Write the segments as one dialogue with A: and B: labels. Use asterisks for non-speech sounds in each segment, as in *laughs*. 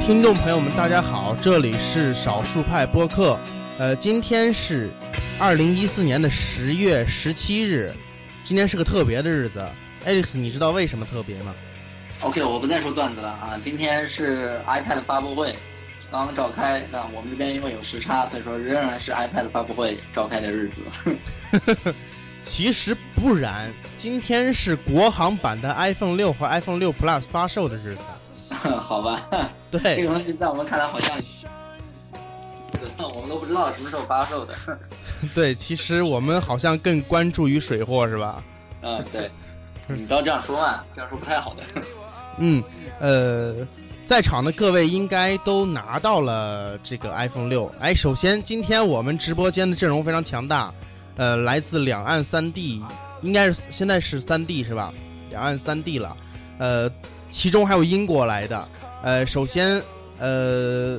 A: 听众朋友们，大家好，这里是少数派播客。呃，今天是二零一四年的十月十七日，今天是个特别的日子。Alex，你知道为什么特别吗？
B: OK，我不再说段子了啊！今天是 iPad 发布会刚刚召开，那我们这边因为有时差，所以说仍然是 iPad 发布会召开的日子。 *laughs*
A: 其实不然，今天是国行版的 iPhone 六和 iPhone 六 Plus 发售的日子。
B: 好吧，这
A: 对
B: 个东西在我们看来好像， *laughs* 我们都不知道什么时候发售的。
A: 对，其实我们好像更关注于水货，是吧？
B: 嗯，对，你不要这样说嘛，这样说不太好的。
A: 嗯，呃，在场的各位应该都拿到了这个 iPhone 六。哎，首先今天我们直播间的阵容非常强大，呃，来自两岸三地，应该是现在是三地是吧？两岸三地了，呃，其中还有英国来的。呃，首先，呃，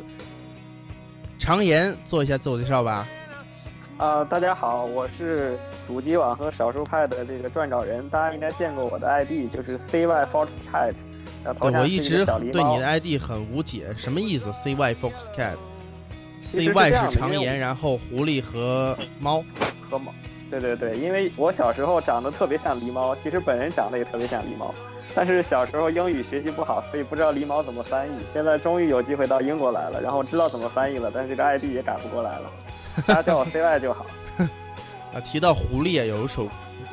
A: 常言做一下自我介绍吧。
C: 啊、大家好，我是主机网和少数派的这个撰稿人，大家应该见过我的 ID 就是 CY Fox Chat，然后头
A: 我
C: 像是
A: 一
C: 一
A: 直
C: 个小狸
A: 对
C: 猫
A: 你的 ID 很无解，什么意思？CY Foxcat，CY
C: 其实是这样的
A: 是常
C: 因为
A: 言，然后狐狸和猫。
C: 和猫。对对对，因为我小时候长得特别像狸猫，其实本人长得也特别像狸猫，但是小时候英语学习不好，所以不知道狸猫怎么翻译。现在终于有机会到英国来了，然后知道怎么翻译了，但是这个 ID 也改不过来了，大家叫我
A: *laughs*
C: CY 就好。
A: 啊，提到狐狸，有一首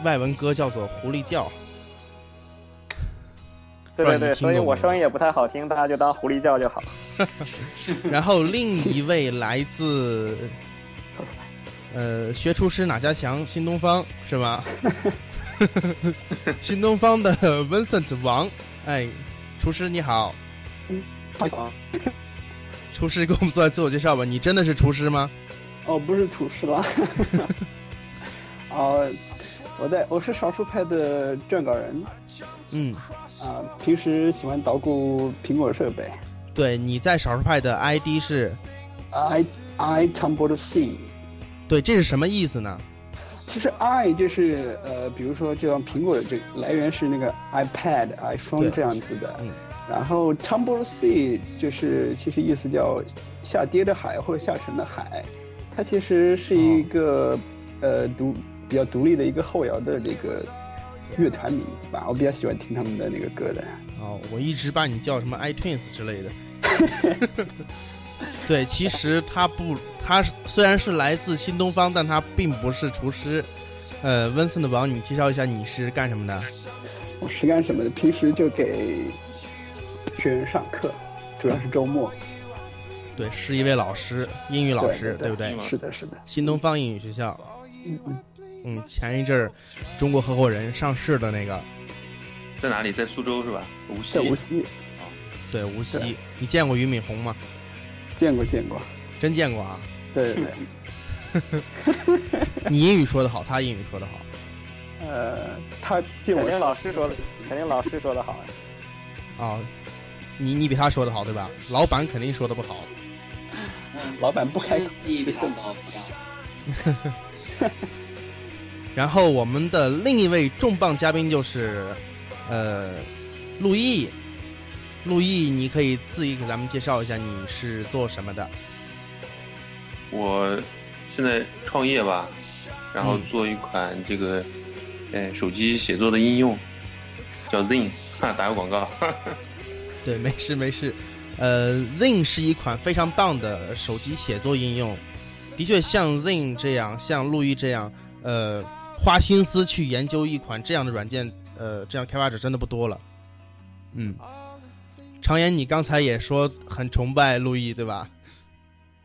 A: 外文歌叫做《狐狸叫》。
C: 对
A: 不然
C: 对
A: 你
C: 对，
A: 听
C: 所以
A: 懂
C: 我
A: 吗
C: 声音也不太好听，大家就当狐狸叫就
A: *laughs*
C: 好。
A: 然后另一位来自，呃，学厨师哪家强，新东方是吗？新东方的 Vincent 王，哎，厨师你好，厨师给我们做下自我介绍吧。你真的是厨师吗？
D: 哦，不是厨师了。 *laughs* 哦，我在我是少数派的撰稿人
A: 嗯，
D: 啊、平时喜欢捣鼓苹果设备。
A: 对，你在少数派的 ID 是，
D: I I keyboard C，
A: 对，这是什么意思呢？
D: 其实 I 就是呃，比如说就像苹果这来源是那个 iPad、
A: 对
D: iPhone 这样子的，
A: 嗯
D: 然后 keyboard C 就是其实意思叫下跌的海或者下沉的海，它其实是一
A: 哦
D: 个、呃独比较独立的一个后摇的这个乐团名字吧，我比较喜欢听他们的那个歌的。
A: 哦，我一直把你叫什么 iTunes 之
D: *laughs*
A: 类的。对，其实他不，他是虽然是来自新东方，但他并不是厨师。呃，温森的王，你介绍一下你是干什么的？
D: 我是干什么的？平时就给学员上课，主要是周末。
A: 对，是一位老师，英语老师，
D: 对
A: 不对？
D: 是的，是的。
A: 新东方英语学校，
D: 嗯嗯。
A: 嗯，前一阵儿中国合伙人上市的那个，
E: 在哪里？在苏州是吧？无锡
D: 在。无锡
A: 对，无锡
D: 对，
A: 你见过俞敏洪吗？
D: 见过见过，
A: 真见
D: *laughs*
A: 过啊！
D: 对
E: *laughs*
D: 对对，
A: 你英语说得好，他英语说得好。
D: 呃，他进
C: 肯
D: 我
C: 定老师说的，肯定老师说的好。
A: 啊、你你比他说得好对吧？老板肯定说得不好。
B: 嗯，
D: 老板不开口
B: 记忆比较高，是吧
A: 然后我们的另一位重磅嘉宾就是，呃，陆毅，陆毅，你可以自己给咱们介绍一下你是做什么的？
E: 我现在创业吧，然后
A: 嗯
E: 做一款这个，呃，手机写作的应用，叫 Zin，哈，打个广告。 *laughs*
A: 对， *laughs* 没事没事。呃，Zin 是一款非常棒的手机写作应用，的确像 Zin 这样，像陆毅这样，呃，花心思去研究一款这样的软件，呃，这样开发者真的不多了。嗯，常言，你刚才也说很崇拜陆毅，对吧？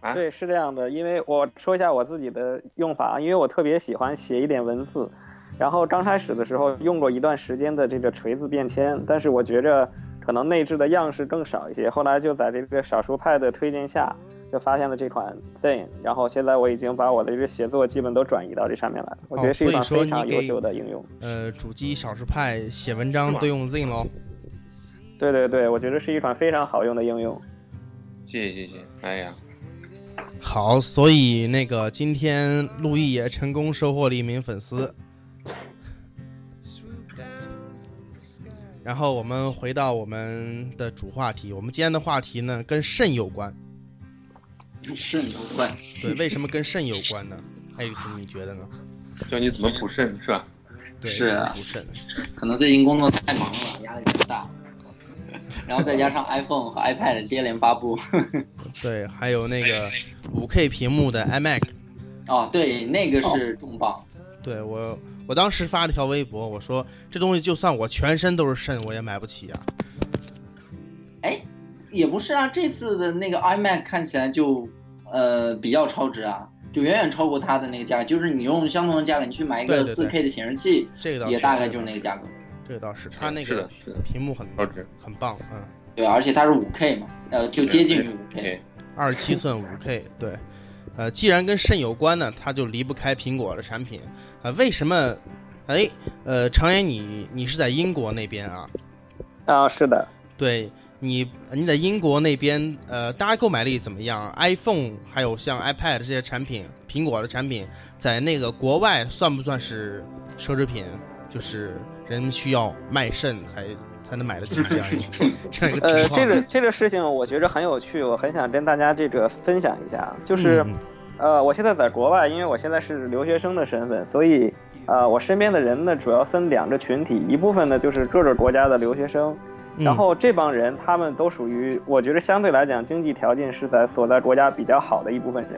E: 啊
C: 对，是这样的，因为我说一下我自己的用法啊，因为我特别喜欢写一点文字，然后刚开始的时候用过一段时间的这个锤子便签，但是我觉着可能内置的样式更少一些，后来就在这个少数派的推荐下，就发现了这款 Zen，然后现在我已经把我的这个写作基本都转移到这上面来了，我觉
A: 哦
C: 得是一
A: 所以
C: 款
A: 说
C: 非
A: 你
C: 常优
A: 给
C: 秀的应用。
A: 呃，主机少数派写文章
E: 是吗
A: 都用 Zin 喽。
C: 对对对，我觉得是一款非常好用的应用。
E: 谢谢谢谢。哎呀，
A: 好，所以那个今天陆毅也成功收获了一名粉丝。然后我们回到我们的主话题，我们今天的话题呢跟肾有关。
B: 肾有关，
A: 对，为什么跟肾有关呢？艾丽丝，你觉得呢？
E: 教你怎么补肾是吧？
A: 对，
B: 是啊
A: 补肾。
B: 可能最近工作太忙了，压力比较大， *laughs* 然后再加上 iPhone 和 iPad 接连发布， *laughs*
A: 对，还有那个五 K 屏幕的 iMac，
B: 哦，对，那个是重磅，
A: 对我，我当时发了条微博，我说这东西就算我全身都是肾，我也买不起啊。
B: 哎，也不是啊，这次的那个 iMac 看起来就呃比较超值啊，就远远超过它的那个价格，就是你用相同的价格，你去买一
A: 对
B: 个
A: 对对
B: 4 K 的显示器，
A: 这个倒
B: 也
A: 是
B: 大概就是那个价格，
A: 这个倒是，它那
E: 是
A: 个
E: 的，是的，
A: 屏幕很
E: 超值。
A: 很棒，嗯，
B: 对，而且它是5 K 嘛，呃，就接近于5 K，
E: 对，
A: 二十七寸五 K，对，呃，既然跟肾有关呢，它就离不开苹果的产品。呃，为什么？哎，呃，常言你你是在英国那边啊？
C: 啊，是的，
A: 对你你在英国那边，呃，大家购买力怎么样？iPhone 还有像 iPad 这些产品，苹果的产品，在那个国外算不算是奢侈品？就是人们需要卖肾才才能买得起这样一个这样一个
C: 呃
A: 情，况。嗯
C: 这个这个事情我觉着很有趣，我很想跟大家这个分享一下，啊就是。
A: 嗯
C: 呃，我现在在国外，因为我现在是留学生的身份，所以呃，我身边的人呢主要分两个群体，一部分呢就是各个国家的留学生，
A: 嗯
C: 然后这帮人他们都属于，我觉得相对来讲经济条件是在所在国家比较好的一部分人，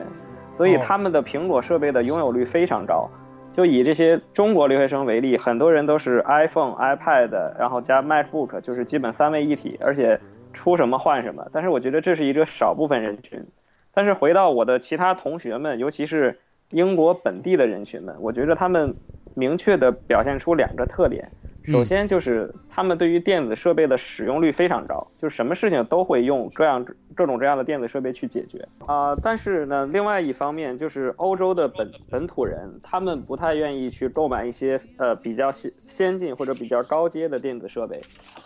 C: 所以
A: 哦
C: 他们的苹果设备的拥有率非常高。就以这些中国留学生为例，很多人都是 iPhone、iPad，然后加 MacBook，就是基本三位一体，而且出什么换什么。但是我觉得这是一个少部分人群。但是回到我的其他同学们，尤其是英国本地的人群们，我觉得他们明确地表现出两个特点。
A: 嗯
C: 首先就是他们对于电子设备的使用率非常高，就是什么事情都会用各样各种各样的电子设备去解决啊、但是呢，另外一方面就是欧洲的本本土人，他们不太愿意去购买一些呃比较先先进或者比较高阶的电子设备。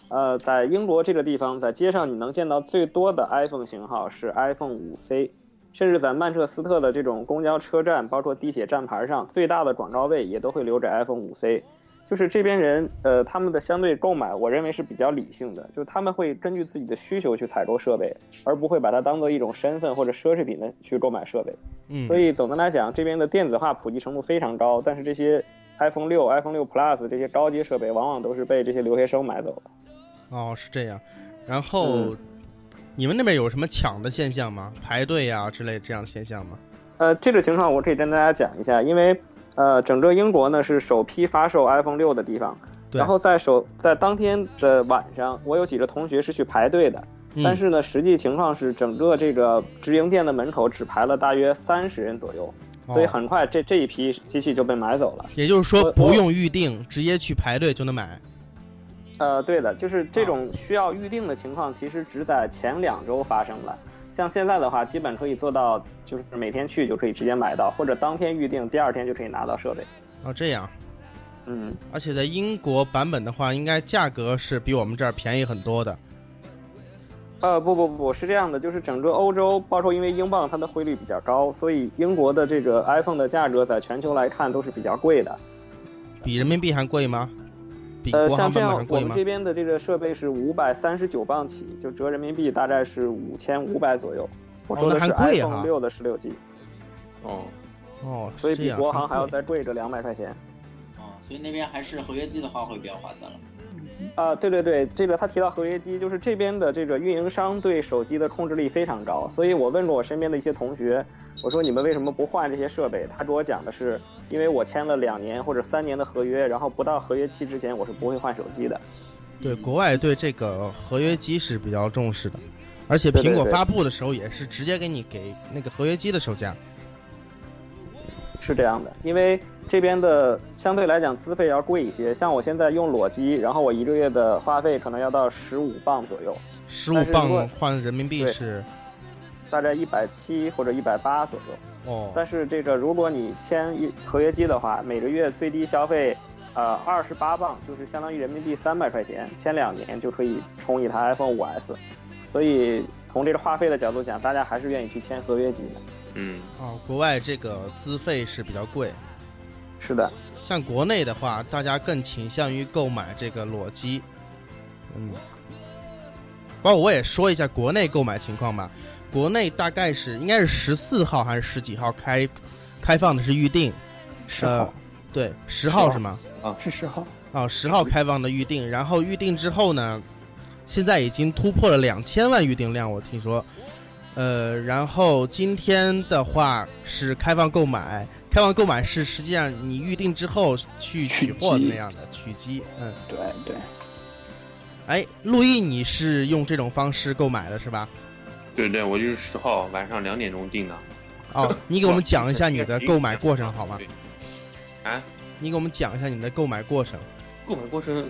C: 呃，在英国这个地方，在街上你能见到最多的 iPhone 型号是 iPhone 五 C，甚至在曼彻斯特的这种公交车站，包括地铁站牌上，最大的广告位也都会留着 iPhone 五 C。就是这边人，呃，他们的相对购买，我认为是比较理性的，就是他们会根据自己的需求去采购设备，而不会把它当做一种身份或者奢侈品的去购买设备。
A: 嗯，
C: 所以总的来讲，这边的电子化普及程度非常高，但是这些 iPhone 六、iPhone 六 Plus 这些高阶设备，往往都是被这些留学生买走的。
A: 哦是这样，然
C: 嗯
A: 后、你们那边有什么抢的现象吗？排队呀、之类这样的现象吗？
C: 呃，这个情况我可以跟大家讲一下，因为呃，整个英国呢是首批发售 iPhone 六的地方，
A: 对
C: 然后在首在当天的晚上，我有几个同学是去排队的，
A: 嗯
C: 但是呢，实际情况是整个这个直营店的门口只排了大约三十人左右，所以
A: 哦、
C: 很快这这一批机器就被买走了。
A: 也就是说
C: 我
A: 不
C: 我
A: 用预定，直接去排队就能买。
C: 呃，对的，就是这种需要预定的情况，其实只在前两周发生了。像现在的话，基本可以做到，就是每天去就可以直接买到，或者当天预定，第二天就可以拿到设备。
A: 哦，这样。
C: 嗯，
A: 而且在英国版本的话，应该价格是比我们这儿便宜很多的。
C: 呃，不不不，是这样的，就是整个欧洲，包括因为英镑它的汇率比较高，所以英国的这个 iPhone 的价格在全球来看都是比较贵的。
A: 比人民币还贵吗？比
C: 呃，
A: 国
C: 像
A: 行
C: 这
A: 版本还
C: 样，我
A: 贵
C: 们
A: 吗？
C: 这边的这个设备是五百三十九磅起，就折人民币大概是五千五百左右。我
A: 哦
C: 说的
A: 那
C: 是
A: 还贵啊
C: iPhone 六的十六 G，、
E: 哦，
A: 哦，
C: 所以
A: 是
C: 比
A: 这样
C: 国行还要
A: 很贵
C: 再贵个两百块钱。
B: 哦，所以那边还是合约机的话会比较划算了。
C: 啊、对对对，这个他提到合约机，就是这边的这个运营商对手机的控制力非常高，所以我问过我身边的一些同学，我说你们为什么不换这些设备？他给我讲的是，因为我签了两年或者三年的合约，然后不到合约期之前我是不会换手机的。
A: 对
B: 嗯
A: 国外对这个合约机是比较重视的，而且
C: 对对
A: 苹果
C: 对
A: 发布的时候也是直接给你给那个合约机的售价。
C: 是这样的，因为这边的相对来讲资费要贵一些，像我现在用裸机，然后我一个月的话费可能要到十五磅左右，
A: 十五
C: 但是如果
A: 磅换人民币
C: 对
A: 是
C: 大概一百七或者一百八左右。
A: 哦，
C: 但是这个，如果你签一合约机的话，每个月最低消费，呃，二十八磅，就是相当于人民币三百块钱，签两年就可以充一台 iPhone 5 S。所以从这个话费的角度讲，大家还是愿意去签合约机的。
E: 嗯，
A: 哦，国外这个资费是比较贵。
C: 是的，
A: 像国内的话，大家更倾向于购买这个裸机。嗯，包括我也说一下国内购买情况吧。国内大概是应该是十四号还是十几号开开放的是预定，
D: 十
A: 呃
D: 号，
A: 对，十号是吗？
D: 是十号，
A: 啊，十号开放的预定，然后预定之后呢，现在已经突破了两千万预定量，我听说。呃，然后今天的话是开放购买，开放购买是实际上你预定之后去取
D: 取
A: 货
D: 机
A: 那样的取机。嗯，
D: 对对，
A: 哎，陆毅，你是用这种方式购买的是吧？
E: 对对，我就是十号晚上两点钟订的。
A: 哦，你给我们讲一下你的购买过程好吗？
E: *laughs* 对？啊，
A: 你给我们讲一下你的购买过程。
E: 购买过程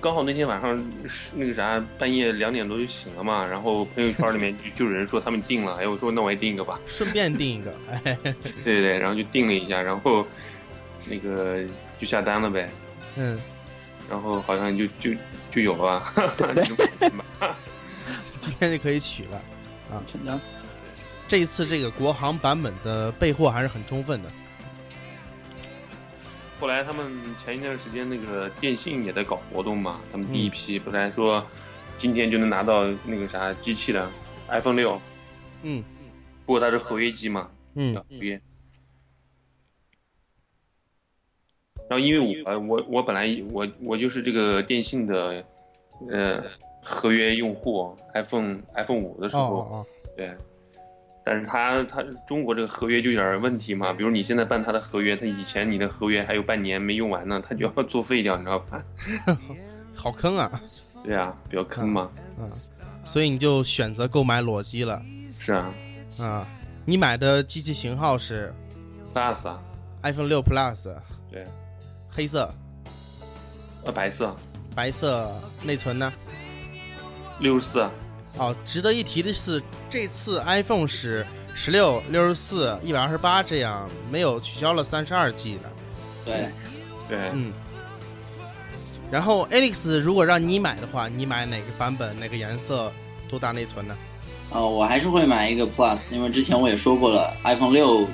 E: 刚好那天晚上是那个啥，半夜两点多就醒了嘛，然后朋友圈里面就就有人说他们订了，哎，我说那我也订一个吧，
A: 顺便订一个， *laughs* 哎，
E: 对对对，然后就订了一下，然后那个就下单了呗，
A: 嗯，
E: 然后好像就就就有了吧，就买吧
A: 今天就可以取了。啊
D: 真的，
A: 这一次这个国行版本的备货还是很充分的。
E: *laughs* 后来他们前一段时间那个电信也在搞活动嘛，他们第一批本来说今天就能拿到那个啥机器的 iPhone 六，
A: 嗯
E: 不过它是合约机嘛，
A: 嗯
E: 合约。然后因为我呃我我本来我我就是这个电信的，呃，合约用户，iPhone iPhone 五的时
A: 哦
E: 候，
A: 哦
E: 对，但是他他中国这个合约就有点问题嘛，比如你现在办他的合约，他以前你的合约还有半年没用完呢，他就要作废掉，你知道吧？
A: 哦，好坑啊！
E: 对啊，比较坑嘛。
A: 嗯，所以你就选择购买裸机了
E: 是啊
A: 啊？你买的机器型号是
E: ，plus 啊，
A: iPhone 六 Plus，
E: 对啊，
A: 黑色、
E: 呃，白色
A: 白色，内存呢？
E: 六十四，啊
A: 哦，值得一提的是，这次 iPhone 是十六、六十四、一百二十八这样，没有取消了三十二 G 的。
B: 对，
E: 对，
A: 嗯。然后 Alex，如果让你买的话，你买哪个版本、哪个颜色、多大内存呢？
B: 呃，我还是会买一个 Plus，因为之前我也说过了，iPhone 六，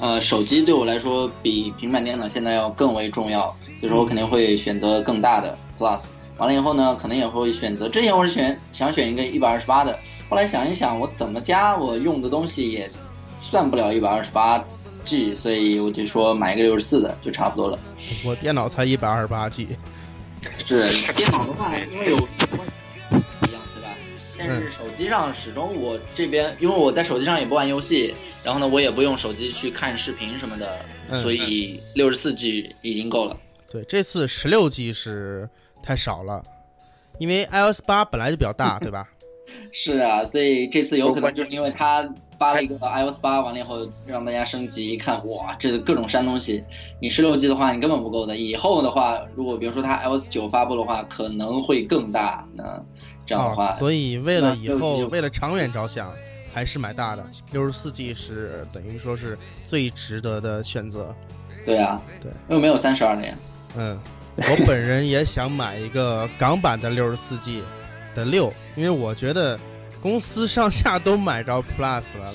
B: 呃，手机对我来说比平板电脑现在要更为重要，所以说我肯定会选择更大的 Plus。完了以后呢，可能也会选择，之前我是选想选一个一百二十八的，后来想一想，我怎么加我用的东西也算不了一百二十八 G，所以我就说买一个六十四的就差不多了。
A: 我电脑才一百二十八 G。
B: 是电脑的嗯话，因为有一样，对吧？但是手机上始终我这边，因为我在手机上也不玩游戏，然后呢，我也不用手机去看视频什么的，
A: 嗯
B: 所以六十四 G 已经够了。
A: 对，这次十六 G 是太少了，因为 iOS 八本来就比较大，对吧？
B: 是啊，所以这次有可能就是因为他发了一个 iOS 八，完了以后让大家升级，一看哇，这各种删东西。你十六 G 的话，你根本不够的。以后的话，如果比如说他 iOS 九发布的话，可能会更大。那这样的话，
A: 啊，所以为了以
B: 那六十
A: 后，
B: G
A: 为了长远着想，还是买大的。六十四 G 是等于说是最值得的选择。
B: 对啊，
A: 对，
B: 因为没有三十二的呀。
A: 嗯，我本人也想买一个港版的六十四 G 的六，因为我觉得公司上下都买着 Plus 了。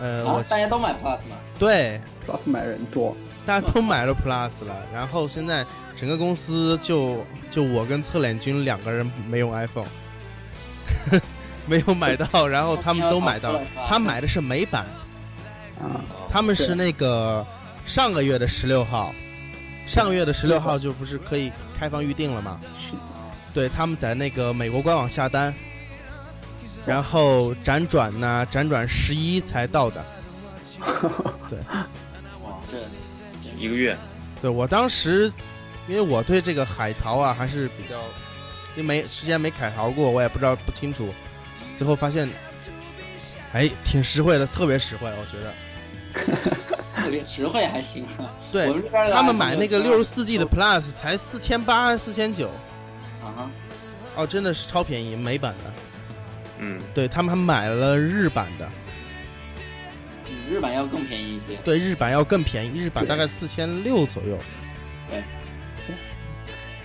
A: 呃，我
B: 啊，大家都买 Plus 嘛？
A: 对
D: plus 买人多，
A: 大家都买了 Plus 了，然后现在整个公司就就我跟侧脸君两个人没用 iPhone，没有买 *laughs* 到，然后他们都买到了，他买的是美版，
D: 啊，
A: 他们是那个上个月的十六号，上个月的十六号就不是可以开放预定了吗？
D: 是
A: 对，他们在那个美国官网下单，然后辗转呢，辗转十一才到的。
B: 哇，这
E: 哦一个月，
A: 对我当时，因为我对这个海淘啊还是比较，因为没时间没海淘过，我也不知道不清楚。最后发现，哎，挺实惠的，特别实惠，我觉得。
B: 特别实惠还行啊。
A: 对
B: 我们这边的
A: 他们买
B: iPhone
A: 那个
B: 12
A: 六十四 G 的 Plus 才四千八、四千九，
B: 啊哈，
A: 哦，真的是超便宜，美版的。
E: 嗯，
A: 对他们还买了日版的，
B: 比日版要更便宜一些。
A: 对，日版要更便宜，日版
D: 对
A: 大概四千六左右。
B: 对，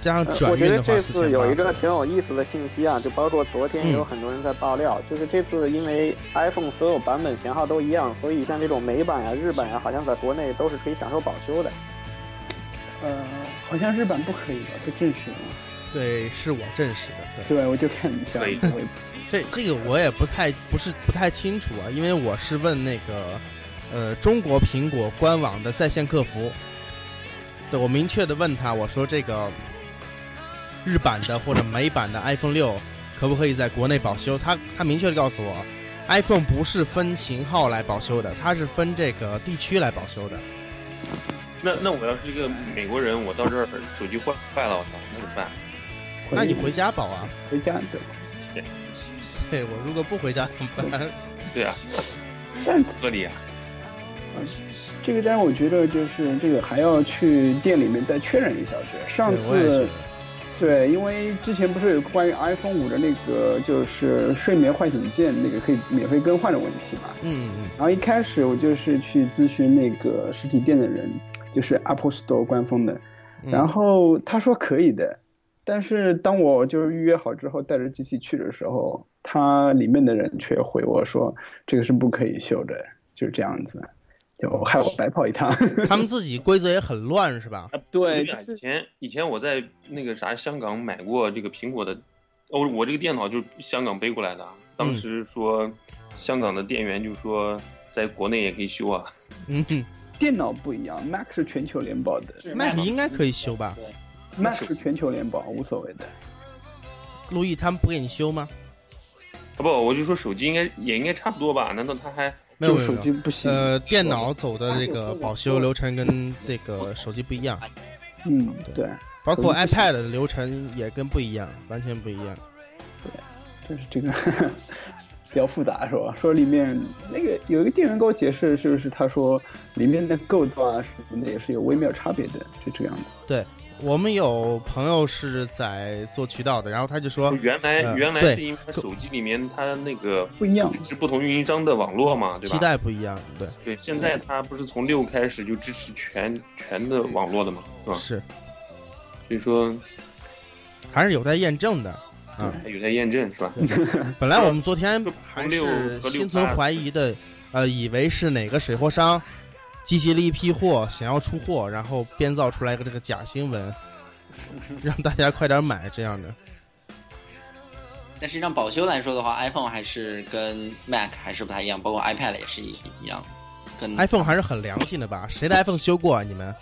A: 加上
C: 呃
A: 嗯转
C: 我觉
A: 运
C: 得
A: 的话，
C: 这
A: 四千八。
C: 次有一个挺有意思的信息啊，就包括昨天也有
A: 嗯
C: 很多人在爆料，就是这次因为 iPhone 所有版本型号都一样，所以像这种美版呀、日版呀，好像在国内都是可以享受保修的。
D: 呃，好像日版不可以吧？被证实了吗，
A: 对，是我证实的。对，
D: 对，我就看一下
E: 可以，
D: 我也
A: 这这个我也不太不是不太清楚啊，因为我是问那个呃中国苹果官网的在线客服，对我明确的问他，我说这个日版的或者美版的 iPhone 六可不可以在国内保修？他他明确的告诉我，iPhone 不是分型号来保修的，它是分这个地区来保修的。
E: 那那我要是一个美国人，我到这儿手机坏坏了，我操，那怎么办？
A: 那你回家保啊？ *laughs*
D: 回家对。
A: 对我如果不回家怎么办？
E: 对啊，
D: 但
E: 合理啊。
D: 这个，但是我觉得就是这个还要去店里面再确认一下。对， *laughs* 上
A: 对我也
D: 次
A: 是。
D: 对，因为之前不是有关于 iPhone 五的那个就是睡眠唤醒键那个可以免费更换的问题嘛？
A: 嗯嗯
D: 然后一开始我就是去咨询那个实体店的人，就是 Apple Store 官方的，
A: 嗯，
D: 然后他说可以的，但是当我就是预约好之后带着机器去的时候，他里面的人却回我说这个是不可以修的，就是这样子，就害我白跑一趟。
A: *laughs* 嗯他们自己规则也很乱是吧？
E: 啊
D: 对
E: 啊
D: 就是
E: 以前以前我在那个啥香港买过这个苹果的，哦，我这个电脑就是香港背过来的啊。当时说香港的店员就说在国内也可以修啊，
A: 嗯哼。
D: 电脑不一样，Mac 是全球联保的
A: 麦克应该可以修吧
B: 对，
D: ，Mac 是全球联保，无所谓的。
A: 路易他们不给你修吗？
E: 啊不，我就说手机应该也应该差不多吧？难道他还
A: 没有
D: 就
A: 没有
D: 手
A: 没
D: 机
A: 有。
D: 不行，
A: 呃，电脑走的这个保修流程跟这个手机不一样，
D: 嗯，对，
A: 包括
D: 手机不
A: iPad 的流程也跟不一样，完全不一样。
D: 就是这个比较复杂，是吧？说里面那个有一个店员给我解释，就是他说里面的构造啊什么的也是有微妙差别的，就这个样子。
A: 我们有朋友是在做渠道的，然后他就说，
E: 原来、
A: 呃
E: 原来
A: 对
E: 是因为它手机里面它那个
D: 不一样
E: 支持不同运营商的网络嘛，对
A: 期
E: 吧？
A: 待不一样，对，
E: 对，现在它不是从六开始就支持全全的网络的嘛，
D: 啊
E: 是吧？
A: 是
E: 所以说
A: 还是有待验证的。啊
E: 还有待验证是吧？
A: 本来我们昨天
E: 就
A: 还
E: 六
A: 啊
D: *laughs*
A: 是
E: 和六
A: 心存
E: 八
A: 怀疑的，呃，以为是哪个水货商集齐了一批货，想要出货，然后编造出来一个这个假新闻，让大家快点买这样的。
B: 但实际上保修来说的话，iPhone 还是跟 Mac 还是不太一样，包括 iPad 也是一一样，跟
A: iPhone 还是很良心的吧？谁的 iPhone 修过、啊？你们？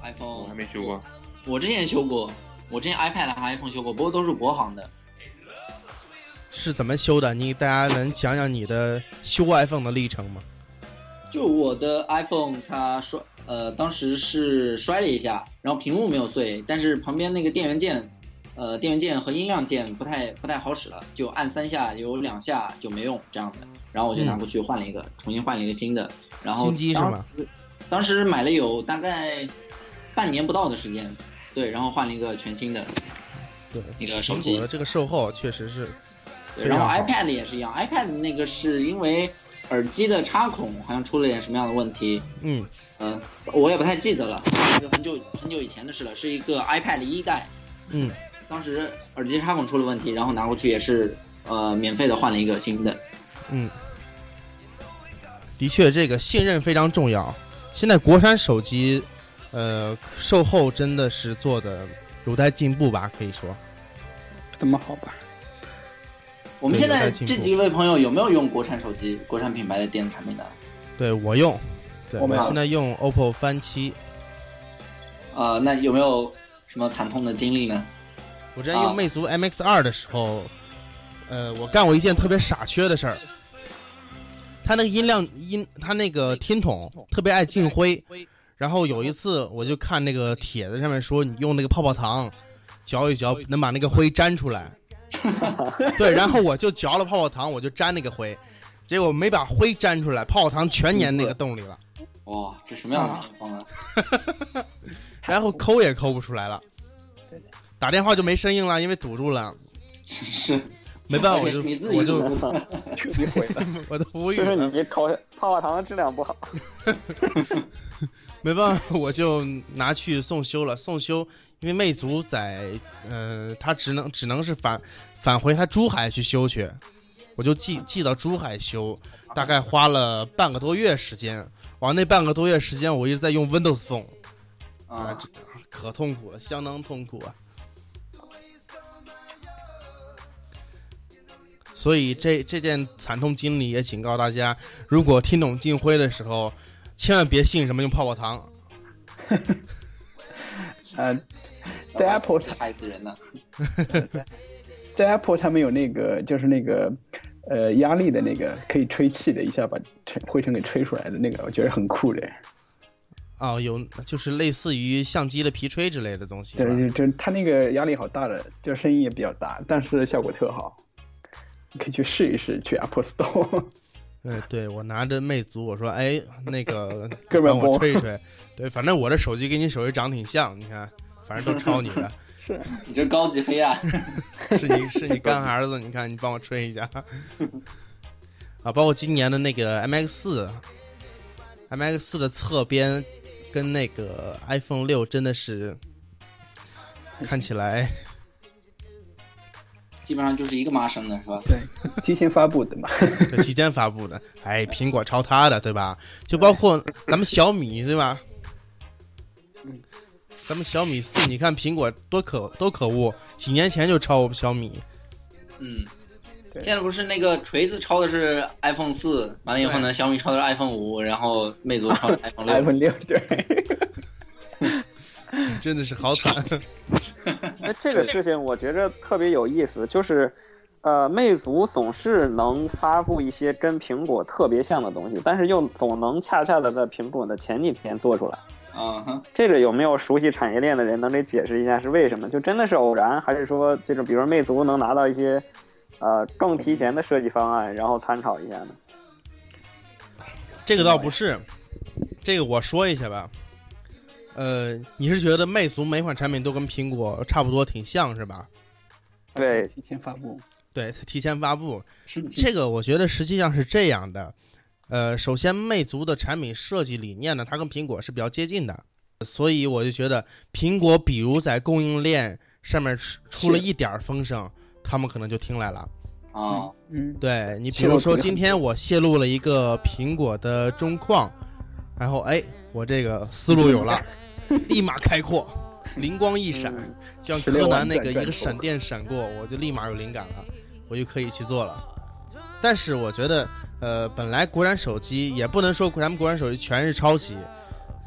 E: 我
B: iPhone
E: 还没修过，
B: 我之前修过，我之前 iPad 和 iPhone 修过，不过都是国行的。
A: 是怎么修的？你大家能讲讲你的修 iPhone 的历程吗？
B: 就我的 iPhone 它摔，呃，当时是摔了一下，然后屏幕没有碎，但是旁边那个电源键，呃，电源键和音量键不太不太好使了，就按三下有两下就没用这样的。然后我就拿过去换了一个，重新换了一个新的。哦然后
A: 嗯新机是吗
B: 当时？当时买了有大概半年不到的时间，对，然后换了一个全新的
A: 对，
B: 一个手
A: 苹
B: 机
A: 果的。这个售后确实是
B: 对
A: 非
B: 然
A: 常
B: 后
A: 好。
B: iPad 也是一样，iPad 那个是因为耳机的插孔好像出了点什么样的问题，
A: 嗯，
B: 嗯，我也不太记得了，一个很久很久以前的事了，是一个 iPad 一代，
A: 嗯，
B: 当时耳机插孔出了问题，然后拿过去也是呃免费的换了一个新的，
A: 的确，这个信任非常重要。现在国产手机，呃，售后真的是做的有待进步吧？可以说，
D: 不怎么好吧？
B: 我们
A: 对
B: 现
A: 有
B: 在
A: 待进步
B: 这几位朋友有没有用国产手机、国产品牌的电子产品的？
A: 对我用，对
D: 我没有
A: 现在用 OPPO 翻七，
B: 呃，那有没有什么惨痛的经历呢？
A: 我之前
B: 啊
A: 用魅族 MX 二的时候，呃，我干过一件特别傻缺的事儿。它那个音量音，它那个听筒特别爱进灰。然后有一次，我就看那个帖子上面说，你用那个泡泡糖嚼一嚼，能把那个灰粘出
B: *laughs*
A: 来。对，然后我就嚼了泡泡糖，我就粘那个灰，结果没把灰粘出来，泡泡糖全粘那个洞里了，
B: 哇，这什么样的偏方啊？
A: 然后抠也抠不出来了。打电话就没声音了，因为堵住了，
B: 真是
A: *laughs* 没办法，我
B: 而且
A: 就
B: 你自己
A: 我
B: 用的
A: 就
D: 彻底毁了。
A: 我都无语
C: 就
A: 了
C: 是。你口泡泡糖的质量不好，
A: 没办法，我就拿去送修了。送修，因为魅族在，呃，它只能只能是返返回它珠海去修去，我就寄寄到珠海修，大概花了半个多月时间。哇，那半个多月时间，我一直在用 Windows Phone 啊、
B: 啊，
A: 这可痛苦了，相当痛苦啊！所以这这件惨痛经历也警告大家，如果听懂进灰的时候，千万别信什么用泡泡糖。
D: 呃，
B: 小
D: 在
B: 白
D: Apple
B: 是害死人的，
D: 在 Apple 他们有那个就是那个呃压力的那个可以吹气的，一下把尘灰尘给吹出来的那个，我觉得很酷的。
A: 哦，有就是类似于相机的皮吹之类的东西吧。
D: 对，就就它那个压力好大的，就声音也比较大，但是效果特好。你可以去试一试，去 Apple Store。 *laughs*
A: 对，呃对我拿着魅族，我说，哎，那个
D: *laughs* 哥们儿
A: 帮我
D: 帮我
A: 吹一吹。对，反正我的手机跟你手机长挺像，你看，反正都抄你的，
D: 是，
B: 你这高级黑暗。
A: 是你是你干儿子，你看你帮我吹一下。啊，包括今年的那个 MX 四，MX 四的侧边跟那个 iPhone 六真的是看起来，
B: 基本上就是一个妈生的是吧？
D: 对，提前发布的嘛。
A: 对提前发布的，哎，苹果抄它的，对吧？就包括咱们小米，对吧？咱们小米四，你看苹果多可多可恶，几年前就抄我们小米，
B: 嗯，
D: 对
B: 现在不是那个锤子抄的是 iPhone 四，完了以后呢，小米抄的是 iPhone 五，然后魅族
D: *laughs*
B: 抄的是 iPhone 六。
D: iPhone 六，对，
A: 真的是好惨。
C: 那这个事情我觉着特别有意思，就是，呃，魅族总是能发布一些跟苹果特别像的东西，但是又总能恰恰的在苹果的前几天做出来。
B: 嗯哼，
C: 这个有没有熟悉产业链的人能给解释一下是为什么？就真的是偶然，还是说这种，比如说魅族能拿到一些，呃，更提前的设计方案，然后参考一下呢？
A: 这个倒不是，这个我说一下吧。呃，你是觉得魅族每款产品都跟苹果差不多，挺像是吧？
C: 对，
D: 提前发布。
A: 对，提前发布，
D: 嗯
A: 这个我觉得实际上是这样的。呃，首先，魅族的产品设计理念呢，它跟苹果是比较接近的，所以我就觉得苹果比如在供应链上面出出了一点儿风声，他们可能就听来了。
B: 啊，
D: 嗯，
A: 对你，比
D: 泄露
A: 如说
D: 图
A: 今天我泄露了一个苹果的中框，然后哎，我这个思路有了，立马开阔，灵光一闪，
C: 嗯
A: 就像
D: 16
A: 柯南
D: 万
A: 那个
D: 赞
A: 一
D: 赞
A: 个
D: 助
A: 闪电闪过，我就立马有灵感了，我就可以去做了。但是我觉得，呃，本来国产手机也不能说咱们国产手机全是抄袭，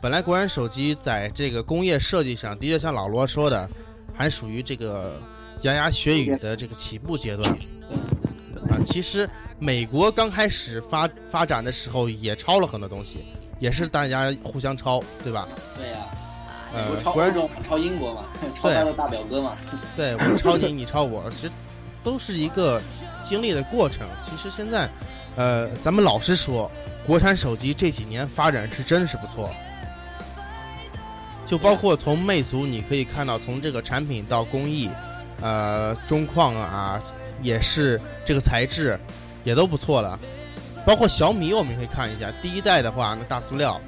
A: 本来国产手机在这个工业设计上的确像老罗说的，还属于这个牙牙学语的这个起步阶段。啊，其实美国刚开始发发展的时候也抄了很多东西，也是大家互相抄，对吧？
B: 对呀、
A: 呃
B: 我，抄
A: 国
B: 欧
A: 然
B: 洲嘛，抄英国嘛，抄他的大表哥嘛。
A: 对我抄你，你抄我，其实都是一个经历的过程。其实现在，呃，咱们老实说，国产手机这几年发展是真是不错。就包括从魅族，你可以看到，从这个产品到工艺，呃，中框啊，也是这个材质，也都不错了。包括小米，我们也可以看一下，第一代的话，那大塑料，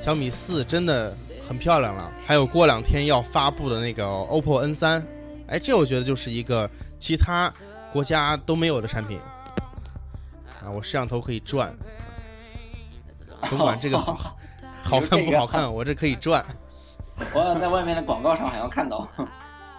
A: 小米四真的很漂亮了。还有过两天要发布的那个 OPPO N 三，哎，这我觉得就是一个其他国家都没有的产品啊！我摄像头可以转，
B: 哦
A: 甭管这个好好看不好看，我这可以转。
B: *laughs* 我要在外面的广告上还要看到。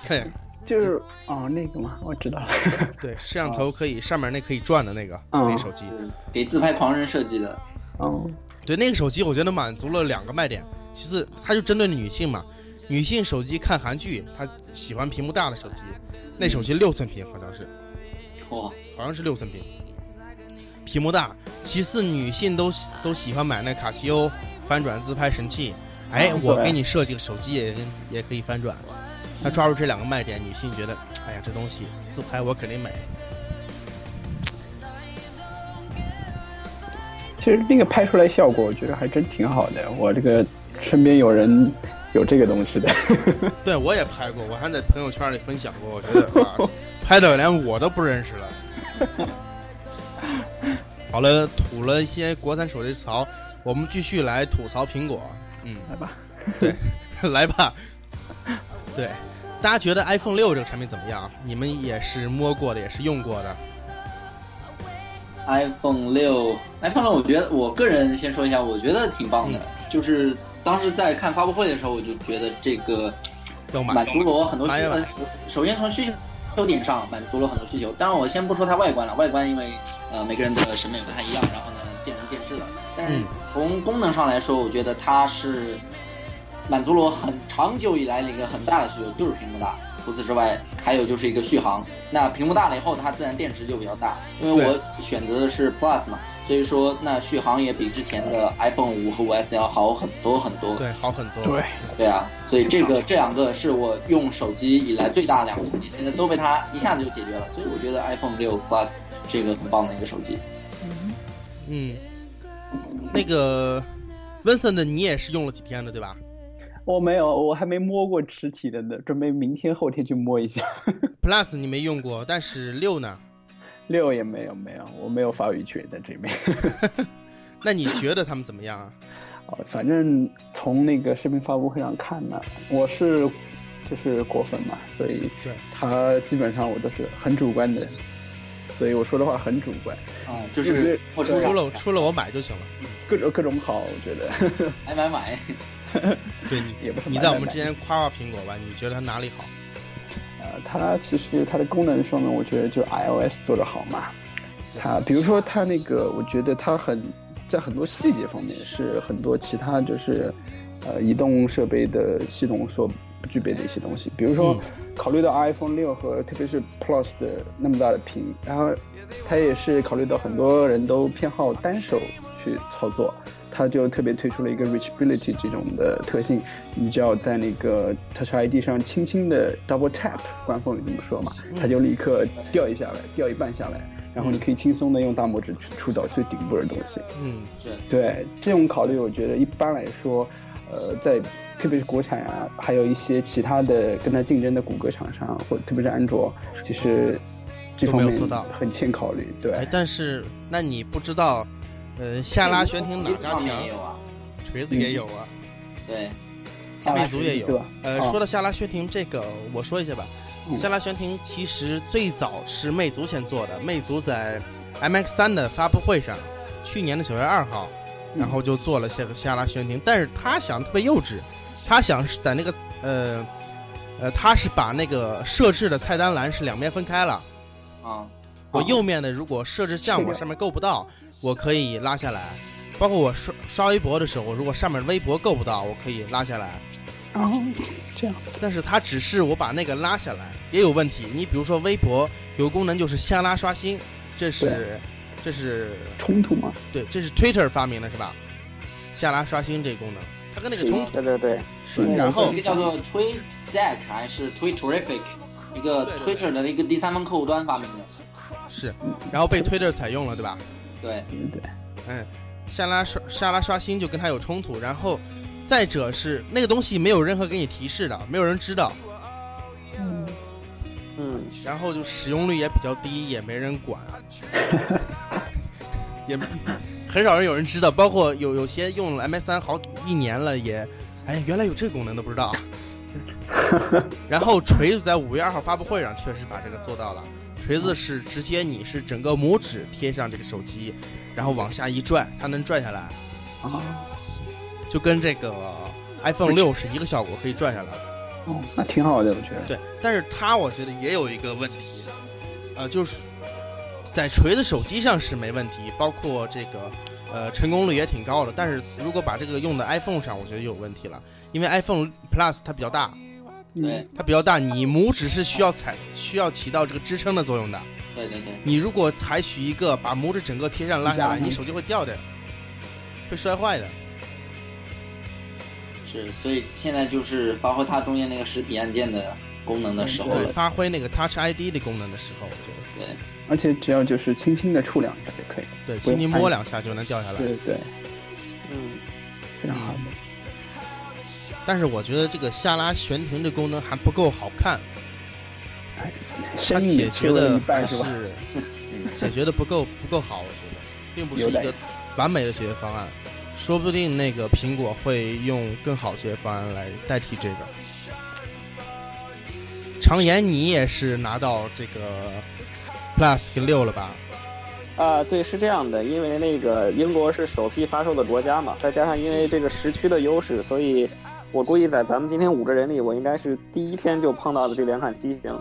A: 嘿，
D: 就是哦，那个嘛，我知道了。 *laughs*
A: 对，摄像头可以上面那可以转的那个
D: 嗯
A: 那手机，
B: 给自拍狂人设计的，
D: 哦，
A: 对那个手机，我觉得满足了两个卖点。其次，它就针对女性嘛，女性手机看韩剧，她喜欢屏幕大的手机，那手机六寸屏好像是。
B: 哇，
A: 好像是六寸屏，屏幕大。其次，女性都喜都喜欢买那卡西欧翻转自拍神器。哎，
D: 嗯
A: 我
D: 对
A: 给你设计个手机也跟也可以翻转。那抓住这两个卖点，女性觉得，哎呀，这东西自拍我肯定美。
D: 其实那个拍出来效果，我觉得还真挺好的。我这个身边有人有这个东西的，
A: 对我也拍过，我还在朋友圈里分享过，我觉得哇，拍的连我都不认识了。 *laughs* 好了，吐了一些国产手机槽，我们继续来吐槽苹果。嗯， *laughs*
D: 来吧。
A: 来吧。对，大家觉得 iPhone 六这个产品怎么样？你们也是摸过的，也是用过的。
B: iPhone 六，iPhone 六，我觉得我个人先说一下，我觉得挺棒的。
D: 嗯
B: 就是当时在看发布会的时候，我就觉得这个
A: 要买
B: 满足了我很多需
A: 买
B: 求。
A: 买
B: 呃首先从需求优点上满足了很多需求。当然，我先不说它外观了，外观因为呃每个人的审美不太一样，然后呢见仁见智了。但是
A: 嗯
B: 从功能上来说，我觉得它是满足了我很长久以来的一个很大的需求，就是屏幕大。除此之外，还有就是一个续航。那屏幕大了以后，它自然电池就比较大，因为
A: 对
B: 我选择的是 Plus 嘛，所以说那续航也比之前的 iPhone 五和五 S 要好很多很多。
A: 对，好很多。
D: 对，
B: 对啊，所以这个这两个是我用手机以来最大的两个痛点，现在都被它一下子就解决了。所以我觉得 iPhone 六 Plus 是一个很棒的一个手机。
A: 嗯，那个 Vincent，你也是用了几天的对吧
D: *laughs* 我没有，我还没摸过实体的呢，准备明天后天去摸一下。
A: ？Plus 你没用过，但是六呢？
D: 六也没有，没有，我没有发语权在这边。
A: 那你觉得他们怎么样啊？
D: 哦，反正从那个视频发布会上看呢，我是就是果粉嘛，所以
A: 对
D: 他基本上我都是很主观的，所以我说的话很主观，
B: 啊、就
D: 对
B: 是我出
A: 出
B: 手
A: 了出了我买就行了。
D: 各种各种好，我觉得 *laughs*
B: 哎买买买， *laughs*
A: 对你，
D: 也不是
A: 你
D: 买
A: 在
D: 买
A: 我们
D: 买
A: 之间夸夸苹果吧，你觉得它哪里好？
D: 呃，它其实它的功能上面，我觉得就 iOS 做得好嘛。它比如说它那个，我觉得它很在很多细节方面是很多其他就是呃移动设备的系统所不具备的一些东西。比如说
A: 嗯，
D: 考虑到 iPhone 六和特别是 Plus 的那么大的屏，然后它也是考虑到很多人都偏好单手去操作。它就特别推出了一个 reachability 这种的特性，你只要在那个 Touch ID 上轻轻的 double tap，官方里这么说嘛，它就立刻掉一下来，掉一半下来，然后你可以轻松的用大拇指去触到最顶部的东西。
A: 嗯，
B: 是
D: 对这种考虑，我觉得一般来说，呃，在特别是国产啊，还有一些其他的跟它竞争的谷歌厂商，或者特别是安卓，其实这
A: 都没
D: 方
A: 有
D: 面
A: 做到
D: 很欠考虑。对，
A: 哎，但是那你不知道，呃，下拉悬停哪
B: 锤子
A: 家
B: 上面
A: 强
B: 也？有啊，
A: 锤子也有啊，
B: 对，下
A: 魅
B: 面
A: 族也有
D: 对吧。
A: 呃，
D: 啊
A: 说到下拉悬停这个，我说一下吧。
D: 嗯
A: 下拉悬停其实最早是魅族先做的，魅族在 MX 3的发布会上，去年的九月二号，
D: 嗯
A: 然后就做了下个下拉悬停，但是他想得特别幼稚，他想是在那个呃呃，他是把那个设置的菜单栏是两边分开了。
B: 啊，
A: 我右面的如果设置项目
D: 哦是的
A: 上面够不到，我可以拉下来。包括我刷刷微博的时候，我如果上面微博够不到，我可以拉下来。
D: 哦，这样
A: 但是它只是我把那个拉下来也有问题。你比如说微博有个功能就是下拉刷新，这是这是
D: 冲突吗？
A: 对，这是 Twitter 发明的是吧？下拉刷新这个功能，它跟那个冲突
C: 对对对，
D: 是
A: 然后
B: 一个叫做 Tweet Stack 还是 Tweet Terrific，一个
A: 对对
B: Twitter 的一个第三方客户端发明的，
A: 是，然后被 Twitter 采用了，对吧？
B: 对，
D: 嗯对对。
A: 下拉刷下拉刷新就跟它有冲突，然后再者是那个东西没有任何给你提示的，没有人知道，
C: 嗯，
A: 然后就使用率也比较低，也没人管，也很少人有人知道。包括有有些用了 MS 三好一年了也，哎，原来有这个功能都不知道。然后锤子在五月二号发布会上确实把这个做到了，锤子是直接你是整个拇指贴上这个手机，然后往下一拽，它能拽下来，
D: 啊，
A: 就跟这个 iPhone 六是一个效果，可以拽下来。
D: 哦，那挺好的，我觉得。
A: 对，但是它我觉得也有一个问题，呃，就是在锤子手机上是没问题，包括这个呃成功率也挺高的。但是如果把这个用到 iPhone 上，我觉得有问题了，因为 iPhone Plus 它比较大，
D: 嗯
B: 对，
A: 它比较大，你拇指是需要采需要起到这个支撑的作用的。
B: 对对对，
A: 你如果采取一个把拇指整个贴上拉下来，
D: 压上
A: 你手机会掉的，会摔坏的。
B: 是，所以现在就是发挥它中间那个实体按键的功能的时
D: 哦
B: 候
A: 对，
B: 了，
A: 发挥那个 Touch ID 的功能的时候，我觉得
B: 对。
D: 而且只要就是轻轻的触两下就可以。
A: 对，
D: 不
A: 轻
D: 用
A: 轻
D: 看
A: 摸两下就能掉下来。
D: 对嗯对，
C: 嗯，
D: 非常好的。
A: 但是我觉得这个下拉悬停这功能还不够好看，
D: 哎，
A: 它
D: 生命
A: 解
D: 也
A: 决
D: 缺了
A: 的
D: 一
A: 还
D: 半
A: 是
D: 是吧？ *laughs* 嗯
A: 解决的不够不够好，我觉得并不是
D: 有
A: 一
D: 待
A: 个完美的解决方案，说不定那个苹果会用更好的解决方案来代替这个。常言，你也是拿到这个 Plus 跟六了吧？
C: 啊、对，是这样的，因为那个英国是首批发售的国家嘛，再加上因为这个时区的优势，所以我估计在咱们今天五个人里，我应该是第一天就碰到了这两款机型。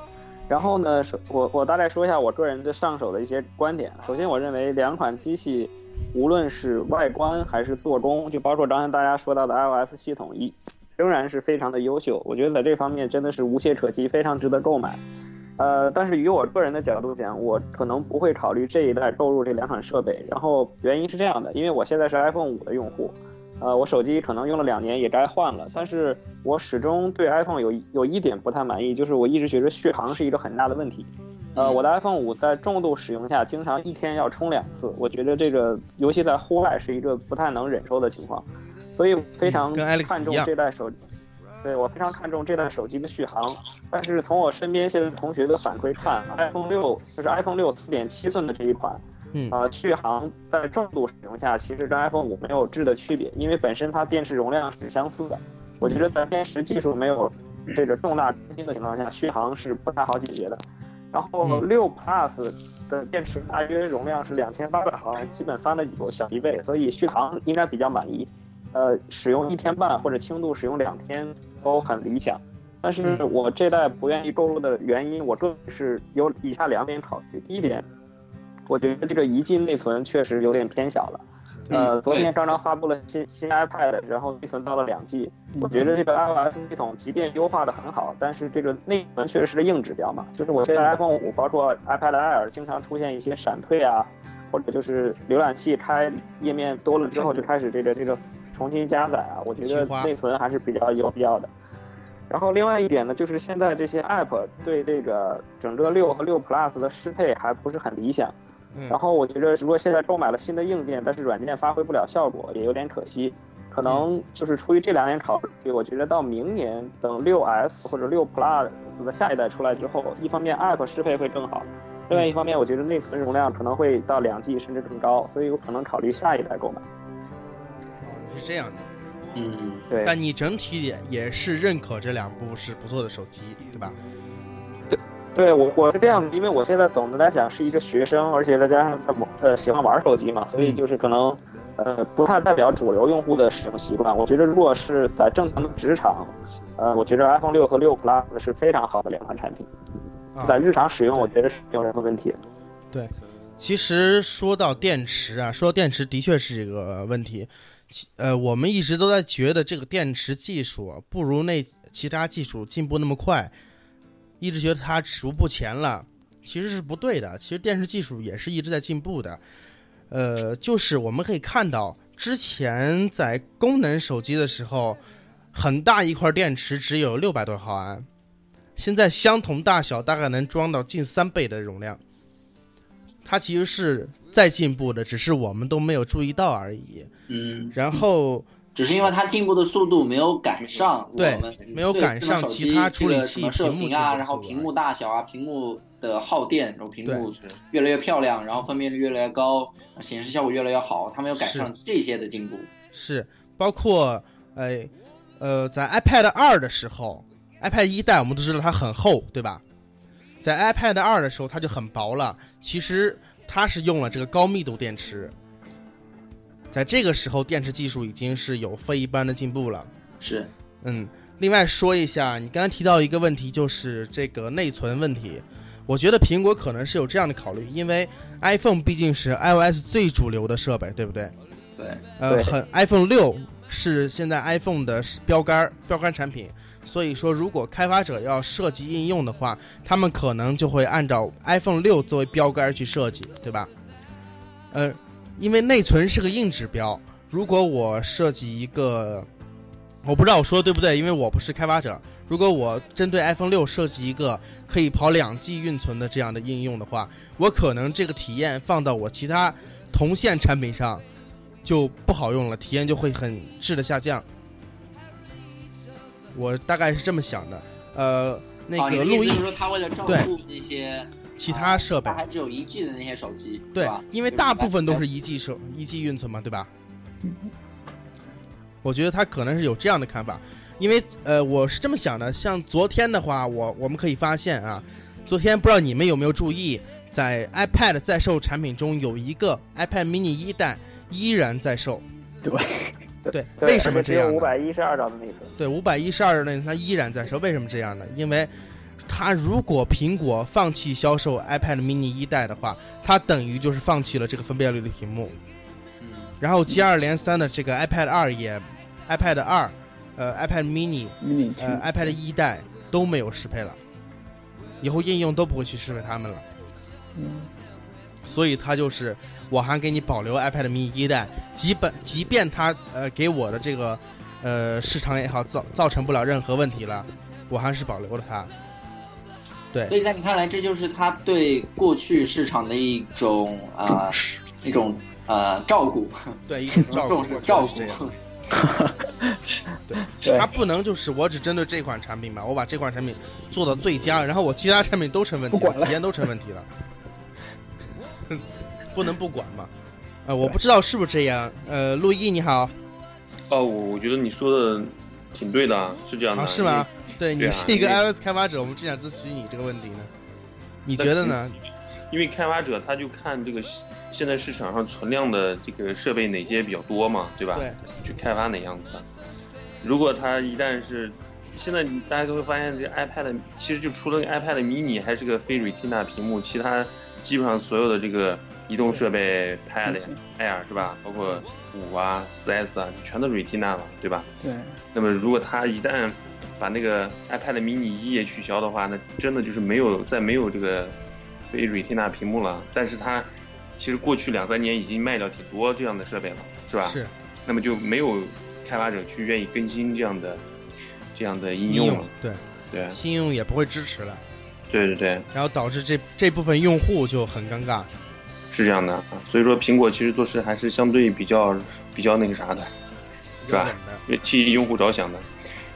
C: 然后呢，首我我大概说一下我个人的上手的一些观点。首先，我认为两款机器，无论是外观还是做工，就包括刚才大家说到的 iOS 系统一，仍然是非常的优秀。我觉得在这方面真的是无懈可击，非常值得购买。呃，但是以我个人的角度讲，我可能不会考虑这一代购入这两款设备。然后原因是这样的，因为我现在是 iPhone 五的用户，呃，我手机可能用了两年也该换了，但是我始终对 iPhone 有有一点不太满意，就是我一直觉得续航是一个很大的问题。
B: 嗯
C: 呃，我的 iPhone 五在重度使用下，经常一天要充两次，我觉得这个尤其在户外是一个不太能忍受的情况，所以非常
A: 嗯跟 Alex
C: 看重
A: 一样
C: 这代手机。对我非常看重这代手机的续航，但是从我身边现在同学的反馈看，iPhone 啊六就是 iPhone 六四点七寸的这一款，
A: 嗯
C: 啊、续航在重度使用下，其实跟 iPhone 五没有质的区别，因为本身它电池容量是相似的。我觉得在电池技术没有这个重大更新的情况下，续航是不太好解决的。然后
A: 嗯
C: 六 Plus 的电池大约容量是两千八百毫安，基本翻了有小一倍，所以续航应该比较满意。呃，使用一天半或者轻度使用两天都很理想。但是我这代不愿意购入的原因，我个人是有以下两点考虑。第一点，我觉得这个一 G 内存确实有点偏小了。呃，昨天刚刚发布了新新 iPad，然后内存到了两 G，我觉得这个 iOS 系统即便优化的很好，但是这个内存确实是硬指标嘛。就是我现在 iPhone 五，包括 iPad Air，经常出现一些闪退啊，或者就是浏览器开页面多了之后就开始这个这个重新加载啊，我觉
A: 菊
C: 得
A: 花
C: 内存还是比较有必要的。然后另外一点呢，就是现在这些 App 对这个整个六和六 Plus 的适配还不是很理想。
A: 嗯
C: 然后我觉得，如果现在购买了新的硬件，但是软件发挥不了效果，也有点可惜。可
A: 嗯
C: 能就是出于这两点考虑，我觉得到明年等六 S 或者六 Plus 的下一代出来之后，一方面 App 适配会更好，另
A: 嗯
C: 外一方面我觉得内存容量可能会到两 G 甚至更高，所以我可能考虑下一代购买。
A: 是这样的。
B: 嗯，
C: 对，
A: 但你整体也也是认可这两部是不错的手机，对吧？
C: 对我我是这样，因为我现在总的来讲是一个学生，而且再加上在玩呃喜欢玩手机嘛，所
A: 嗯
C: 以就是可能呃不太代表主流用户的使用习惯。我觉得如果是在正常的职场，呃，我觉得 iPhone 六和六 Plus 是非常好的两款产品，
A: 啊，
C: 在日常使用我觉得是没有任何问题的。
A: 其实说到电池啊，说到电池的确是一个问题。其呃，我们一直都在觉得这个电池技术啊不如那其他技术进步那么快，一直觉得它止步不前了，其实是不对的。其实电池技术也是一直在进步的。呃，就是我们可以看到，之前在功能手机的时候，很大一块电池只有六百多毫安，现在相同大小大概能装到近三倍的容量。它其实是在进步的，只是我们都没有注意到而已。
B: 嗯，
A: 然后，
B: 只是因为它进步的速度没有赶上我
A: 对
B: 们，
A: 没有赶上其他处理器
B: 这个什么射
A: 屏幕
B: 频
A: 进步
B: 啊，
A: 的
B: 然后
A: 速度
B: 屏幕大小啊，屏幕的耗电，然后屏幕
E: 对
B: 越来越漂亮，然后分辨率越来越高，显示效果越来越好，它没有赶
A: 是
B: 上这些的进步。
A: 是包括呃呃，在 iPad 二的时候，iPad 一代我们都知道它很厚，对吧？在 iPad 二的时候它就很薄了，其实它是用了这个高密度电池。在这个时候，电池技术已经是有非一般的进步了。
B: 是，
A: 嗯，另外说一下，你刚才提到一个问题，就是这个内存问题。我觉得苹果可能是有这样的考虑，因为 iPhone 毕竟是 iOS 最主流的设备，对不对？
B: 对，
A: 呃，
C: 对
A: 很 iPhone 六是现在 iPhone 的标杆儿标杆产品，所以说如果开发者要设计应用的话，他们可能就会按照 iPhone 六作为标杆儿去设计，对吧？呃，因为内存是个硬指标，如果我设计一个，我不知道我说的对不对，因为我不是开发者。如果我针对 iPhone 六设计一个可以跑两 G 运存的这样的应用的话，我可能这个体验放到我其他同线产品上，就不好用了，体验就会很质的下降。我大概是这么想的，呃，那
B: 啊，你
A: 个
B: 的意
A: 录
B: 思
A: 音
B: 就是说它为了照
A: 对
B: 顾那些
A: 其他设备
B: 它，
C: 啊
B: 还只有一 G 的那些手机，
A: 对
B: 吧？，
A: 因为
B: 就是
A: 大
B: 把
A: 部分都
B: 它
A: 是一 G 手一 G 运存嘛，对吧？
C: 嗯
A: 我觉得他可能是有这样的看法，因为呃，我是这么想的。像昨天的话，我我们可以发现啊，昨天不知道你们有没有注意，在 iPad 在售产品中有一个 iPad mini 一代依然在售。
D: 对
A: 对，
C: 对
A: 为什么
C: 而
A: 这
C: 且只
A: 样
C: 有
A: 呢
C: 五？百一十二兆的内存？
A: 对，五百一十二呢，它依然在售，为什么这样呢？因为它如果苹果放弃销售 iPad mini 一代的话，它等于就是放弃了这个分辨率的屏幕。
B: 嗯，
A: 然后接二连三的这个 iPad 二也，iPad 二，呃，iPad mini，
D: mini
A: 呃
D: two
A: ，iPad 一代都没有适配了，以后应用都不会去适配它们了。
D: 嗯
A: 所以它就是我还给你保留 iPad mini 一代，即本即便它呃给我的这个呃市场也好造造成不了任何问题了，我还是保留了它。
B: 所以在你看来，这就是他对过去市场的一种啊、呃、一种呃照顾，
A: 对，一种 *laughs*
B: *laughs*
A: 照顾
B: 重视，照
A: 我觉得是这样
B: 顾。 *laughs*
D: 对
A: 它不能就是我只针对这款产品嘛，我把这款产品做到最佳，然后我其他产品都成问题
D: 不
A: 了，
D: 管了
A: 体验都成问题了，不能不管嘛。呃，我不知道是不是这样。呃，陆毅你好
E: 哦，我我觉得你说的挺对的啊，是这样的，
A: 啊，是吗？对
E: 对
A: 你
E: 啊
A: 是一个
E: 因为
A: iOS 开发者，我们正想咨询你这个问题呢，你
E: 那
A: 觉得呢？
E: 因为？因为开发者他就看这个市现在市场上存量的这个设备哪些比较多嘛，对吧？
A: 对，
E: 去开发哪样子。如果他一旦是现在大家都会发现，这个 iPad 其实就除了这个 iPad mini 还是个非 Retina 屏幕，其他基本上所有的这个移动设备 Pad 呀、Air 是吧，包括五啊、4S 啊，就全都是 Retina 嘛，对吧？
D: 对，
E: 那么如果他一旦把那个 iPad mini 一也取消的话，那真的就是没有再没有这个非 Retina 屏幕了。但是它其实过去两三年已经卖掉挺多这样的设备了，啊是吧？
A: 是
E: 那么就没有开发者去愿意更新这样的这样的应
A: 应
E: 用
A: 用
E: 了。
A: 对，
E: 对
A: 新应用也不会支持了，
E: 对对对，
A: 然后导致这这部分用户就很尴尬。
E: 是这样的。所以说，苹果其实做事还是相对比较比较那个啥的，
A: 有
E: 是吧
A: 点的，
E: 也替用户着想的。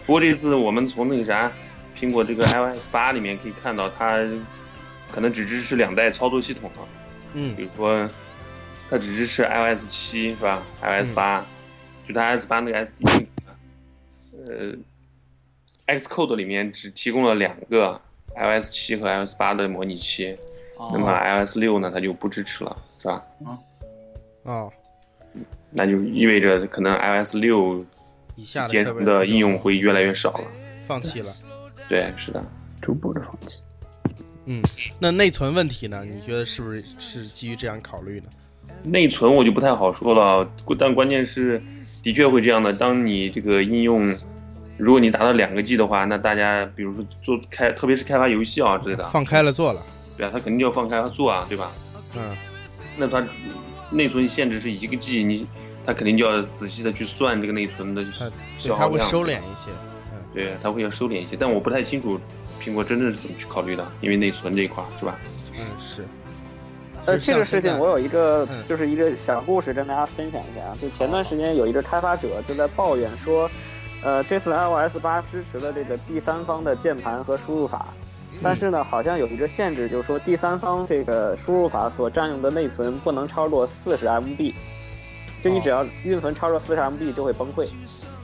E: 不过这次我们从那个啥，苹果这个 iOS 八里面可以看到，它可能只支持两代操作系统了，
A: 嗯
E: 比如说它只支持 iOS 七是吧？iOS
A: 嗯
E: 八、就它 iOS 八那个 SD，呃，Xcode 里面只提供了两个 iOS 七和 iOS 八的模拟器，那
B: 哦，
E: 么 iOS 六呢，它就不支持了，是吧？
A: 哦，
E: 那就意味着可能 iOS 六
A: 以下的
E: 兼
A: 设
E: 容
A: 备
E: 的应用会越来越少了。
A: 放弃了。
E: 对，是的。
D: 逐步的放弃。
A: 那内存问题呢？你觉得是不是是基于这样考虑呢？
E: 内存我就不太好说了，但关键是，的确会这样的。当你这个应用，如果你达到两个 G 的话，那大家比如说做开，特别是开发游戏啊之类的，
A: 放开了做了，
E: 对啊，他肯定就要放开发做啊，对吧？
A: 嗯，
E: 那它内存限制是一个 G，你他肯定就要仔细的去算这个内存的
A: 它对
E: 消
A: 它
E: 耗
A: 会
E: 量，
A: 收敛一些。
E: 对，它会要收敛一些。但我不太清楚苹果真正是怎么去考虑的，因为内存这一块儿是吧？
A: 嗯，是。
C: 呃，
A: 就是
C: 这个
A: 像
C: 事
A: 现
C: 情
A: 在
C: 我有一个
A: 嗯
C: 就是一个小故事跟大家分享一下啊，就前段时间有一个开发者就在抱怨说，呃，这次 iOS 八支持了这个第三方的键盘和输入法，
A: 嗯
C: 但是呢，好像有一个限制，就是说第三方这个输入法所占用的内存不能超过四十 MB，就你只
A: 哦
C: 要运存超过四十 MB 就会崩溃。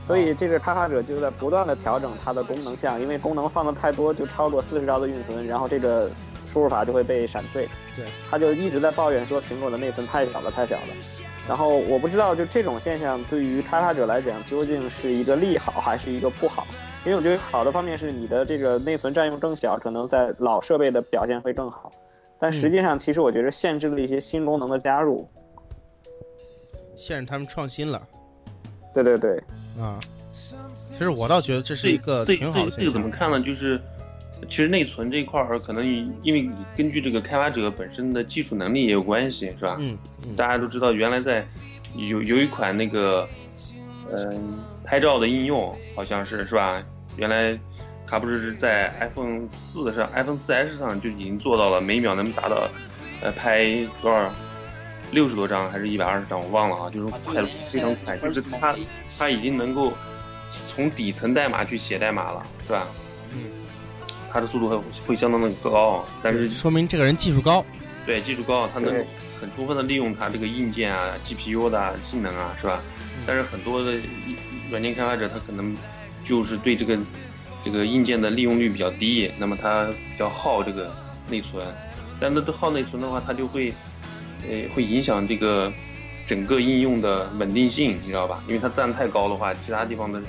C: 所以这个开发者就在不断的调整它的功能项，因为功能放的太多就超过四十兆的运存，然后这个输入法就会被闪退。
A: 对，
C: 他就一直在抱怨说苹果的内存太小了，太小了。然后我不知道就这种现象对于开发者来讲究竟是一个利好还是一个不好，因为我觉得好的方面是你的这个内存占用更小，可能在老设备的表现会更好。但实际上，其实我觉得限制了一些新功能的加入。
A: 限制他们创新了
C: 对对对，
A: 啊。其实我倒觉得这是一个
E: 这
A: 挺好的
E: 这这
A: 现
E: 个怎么
A: 象。
E: 看呢？就是其实内存这一块儿，可能因为根据这个开发者本身的技术能力也有关系，是吧？
A: 嗯嗯
E: 大家都知道，原来在有有一款那个嗯、呃拍照的应用，好像是是吧？原来它不是在 iPhone 四上、iPhone 4S 上就已经做到了每秒能达到呃拍多少六十多张还是一百二十张，我忘了啊，就是
B: 啊
E: 快得非常快，就是它它已经能够从底层代码去写代码了，是吧？
A: 嗯，
E: 它的速度会会相当的高，但是
A: 说明这个人技术高。
E: 对技术高，它能
C: 对
E: 很充分的利用它这个硬件啊、GPU 的啊性能啊，是吧？但是很多的软件开发者他可能就是对这个这个硬件的利用率比较低，那么它比较耗这个内存，但那都耗内存的话，它就会呃会影响这个整个应用的稳定性，你知道吧？因为它占太高的话，其他地方的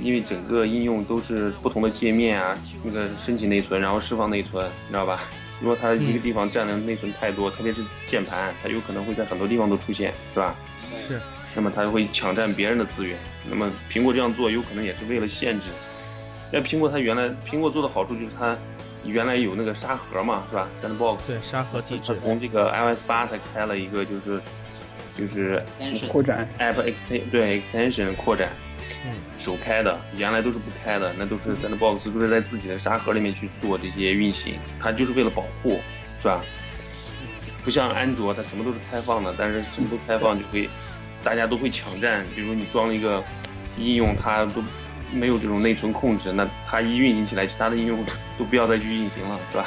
E: 因为整个应用都是不同的界面啊，那个申请内存，然后释放内存，你知道吧？如果它
A: 嗯
E: 一个地方占的内存太多，特别是键盘，它有可能会在很多地方都出现，是吧？
A: 是，
E: 那么它会抢占别人的资源。那么苹果这样做有可能也是为了限制。那苹果它原来苹果做的好处就是它原来有那个沙盒嘛，是吧？Sandbox。
A: 对沙盒机
E: 它
A: 制，
E: 从这个 iOS 八，它开了一个就是就是
D: 扩展
E: App Exten 对 Extension 扩展，
A: 嗯，
E: 首开的，原来都是不开的，那都是 Sandbox 都是在自己的沙盒里面去做这些运行，它就是为了保护，是吧？不像安卓，它什么都是开放的，但是什么都开放就会，大家都会抢占。比如你装了一个应用，它都没有这种内存控制，那它一运行起来，其他的应用都不要再去运行了，是吧？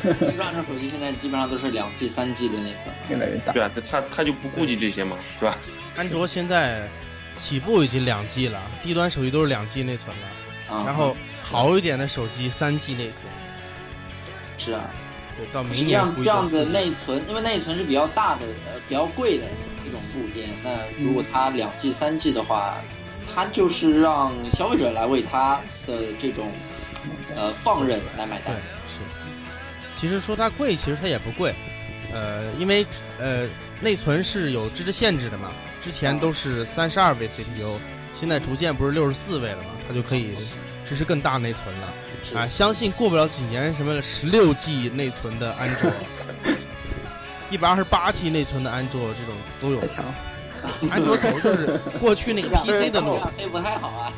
B: 基本上这手机现在基本上都是两 G、三 G 的内存。
D: 越来越大。
E: 对啊，它它它就不顾及这些嘛，是吧？
A: 安卓现在起步已经两 G 了，低端手机都是两 G 内存了，
B: 啊，
A: 然后好一点的手机三 G 内存，
B: 是啊，
A: 对，到
B: 是
A: 明
B: 这
A: 年
B: 样
A: 估计
B: 这
A: 就
B: 样子
A: 4 G
B: 内存，因为内存是比较大的、呃比较贵的一种部件。那如
A: 嗯
B: 果它两 G、三 G 的话，它就是让消费者来为它的这种呃放任来买
C: 哎
A: 对
B: 单。，
A: 是。其实说它贵，其实它也不贵，呃，因为呃内存是有支持限制的嘛，之前都是三十二位 CPU，现在逐渐不是六十四位了嘛，它就可以支持更大内存了
B: 是
A: 啊！相信过不了几年，什么十六 G 内存的安卓。一百二十八 G 内存的安卓这种都有
D: 太，强了，
A: 安卓走的就是过去那个 PC 的路
B: 这，样飞不太好啊。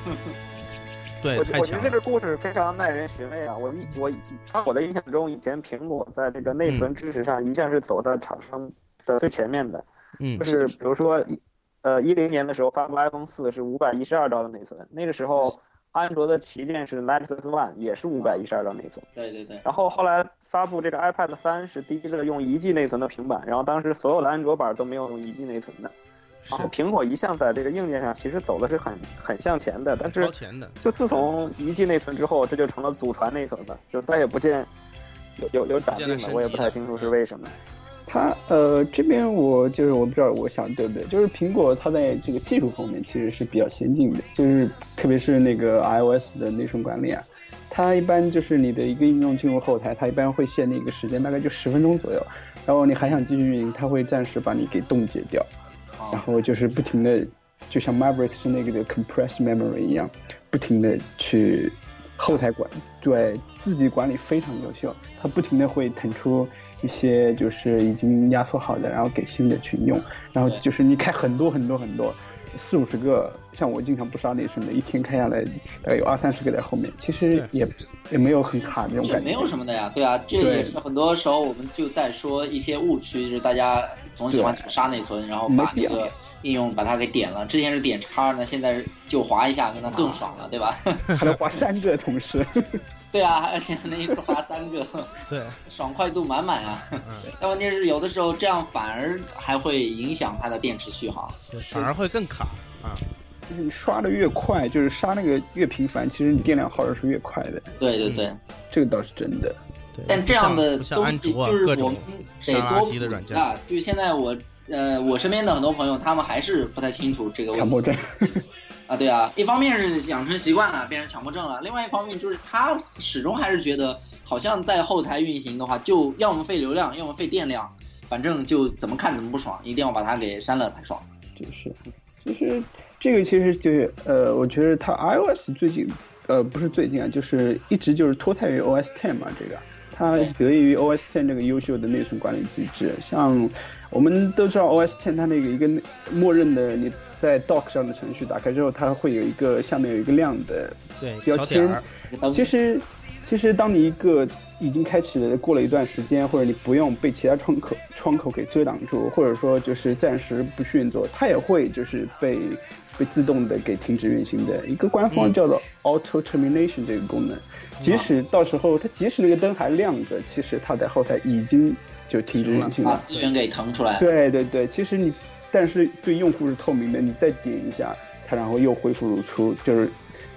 A: 对，
C: 我
A: 太
C: 我觉
A: 强
C: 得这
A: 了。
C: 个故事非常耐人寻味啊！我一我一在我的印象中，以前苹果在这个内
A: 嗯
C: 存支持上一向是走在厂商的最前面的，
A: 嗯
C: 就是比如说，呃，一零年的时候发布 iPhone 四是五百一十二兆的内存，那个时候安卓的旗舰是 Nexus One 也是五百一十二兆内存，
B: 对对对，
C: 然后后来发布这个 iPad 三是第一个用一 G 内存的平板，然后当时所有的安卓板都没有用一 G 内存的，
A: 是
C: 然后苹果一向在这个硬件上其实走的是很很向前的，但是
A: 超。前的，
C: 就自从一 G 内存之后，这就成了祖传内存了，就再也不见有有有长进
A: 不见了，
C: 了
A: 嗯
C: 我也不太清楚是为什么。
D: 它呃这边我就是我不知道我想对不对，就是苹果它在这个技术方面其实是比较先进的，就是特别是那个 iOS 的内存管理啊，它一般就是你的一个应用进入后台，它一般会限定一个时间，大概就十分钟左右，然后你还想继续运营，它会暂时把你给冻结掉，然后就是不停的，就像 Mavericks 那个的 compress memory 一样，不停的去后台管，对自己管理非常优秀，它不停的会腾出一些就是已经压缩好的，然后给新的去用，然后
B: 对
D: 就是你开很多很多很多。四五十个，像我经常不刷内存的，一天开下来大概有二三十个在后面，其实
A: 对
D: 也也没有很卡那种
B: 这
D: 感觉，
B: 没有什么的呀，对 *laughs* 啊，这
D: 对
B: 也是很多时候我们就在说一些误区，就是大家总喜欢去杀内存，然后把
D: 没
B: 那
D: 必要
B: 个应用把它给点了。之前是点叉，那现在就划一下，那更
A: 啊
B: 爽了，对吧？ *laughs*
D: 还能花三个同时。
B: 对啊，而且那一次划三个，
A: 对，
B: 爽快度满满啊！
A: 嗯。
B: 但问题是，有的时候这样反而还会影响它的电池续航。
A: 对，反而会更卡啊。
D: 就是你刷的越快，就是刷那个越频繁，其实你电量耗的是越快的，
B: 对对对，
D: 这个倒是真的。
A: 对，
B: 但这样的
A: 嗯不像不像
B: 东
A: 安
B: 西
A: 卓啊，
B: 就是
A: 各
B: 我
A: 种
B: 们得
A: 沙拉
B: 多
A: 机的
B: 普
A: 软
B: 及
A: 件
B: 啊！就是现在我呃，我身边的很多朋友他们还是不太清楚这个问
D: 强
B: 题。
D: 迫症， *laughs*
B: 啊，对啊，一方面是养成习惯了，变成强迫症了；，另外一方面就是他始终还是觉得，好像在后台运行的话，就要么费流量，要么费电量，反正就怎么看怎么不爽，一定要把它给删了才爽。
D: 就是，就是这个其实就是呃，我觉得它 iOS 最近呃不是最近啊，就是一直就是脱胎于 OS Ten 嘛，这个它
B: 对
D: 得益于 OS Ten 这个优秀的内存管理机制。像我们都知道 OS Ten 它那个一个内默认的你在 Dock 上的程序打开之后，它会有一个下面有一个亮的
A: 对
D: 标
A: 小点
D: 签
A: 儿，
B: 当
D: 其实，其实当你一个已经开启的过了一段时间，或者你不用被其他窗口窗口给遮挡住，或者说就是暂时不去运作，它也会就是被被自动的给停止运行的。一个官
A: 嗯
D: 方叫做 Auto Termination 这个功能，即使到时候它即使那个灯还亮着，其实它在后台已经就停止运行
B: 把
D: 了。
B: 资源给腾出来，
D: 对对对，其实你，但是对用户是透明的，你再点一下，它然后又恢复如初，就是，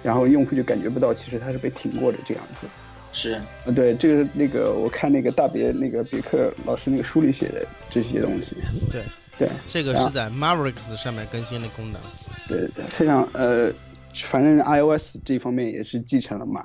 D: 然后用户就感觉不到，其实它是被停过的这样子。
B: 是
D: 啊，对，这个是那个我看那个大别那个别克老师那个书里写的这些东西，
A: 对，
D: 对
A: 这个是在 Mavericks 上面更新的功能。
D: 对对对，非常呃，反正 iOS 这方面也是继承了嘛，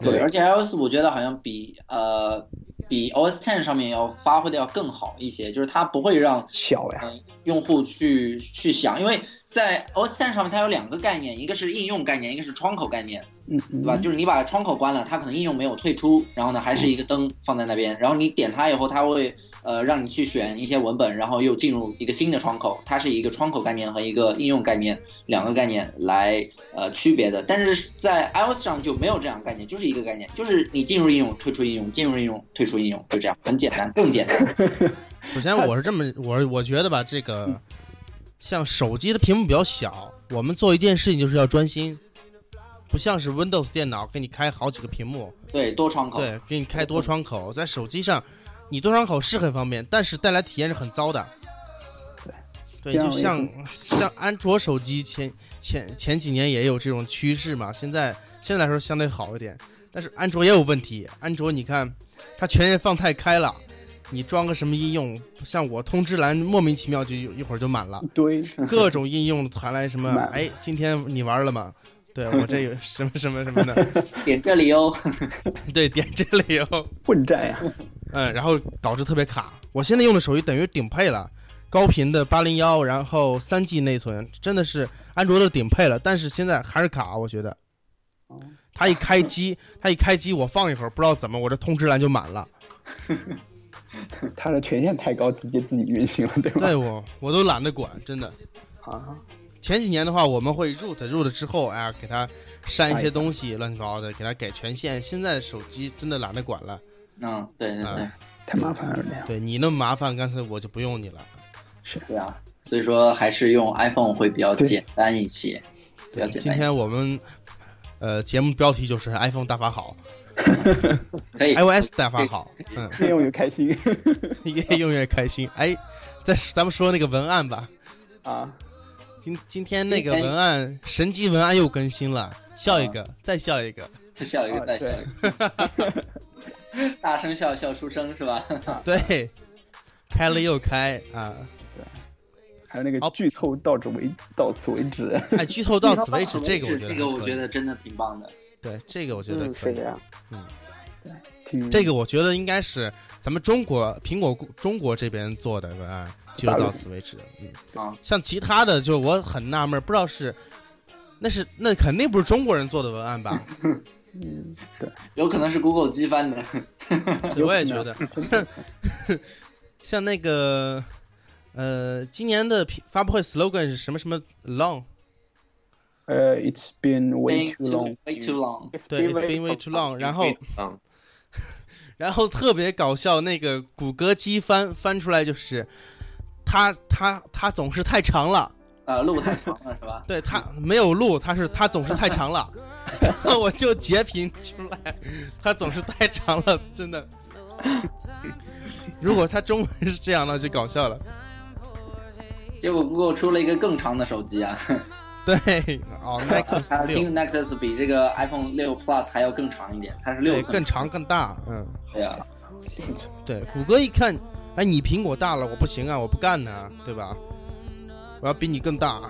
D: 做
B: 对，
D: 了
B: 而且 iOS 我觉得好像比呃比 OS Ten 上面要发挥的要更好一些，就是它不会让
D: 小呀，
B: 嗯，用户去去想，因为在 OS Ten 上面它有两个概念，一个是应用概念，一个是窗口概念，
D: 嗯，
B: 对
D: 嗯
B: 吧？就是你把窗口关了，它可能应用没有退出，然后呢还是一个灯放在那边，然后你点它以后，它会呃让你去选一些文本，然后又进入一个新的窗口，它是一个窗口概念和一个应用概念两个概念来呃区别的，但是在 iOS 上就没有这样的概念，就是一个概念，就是你进入应用退出应用，进入应用退出应用，就这样，很简单，更简单。
A: 首先我是这么，我我觉得吧，这个像手机的屏幕比较小，我们做一件事情就是要专心，不像是 Windows 电脑给你开好几个屏幕，
B: 对，多窗口。
A: 对，给你开多窗口，在手机上，你多窗口是很方便，但是带来体验是很糟的。对，
D: 这样
A: 就
D: 我也
A: 像像安卓手机前前前几年也有这种趋势嘛，现在现在来说相对好一点，但是安卓也有问题。安卓你看，它权限放太开了，你装个什么应用，像我通知栏莫名其妙就一一会儿就满
D: *laughs*
A: 了。
D: 对，
A: 各种应用传来什么
D: 满？了
A: 哎，今天你玩了吗？对我这有什么什么什么的，
D: *laughs*
B: 点这里哦， *laughs*
A: 对，点这里哦。
D: 混战呀，
A: 嗯，然后导致特别卡。我现在用的手机等于顶配了，高频的八零幺，然后三 G 内存，真的是安卓的顶配了，但是现在还是卡，啊我觉得。它一开机，它一开机，我放一会儿，不知道怎么我这通知栏就满了。
D: 它的权限太高，直接自己运行了，对吧？
A: 对我我都懒得管，真的。
D: 啊，
A: 前几年的话，我们会 root root 之后，哎呀，给它删一
D: 哎
A: 些
D: 呀
A: 东西，乱七八糟的，给它改权限。现在手机真的懒得管了，
B: 嗯，对对对，
D: 太麻烦了这样。
A: 对你那么麻烦，干脆我就不用你了。
B: 对啊，所以说还是用 iPhone 会比较简单一些，比较
A: 对，
B: 简
A: 今
B: 单一些。
A: 天我们呃节目标题就是 iPhone 大法好
B: 可以，
A: ，iOS 大法
B: *laughs*
A: 好，嗯，
D: 越用越开心 *laughs*
A: 越用越开心。哎，再咱们说那个文案吧，
D: 啊！
A: 今今天那个
B: 今天啊
A: 文案神级文案又更新了，笑一个，再笑一个。
B: 再笑一个，再笑一个。 *laughs* 大声笑，笑出声是吧？
A: 对，开了又开啊！
B: *laughs*
D: 还有那个
A: 好
D: 剧透到此为到此为止，
A: 哎，剧透到此为
B: *laughs*
A: 止，这个我觉得
B: 这
A: 还
B: 个我
A: 可
B: 觉
A: 以，
B: 得真的挺棒的。
A: 对，这个我觉得
C: 嗯，
A: 可
C: 是
A: 以
C: 这。样。
D: 挺
A: 这个我觉得应该是咱们中国苹果中国这边做的文案，就
D: 大陆
A: 到此为止。嗯，
B: 啊，
A: 像其他的，就我很纳闷，不知道是那是那肯定不是中国人做的文案 *laughs* 吧？
D: 嗯，
B: 有可能是 Google 机翻的。
A: 对我也觉得，像那个呃，今年的品发布会 slogan 是什么什么 long？
D: 呃，It's been way
B: Staying
D: too long，
B: way too long。嗯
A: 对，it's been way too
E: *laughs*
A: long。然后
E: 嗯，
A: 然后特别搞笑，那个谷歌机翻翻出来就是。它它它总是太长了，
B: 呃，路太长了是吧？
A: 对它没有路，它是它总是太长了， *laughs* 然后我就截屏出来，它总是太长了，真的。如果它中文是这样，那就搞笑了。
B: *laughs* 结果 Google 出了一个更长的手机啊，
A: 对，哦
B: *laughs* 它
A: ，Nexus
B: 的
D: *laughs*
A: 六
B: 新 Nexus 比这个 iPhone 六 Plus 还要更长一点，它是六
A: 对
B: 寸。
A: 更长更大，嗯，
B: 对啊，
A: 对，谷歌一看，哎，你苹果大了，我不行啊，我不干呢、对吧？我要比你更大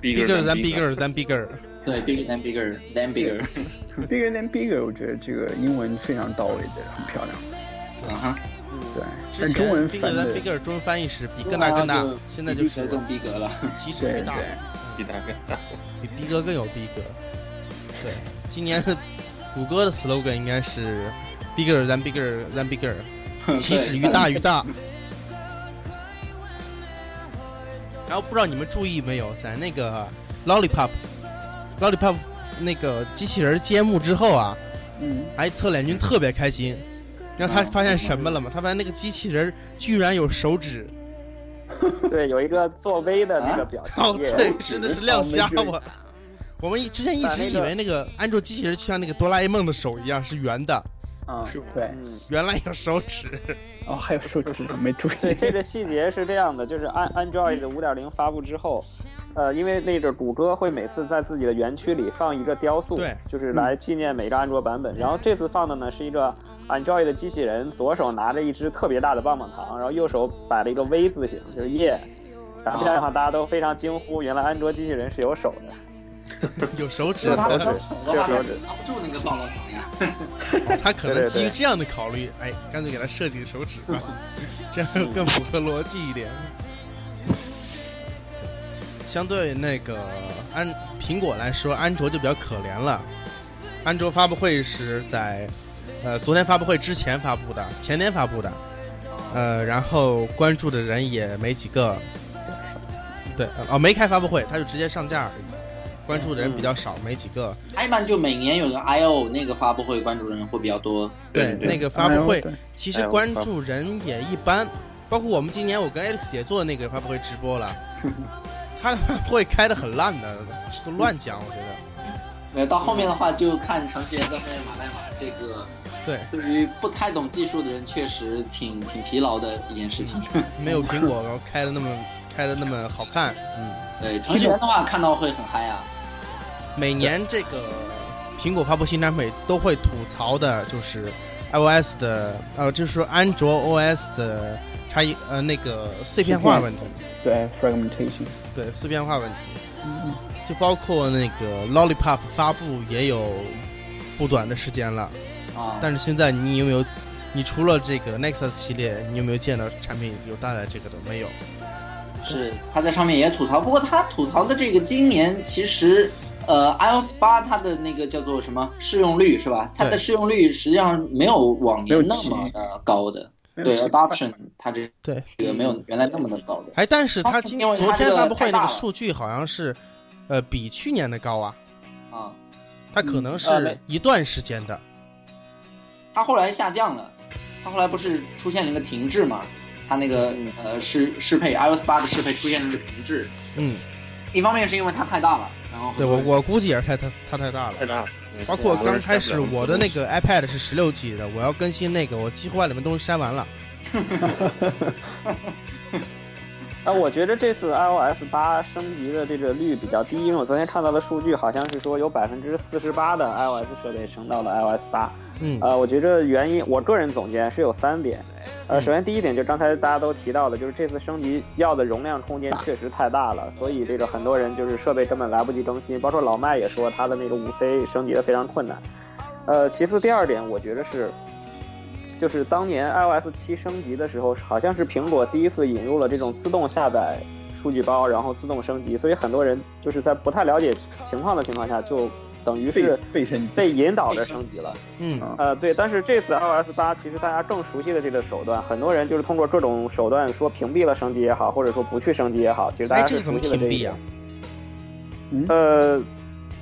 E: 逼
A: ，bigger
E: 咱
A: than bigger than bigger，
B: 对，bigger than bigger than bigger。
D: *laughs* bigger than bigger，我觉得这个英文非常到位的，很漂亮。
B: 啊哈，
D: 对，
A: 之
D: 但
A: 前
D: 中文
A: bigger
D: 翻啊
A: than
D: 的
A: bigger 中文翻译是比更大更大，现在就
B: 啊比逼
A: 是
B: 格更逼格了。
A: 其实更大，
D: 对
E: 比大哥大。
A: 比逼格更有逼格。对，今年的谷歌的 slogan 应该是 bigger than bigger than bigger，岂止于大于大。然后不知道你们注意没有，在那个 Lollipop Lollipop 那个机器人揭幕之后啊，
D: 嗯，
A: 哎，测脸君特别开心。然后他发现什么了吗？他发现那个机器人居然有手指，
C: 对，有一个作威的那个表
A: 哦
C: 情，也
A: 对，真的是亮瞎
D: 哦没注意
A: 我。我们一之前一直以为那个安卓机器人就像那个哆啦 A 梦的手一样是圆的，
D: 啊
E: 是吗，
D: 对，
C: 嗯，
A: 原来有手指。 *laughs*
D: 哦，还有手指没注
C: 对，
D: 意，
C: 这个细节是这样的，就是安 Android 五点零发布之后，呃，因为那个谷歌会每次在自己的园区里放一个雕塑，
A: 对嗯
C: 就是来纪念每个安卓版本。然后这次放的呢是一个 Android 的机器人，左手拿着一只特别大的棒棒糖，然后右手摆了一个 V 字形，就是耶。然后这样的话，大家都非常惊呼，原来安卓机器人是有手的。
A: 有手指
B: 那
A: 的
B: 他
A: 手
B: 可
A: 指，
B: 能手的话，他
C: 这
B: *laughs*
C: 个手指
B: 拿不住那个棒棒糖呀。
A: 他可能
C: 对对
A: 基于
C: 对
A: 这样的考虑，哎，干脆给他设计个手指吧，这样更符合逻辑一点。相对那个安苹果来说，安卓就比较可怜了。安卓发布会是在呃昨天发布会之前发布的，前天发布的，呃，然后关注的人也没几个。对，呃哦，没开发布会，他就直接上架而已，关注的人比较少，没几个。
B: 艾曼就每年有个 I O 那个发布会，关注人会比较多。
A: 对，
E: 对
A: 那个发布会
D: 对
A: 其实关注人也一般，包括我们今年我跟 Alex 也做那个发布会直播了，他的发布会开的很烂的，都乱讲，我觉得。
B: 呃，到后面的话就看程序员在后面码代码，这个
A: 对，
B: 对于不太懂技术的人确实挺挺疲劳的一件事情。
D: 嗯
A: 没有苹果开的那么开的那么好看。嗯，
B: *laughs* 对，程序员的话看到会很嗨啊。
A: 每年这个苹果发布新产品都会吐槽的，就是 iOS 的呃，就是说安卓 OS 的差异呃那个碎片化问题。
D: 对 fragmentation，
A: 对碎片化问题，
D: 嗯
A: 就包括那个 Lollipop 发布也有不短的时间了，
D: 嗯
B: 啊，
A: 但是现在你有没有？你除了这个 Nexus 系列，你有没有见到产品有带来这个的？没有。
B: 是他在上面也吐槽，不过他吐槽的这个今年其实，呃，iOS 八它的那个叫做什么适用率是吧？它的
A: 对
B: 适用率实际上没有往
D: 没有
B: 年那
D: 急
B: 么的高的，
D: 没有嗯
B: 对
D: 急
B: adoption 它这
A: 对，
B: 个没有原来那么的高的。
A: 哎，但是它今
B: 哦因为它
A: 昨天
B: 这个
A: 发布会
B: 太
A: 那
B: 大
A: 个
B: 了
A: 数据好像是，呃，比去年的高啊。
B: 啊，
A: 它可能
B: 嗯呃
C: 啊
A: 是
C: 没
A: 一段时间的，
B: 它后来下降了，它后来不是出现了一个停滞嘛？它那个呃适适配 iOS 八的适配出现了一个停滞，
A: 嗯，
B: 一方面是因为它太大了，然后很
A: 对
B: 多
A: 我
B: 人
A: 我估计也是太它它太大了
E: 太。大了。嗯
A: 包括刚开始我的那，
E: 对
A: 个 iPad 是十六 G 的，我要更新那个，我几乎把里面东西删完了。
C: 啊，我觉得这次 iOS 八升级的这个率比较低，因为我昨天看到的数据好像是说有百分之四十八的 iOS 设备升到了 iOS 八。
A: 嗯，
C: 呃，我觉着原因，我个人总结是有三点。呃，首先第一点就刚才大家都提到的，就是这次升级呃要的容量空间确实太大了，所以这个很多人就是设备根本来不及更新，包括老麦也说他的那个五 C 升级的非常困难。呃，其次第二点，我觉得是，就是当年 iOS 七升级的时候，好像是苹果第一次引入了这种自动下载数据包，然后自动升级，所以很多人就是在不太了解情况的情况下，就等于是
D: 被被升级
C: 被引导
B: 被
C: 着
B: 升
C: 升
B: 级了。
A: 嗯
D: 啊
C: 呃，对，但是这次 iOS 八其实大家更熟悉的这个手段，很多人就是通过各种手段说屏蔽了升级也好，或者说不去升级也好，其实大
A: 哎，
C: 家
A: 这
C: 是
A: 个怎
C: 熟
A: 么
C: 悉
A: 屏
C: 的这一
A: 蔽
C: 点
A: 啊。？
C: 呃，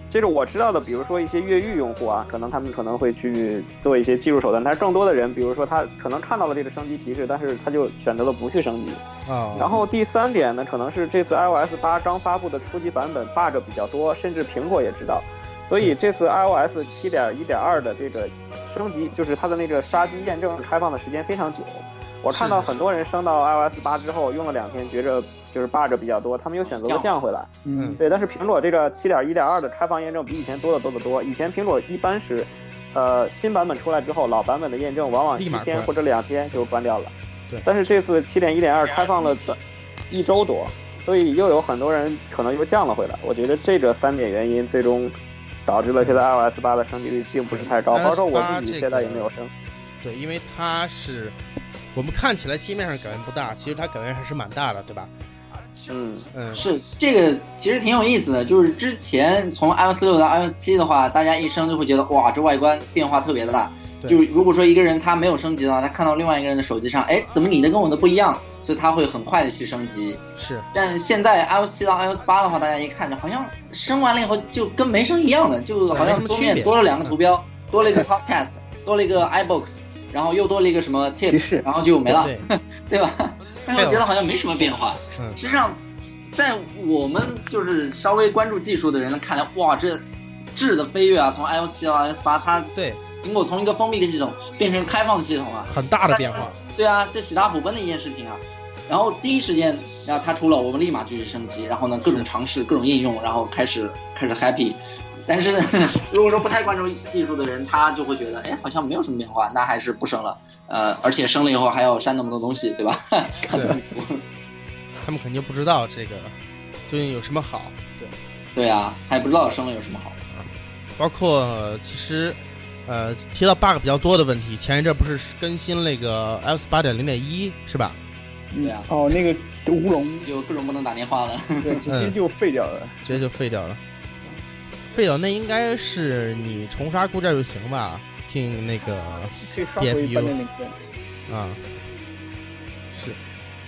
C: 这个我知道的，比如说一些越狱用户啊，可能他们可能会去做一些技术手段，但是更多的人，比如说他可能看到了这个升级提示，但是他就选择了不去升级。
A: 哦，
C: 然后第三点呢，可能是这次 iOS 八刚发布的初级版本 bug 比较多，甚至苹果也知道，所以这次 iOS 七点一点二的这个升级，就是它的那个杀鸡验证开放的时间非常久。我看到
A: 是的
C: 很多人升到 iOS 八之后用了两天，觉着就是 bug 比较多，他们又选择了降回来。
A: 嗯
D: 嗯，
C: 对，但是苹果这个七点一点二的开放验证比以前多得多得多。以前苹果一般是，呃，新版本出来之后，老版本的验证往往
A: 立
C: 一
A: 马
C: 天
A: 关
C: 或者两天就关掉了。
A: 对
C: 但是这次七点一点二开放了的一周多，所以又有很多人可能又降了回来。我觉得这个三点原因最终导致了现在 iOS 八的升级率并不是太高，包括我
A: iOS 8
C: 自己
A: 这
C: 现在也
A: 个
C: 没有升。
A: 对，因为它是我们看起来界面上改变不大，其实它改变还是蛮大的，对吧？
C: 嗯，
A: 嗯，
B: 是这个其实挺有意思的，就是之前从 iOS 六到 iOS 七的话，大家一升就会觉得哇，这外观变化特别的大。
A: 对
B: 就是如果说一个人他没有升级的话，他看到另外一个人的手机上，哎，怎么你的跟我的不一样？所以他会很快的去升级。
A: 是，
B: 但现在 iOS 七到 iOS 八的话，大家一看就好像升完了以后就跟没升一样的，就好
A: 没什
B: 像
A: 么
B: 桌
A: 区别嗯
B: 面多了两个图标，多了一个 Podcast，多了 *laughs* 一个 iBox，然后又多了一个什么
D: 提
B: Tips，
D: 示
B: 然后就没了。 *laughs*
A: 对，
B: 对吧？但是我觉得好像没什么变化。
A: 嗯
B: 实际上，在我们就是稍微关注技术的人看来，哇，这质的飞跃啊，从 iOS 七到 iOS 八，它
A: 对，
B: 苹果从一个封闭的系统变成开放的系统啊，
A: 很大的变化，
B: 对啊，这喜大普奔的一件事情啊。然后第一时间，然后它出了，我们立马就去升级，然后呢，各种尝试，各种应用，然后开始开始 happy。但是呢， *laughs* 如果说不太关注技术的人，他就会觉得，哎，好像没有什么变化，那还是不升了。呃，而且升了以后还要删那么多东西，对吧？
A: 对，他们肯定不知道这个究竟有什么好，对，
B: *laughs* 对啊，还不知道升了有什么好。
A: 包括、呃其实，呃，提到 bug 比较多的问题，前一阵不是更新那个 iOS 八点零点一是吧？
B: 对啊
D: 哦，那个乌龙，
B: 就各种不能打电话了。
D: 对，直接
A: 嗯
D: 就废掉了。
A: 直接就废掉了。废掉那应该是你重刷固件就行吧？进那个
D: 可以刷回
A: DFU
D: 八点零分。
A: 啊，是，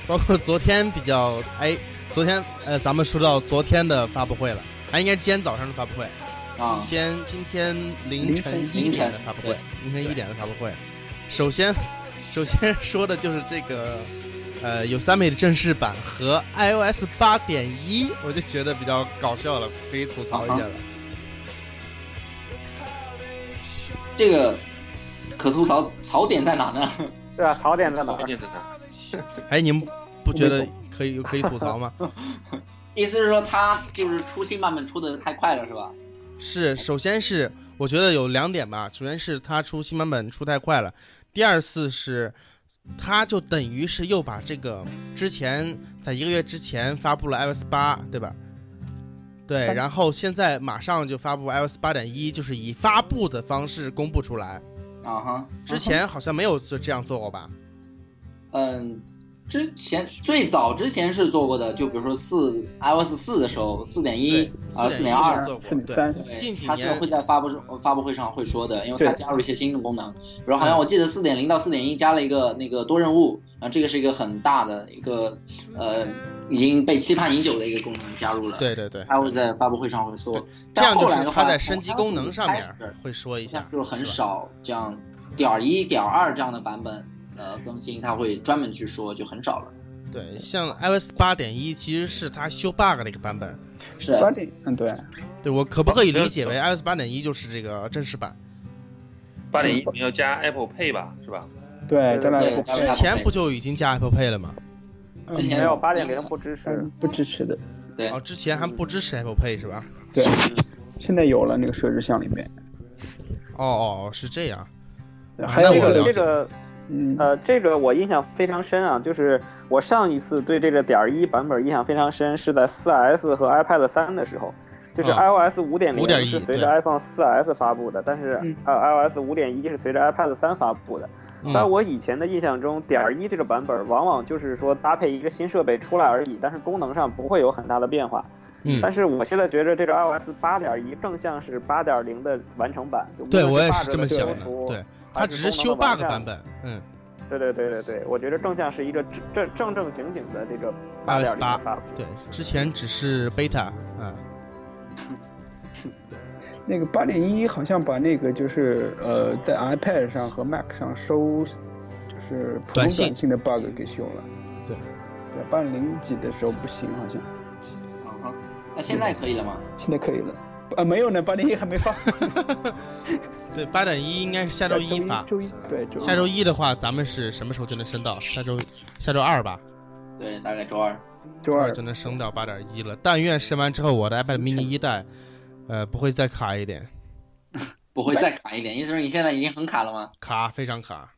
A: 包括昨天比较哎，昨天呃，咱们说到昨天的发布会了，哎，应该是今天早上的发布会，
B: 啊，
A: 今天今天凌晨一
B: 凌
A: 点
B: 晨
A: 的发布会，凌晨一点的发布会，首先首先 *laughs* 说的就是这个。呃，有三美的正式版和 iOS 八点一，我就觉得比较搞笑了，可以吐槽一下了。
B: 这个可吐槽槽点在哪呢？ *laughs*
C: 对吧？槽点在哪
E: 推
C: 儿？
E: 荐的呢
A: 哎，你们不觉得可以可以吐槽吗？
B: 意思是说他就是出新版本出的太快了，是吧？
A: 是，首先是我觉得有两点吧，首先是它出新版本出太快了，第二次是它就等于是又把这个之前在一个月之前发布了 iOS 八，对吧？对，
D: 嗯
A: 然后现在马上就发布 iOS 八点一，就是以发布的方式公布出来。
B: 啊哈，
A: 之前好像没有这这样做过吧？
B: 嗯，之前最早之前是做过的，就比如说四 iOS 四的时候，四点一
A: 对，
B: 啊，四
A: 四
B: 点
A: 一
B: 二
A: 是。做
D: 四
A: 过，
D: 点
A: 对，
D: 三，
B: 对
A: 近几
B: 它
A: 年
B: 是会在发布发布会上会说的，因为
D: 对
B: 它加入一些新的功能。
A: 嗯
B: 然后好像我记得四点零到四点一加了一个那个多任务，啊，这个是一个很大的一个呃已经被期盼已久的一个功能加入了。，
A: 对对对，
B: 它会在发布会上会
A: 对
B: 说。
A: 这样就
B: 但后来
A: 是
B: 的话
A: 它在升级功能上面
B: 从它开始
A: 会说一
B: 像
A: 下，
B: 就是很
A: 吧
B: 少这样点儿一点儿二这样的版本呃更新，它会专门去说，就很少了。
A: 对，像 iOS 八点一其实是它修 bug 的一个版本。
B: 是
D: 八点，嗯，对，
A: 对我可不可以理解为 iOS 八点一就是这个正式版？
E: 八点一
A: 嗯
E: 你要加 Apple Pay 吧，是吧？
D: 对，将来
B: 对
D: 不
B: 加
A: 之前不就已经加 Apple Pay 了吗？
D: 嗯
B: 之前
C: 没有八点零不支持
D: 嗯，不支持的，
B: 对
A: 哦，之前还不支持 Apple Pay 是吧？
D: 对，
A: 嗯
D: 现在有了那个设置项里面，
A: 哦哦，哦是这样。啊
D: 还有
A: 那
D: 一
A: 我
D: 个
A: 了解啊
C: 这个
D: 嗯，
C: 呃，这个我印象非常深啊，就是我上一次对这个点儿一版本印象非常深，是在 4S 和 iPad 三的时候，就是
A: 啊
C: iOS 五点零
A: 5.1
C: 是随
A: 对
C: 着 iPhone 4S 发布的，但是
D: 嗯
C: 呃 iOS 五点一是随着 iPad 三发布的。在
A: 嗯，
C: 我以前的印象中，点儿一这个版本往往就是说搭配一个新设备出来而已，但是功能上不会有很大的变化。
A: 嗯
C: 但是我现在觉着这个 iOS 八点一更像是八点零的完成版，就无论
A: 对我也
C: bug
A: 是这么想的
C: 修复。
A: 对，
C: 还
A: 它只是修
C: 功能
A: bug
C: 的完
A: 版
C: 善
A: 本。嗯，
C: 对对对对对，我觉得更像是一个正正正正经经的这个八点
A: iOS
C: 零
A: 八
C: 发布。
A: 对，之前只是 beta 啊。
D: 那个八点一好像把那个就是呃，在 iPad 上和 Mac 上收，就是普通
A: 短
D: 短
A: 信
D: 信的 bug 给修了。
A: 对
D: 对，八点零几的时候不行，好像
B: 嗯哼，那现在可以了吗？
D: 现在可以了。啊，没有呢，八点一还没发。
A: 对，八点一应该是 *laughs* 下
D: *laughs* 下
A: 周一发。
D: 周一对，周一
A: 下周一的话，咱们是什么时候就能升到？下周下周二吧，
B: 对，大概周二。
D: 周
A: 周
D: 二
A: 二就能升到八点一了。但愿升完之后，我的 iPad mini 一代，呃，不会再卡一点，
B: 不会再卡一点，意思是你现在已经很卡了吗？
A: 卡非常卡。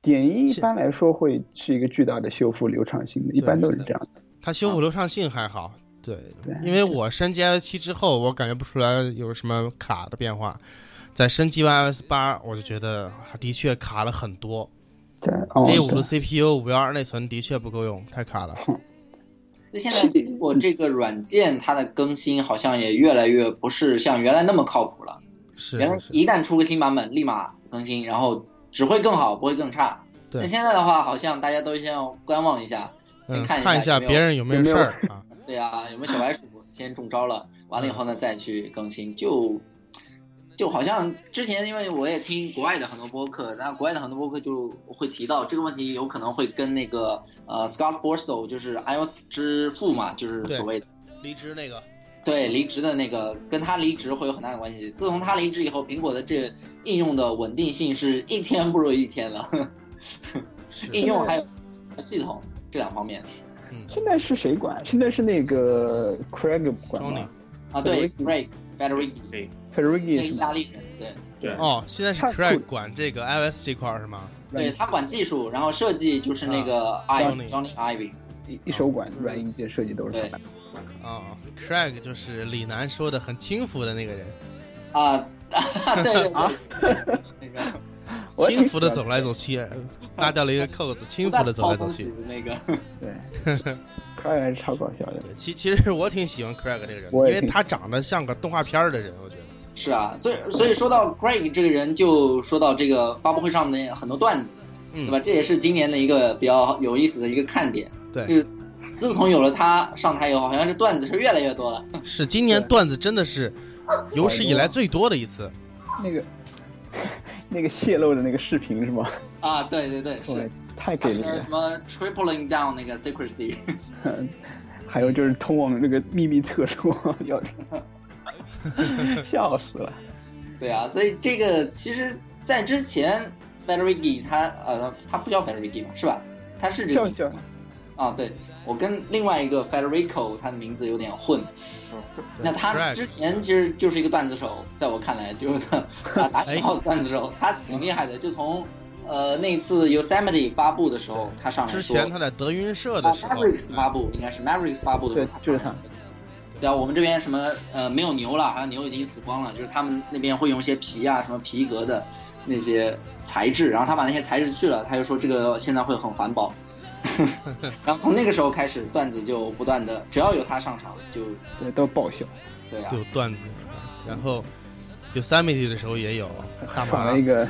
D: 点一一
A: 是
D: 般来说会是一个巨大的修复流畅性的，一般都是这样的。
A: 它修复流畅性还好，对
D: 对，
A: 因为我升级 iOS 七之后，我感觉不出来有什么卡的变化。在升级完 iOS 八，我就觉得啊的确卡了很多。
D: 在哦，
A: A 五
D: 对
A: 的 CPU 五幺二内存的确不够用，太卡了。
B: 就现在苹果这个软件，它的更新好像也越来越不是像原来那么靠谱了。
A: 是
B: 原来
A: 是，
B: 一旦出个新版本，立马更新，然后只会更好，不会更差。
A: 对
B: 但现在的话，好像大家都先观望一下，
A: 嗯，
B: 先
A: 看一
B: 一下
A: 下
B: 有没有
A: 别人有没有
D: 有没
A: 事
D: 有
A: 儿啊。
B: 对啊，有没有小白鼠先中招了？完了以后呢，再去更新，就就好像之前，因为我也听国外的很多播客，然后国外的很多播客就会提到这个问题，有可能会跟那个呃 Scott Forstall 就是 iOS 之父嘛，就是
A: 对
B: 所谓的
A: 离职那个，
B: 对离职的那个，跟他离职会有很大的关系。自从他离职以后，苹果的这应用的稳定性是一天不如一天了，
A: 是嗯
B: 应用还有系统这两方面
D: 现在是谁管？现在是那个 Craig 管
A: Johnny
D: 吗
B: 啊，对
D: Federici
B: ，Break Federici
D: ？Ferrigi
B: 那
D: 是
B: 意
D: 吗
B: 大利人，对。
E: 对
A: 哦，现在是
D: 他
A: Craig 管这个 iOS 这块儿是吗？
B: 对他管技术，然后设计就是那个 I
A: 啊 Johnny
B: Johnny Ivy，
D: 一一手管软硬件设计都是他
B: 对
D: 们。
A: 啊、c r a i g 就是李楠说的很轻浮的那个人，
B: 啊， *laughs* 对对
A: 啊
B: 对，那个
D: 我也
A: 轻
D: 挺
A: 浮的
D: 喜欢
A: 走来走去，拉掉了一个扣
D: *laughs*
A: 子，轻浮的走来走去。
B: 那个，
A: *laughs*
D: 对，快乐超搞笑的。
A: 对其其实我挺喜欢 Craig 这个人的，因
D: 我也
A: 为
D: 挺
A: 他长得像个动画片儿的人，我觉得。
B: 是啊，所以所以说到 Craig 这个人，就说到这个发布会上的很多段子，
A: 嗯
B: 对吧？这也是今年的一个比较有意思的一个看点。
A: 对
B: 就是自从有了他上台以后，好像是段子是越来越多了。
D: 嗯
A: 是今年段子真的是有史以来最多的一次。
D: 那个那个泄露的那个视频是吗？
B: 啊，对对对，
D: 我
B: 是。
D: 太给力
B: 还有
D: 了
B: 什。么 tripling down 那个 secrecy，
D: *laughs* 还有就是通往那个秘密厕所，
A: *laughs*
D: 要笑死了。
B: 对啊，所以这个其实，在之前 v a l e r i g 他呃，他不叫 v a l e r i g 嘛，是吧？他是这个
D: 叫
B: 名字
D: 叫
B: 吗啊，对，我跟另外一个 Federico 他的名字有点混。
A: 嗯
D: 哎
B: 那他
A: Craig
B: 之前其实就是一个段子手，在我看来就是 *laughs* 他打打
A: 哎
B: 引号的段子手，他挺厉害的。就从呃那次 Yosemite 发布的时候，他上来
A: 之
B: 说，
A: 前他在德云社
B: 啊
A: 的时候，
B: Mavericks 发布应该是 Mavericks 发布的时候，
D: 对就是他
B: 上来说。然后我们这边什么呃没有牛了，好像牛已经死光了，就是他们那边会用一些皮啊什么皮革的那些材质，然后他把那些材质去了，他就说这个现在会很环保。然后从那个时候开始，段子就不断的，只要有他上场就
D: 对，都爆笑。
B: 对啊，
A: 有段子，然后有 Yosemite 的时候也有大
D: *laughs* 放
A: 麻
D: 了一。个，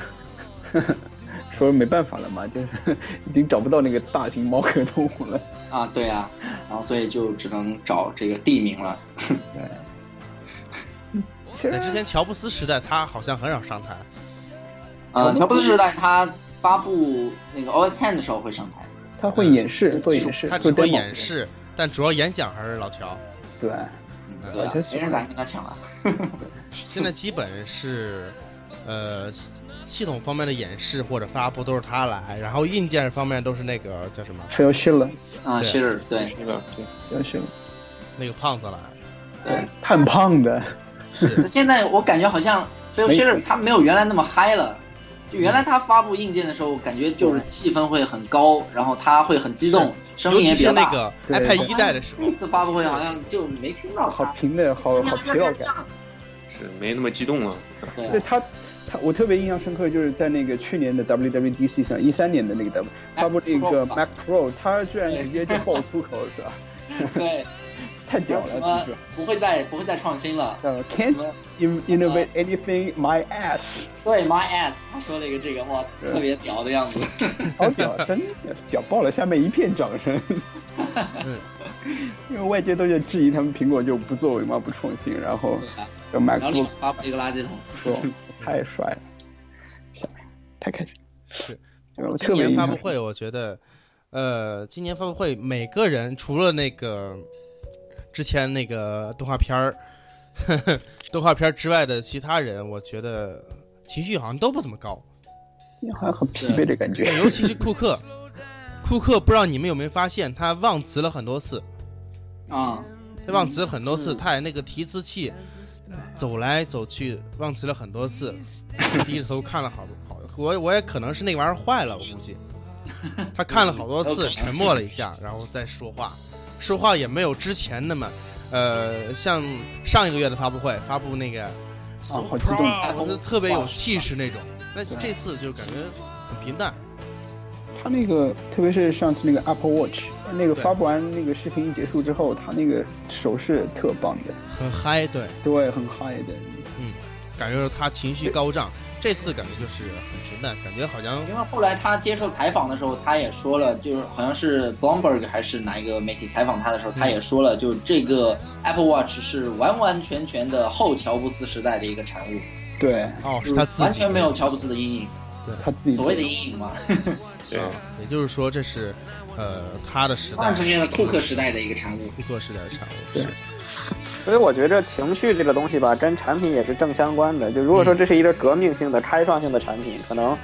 D: 说没办法了嘛，就是 *laughs* 已经找不到那个大型猫科动物了。
B: 啊对啊，然后所以就只能找这个地名了。
D: 其
A: 在
D: 实
A: 之前乔布斯时代，他好像很少上台。
B: 呃，乔布斯时代他发布那个 OS Ten 的时候会上台，
D: 他会演示，做
B: 技术
D: 演示，
A: 呃他只
D: 做
A: 会
D: demo
A: 演示，但主要演讲还是老乔。
D: 对，
B: 嗯，对啊
D: 我就，喜
B: 没
D: 欢
B: 人敢跟他抢了。
A: 现在基本是，呃，系系统方面的演示或者发布都是他来，然后硬件方面都是那个叫什么
D: 非要试了，
B: 啊，
A: 对
B: 是，对，
E: 是的，对，
D: 非要试了。
A: 那个胖子来。
B: 对，
D: 碳胖的，
A: 是
B: 现在我感觉好像 Phil
D: 没
B: Schiller 他没有原来那么嗨了。就原来他发布硬件的时候，感觉就是气氛会很高，然后他会很激动，声
A: 尤
B: 音也
A: 其是
B: 比较
A: 那
B: 大。
A: 个
D: *laughs* 对
A: iPad 一代的时候
B: 那，次发布会好像就没听到
D: 好
B: 他，
D: 平的，
B: 嗯
D: 好好疲劳感。
E: 是没那么激动了。
B: 对
D: 对
B: 啊，
D: 他，他我特别印象深刻，就是在那个去年的 WWDC 上，一三年的那个 W 发布那个
B: Pro
D: Mac Pro，他居然直接就爆粗口，
B: *laughs*
D: 是吧？
B: 对，
D: 太屌
B: 什
D: 了，
B: 么
D: 就是。
B: 不会再不会再创新了。
D: 呃
B: 什
D: ，Can't
B: 么
D: in- innovate anything my
B: *laughs*
D: ass，
B: 对 My ass，他说了一个这个哇，
D: 对
B: 特别屌的
D: *laughs*
B: 样子。
D: 好屌，真的屌爆了，下面一片掌
B: *laughs*
D: 声。因为外界都在质疑他们苹果就不作为嘛，不创新，然后
B: 对啊
D: 这 Mac
B: 然后立
D: Pro
B: 马发布一个垃圾桶。
D: Pro 太帅了，下面太开心了，
A: 是
D: 对我
A: 今
D: 特别
A: 年
D: 印
A: 发
D: 象
A: 布会，我觉得，呃，今年发布会每个人除了那个之前那个动画片儿、 *laughs* 呵呵动画片儿之外的其他人，我觉得情绪好像都不怎么高，
D: 好像很疲惫的
A: *laughs*
D: 感觉。
A: 尤其是库克。库克不知道你们有没有发现，他忘词了很多次，
B: 啊，
A: 他忘词了很多
D: 嗯
A: 次，他也那个提词器走来走去，忘词了很多次，低着头看了好多好，我我也可能是那玩意儿坏了，我估
D: *laughs*
A: 计他看了好多次，沉默了一下，然后再说话，说话也没有之前那么，呃，像上一个月的发布会发布那个 so
D: 啊好激动
A: proud，我觉得特别有气势那种，但是这次就感觉很平淡，
D: 他那个，特别是上次那个 Apple Watch，那个
A: 对
D: 发布完那个视频一结束之后，他那个手势特棒的，
A: 很嗨，对，
D: 对，很嗨的。
A: 感觉他情绪高涨，这次感觉就是很平淡，感觉好像
B: 因为后来他接受采访的时候，他也说了，就是好像是 Bloomberg 还是哪一个媒体采访他的时候，他也说了，就这个 Apple Watch 是完完全全的后乔布斯时代的一个产物，
D: 对
A: 哦
B: 就是
A: 他自己
B: 完全没有乔布斯的阴影，
D: 他自己
B: 所谓的阴影嘛，
E: 对，
A: 啊，也就是说这是，呃，他的时代
B: 完，全是库克时代的一个产物。
A: 库克时代的产物，是
C: 所以我觉着情绪这个东西吧，跟产品也是正相关的。就如果说这是一个革命性的、开创性的产品，可能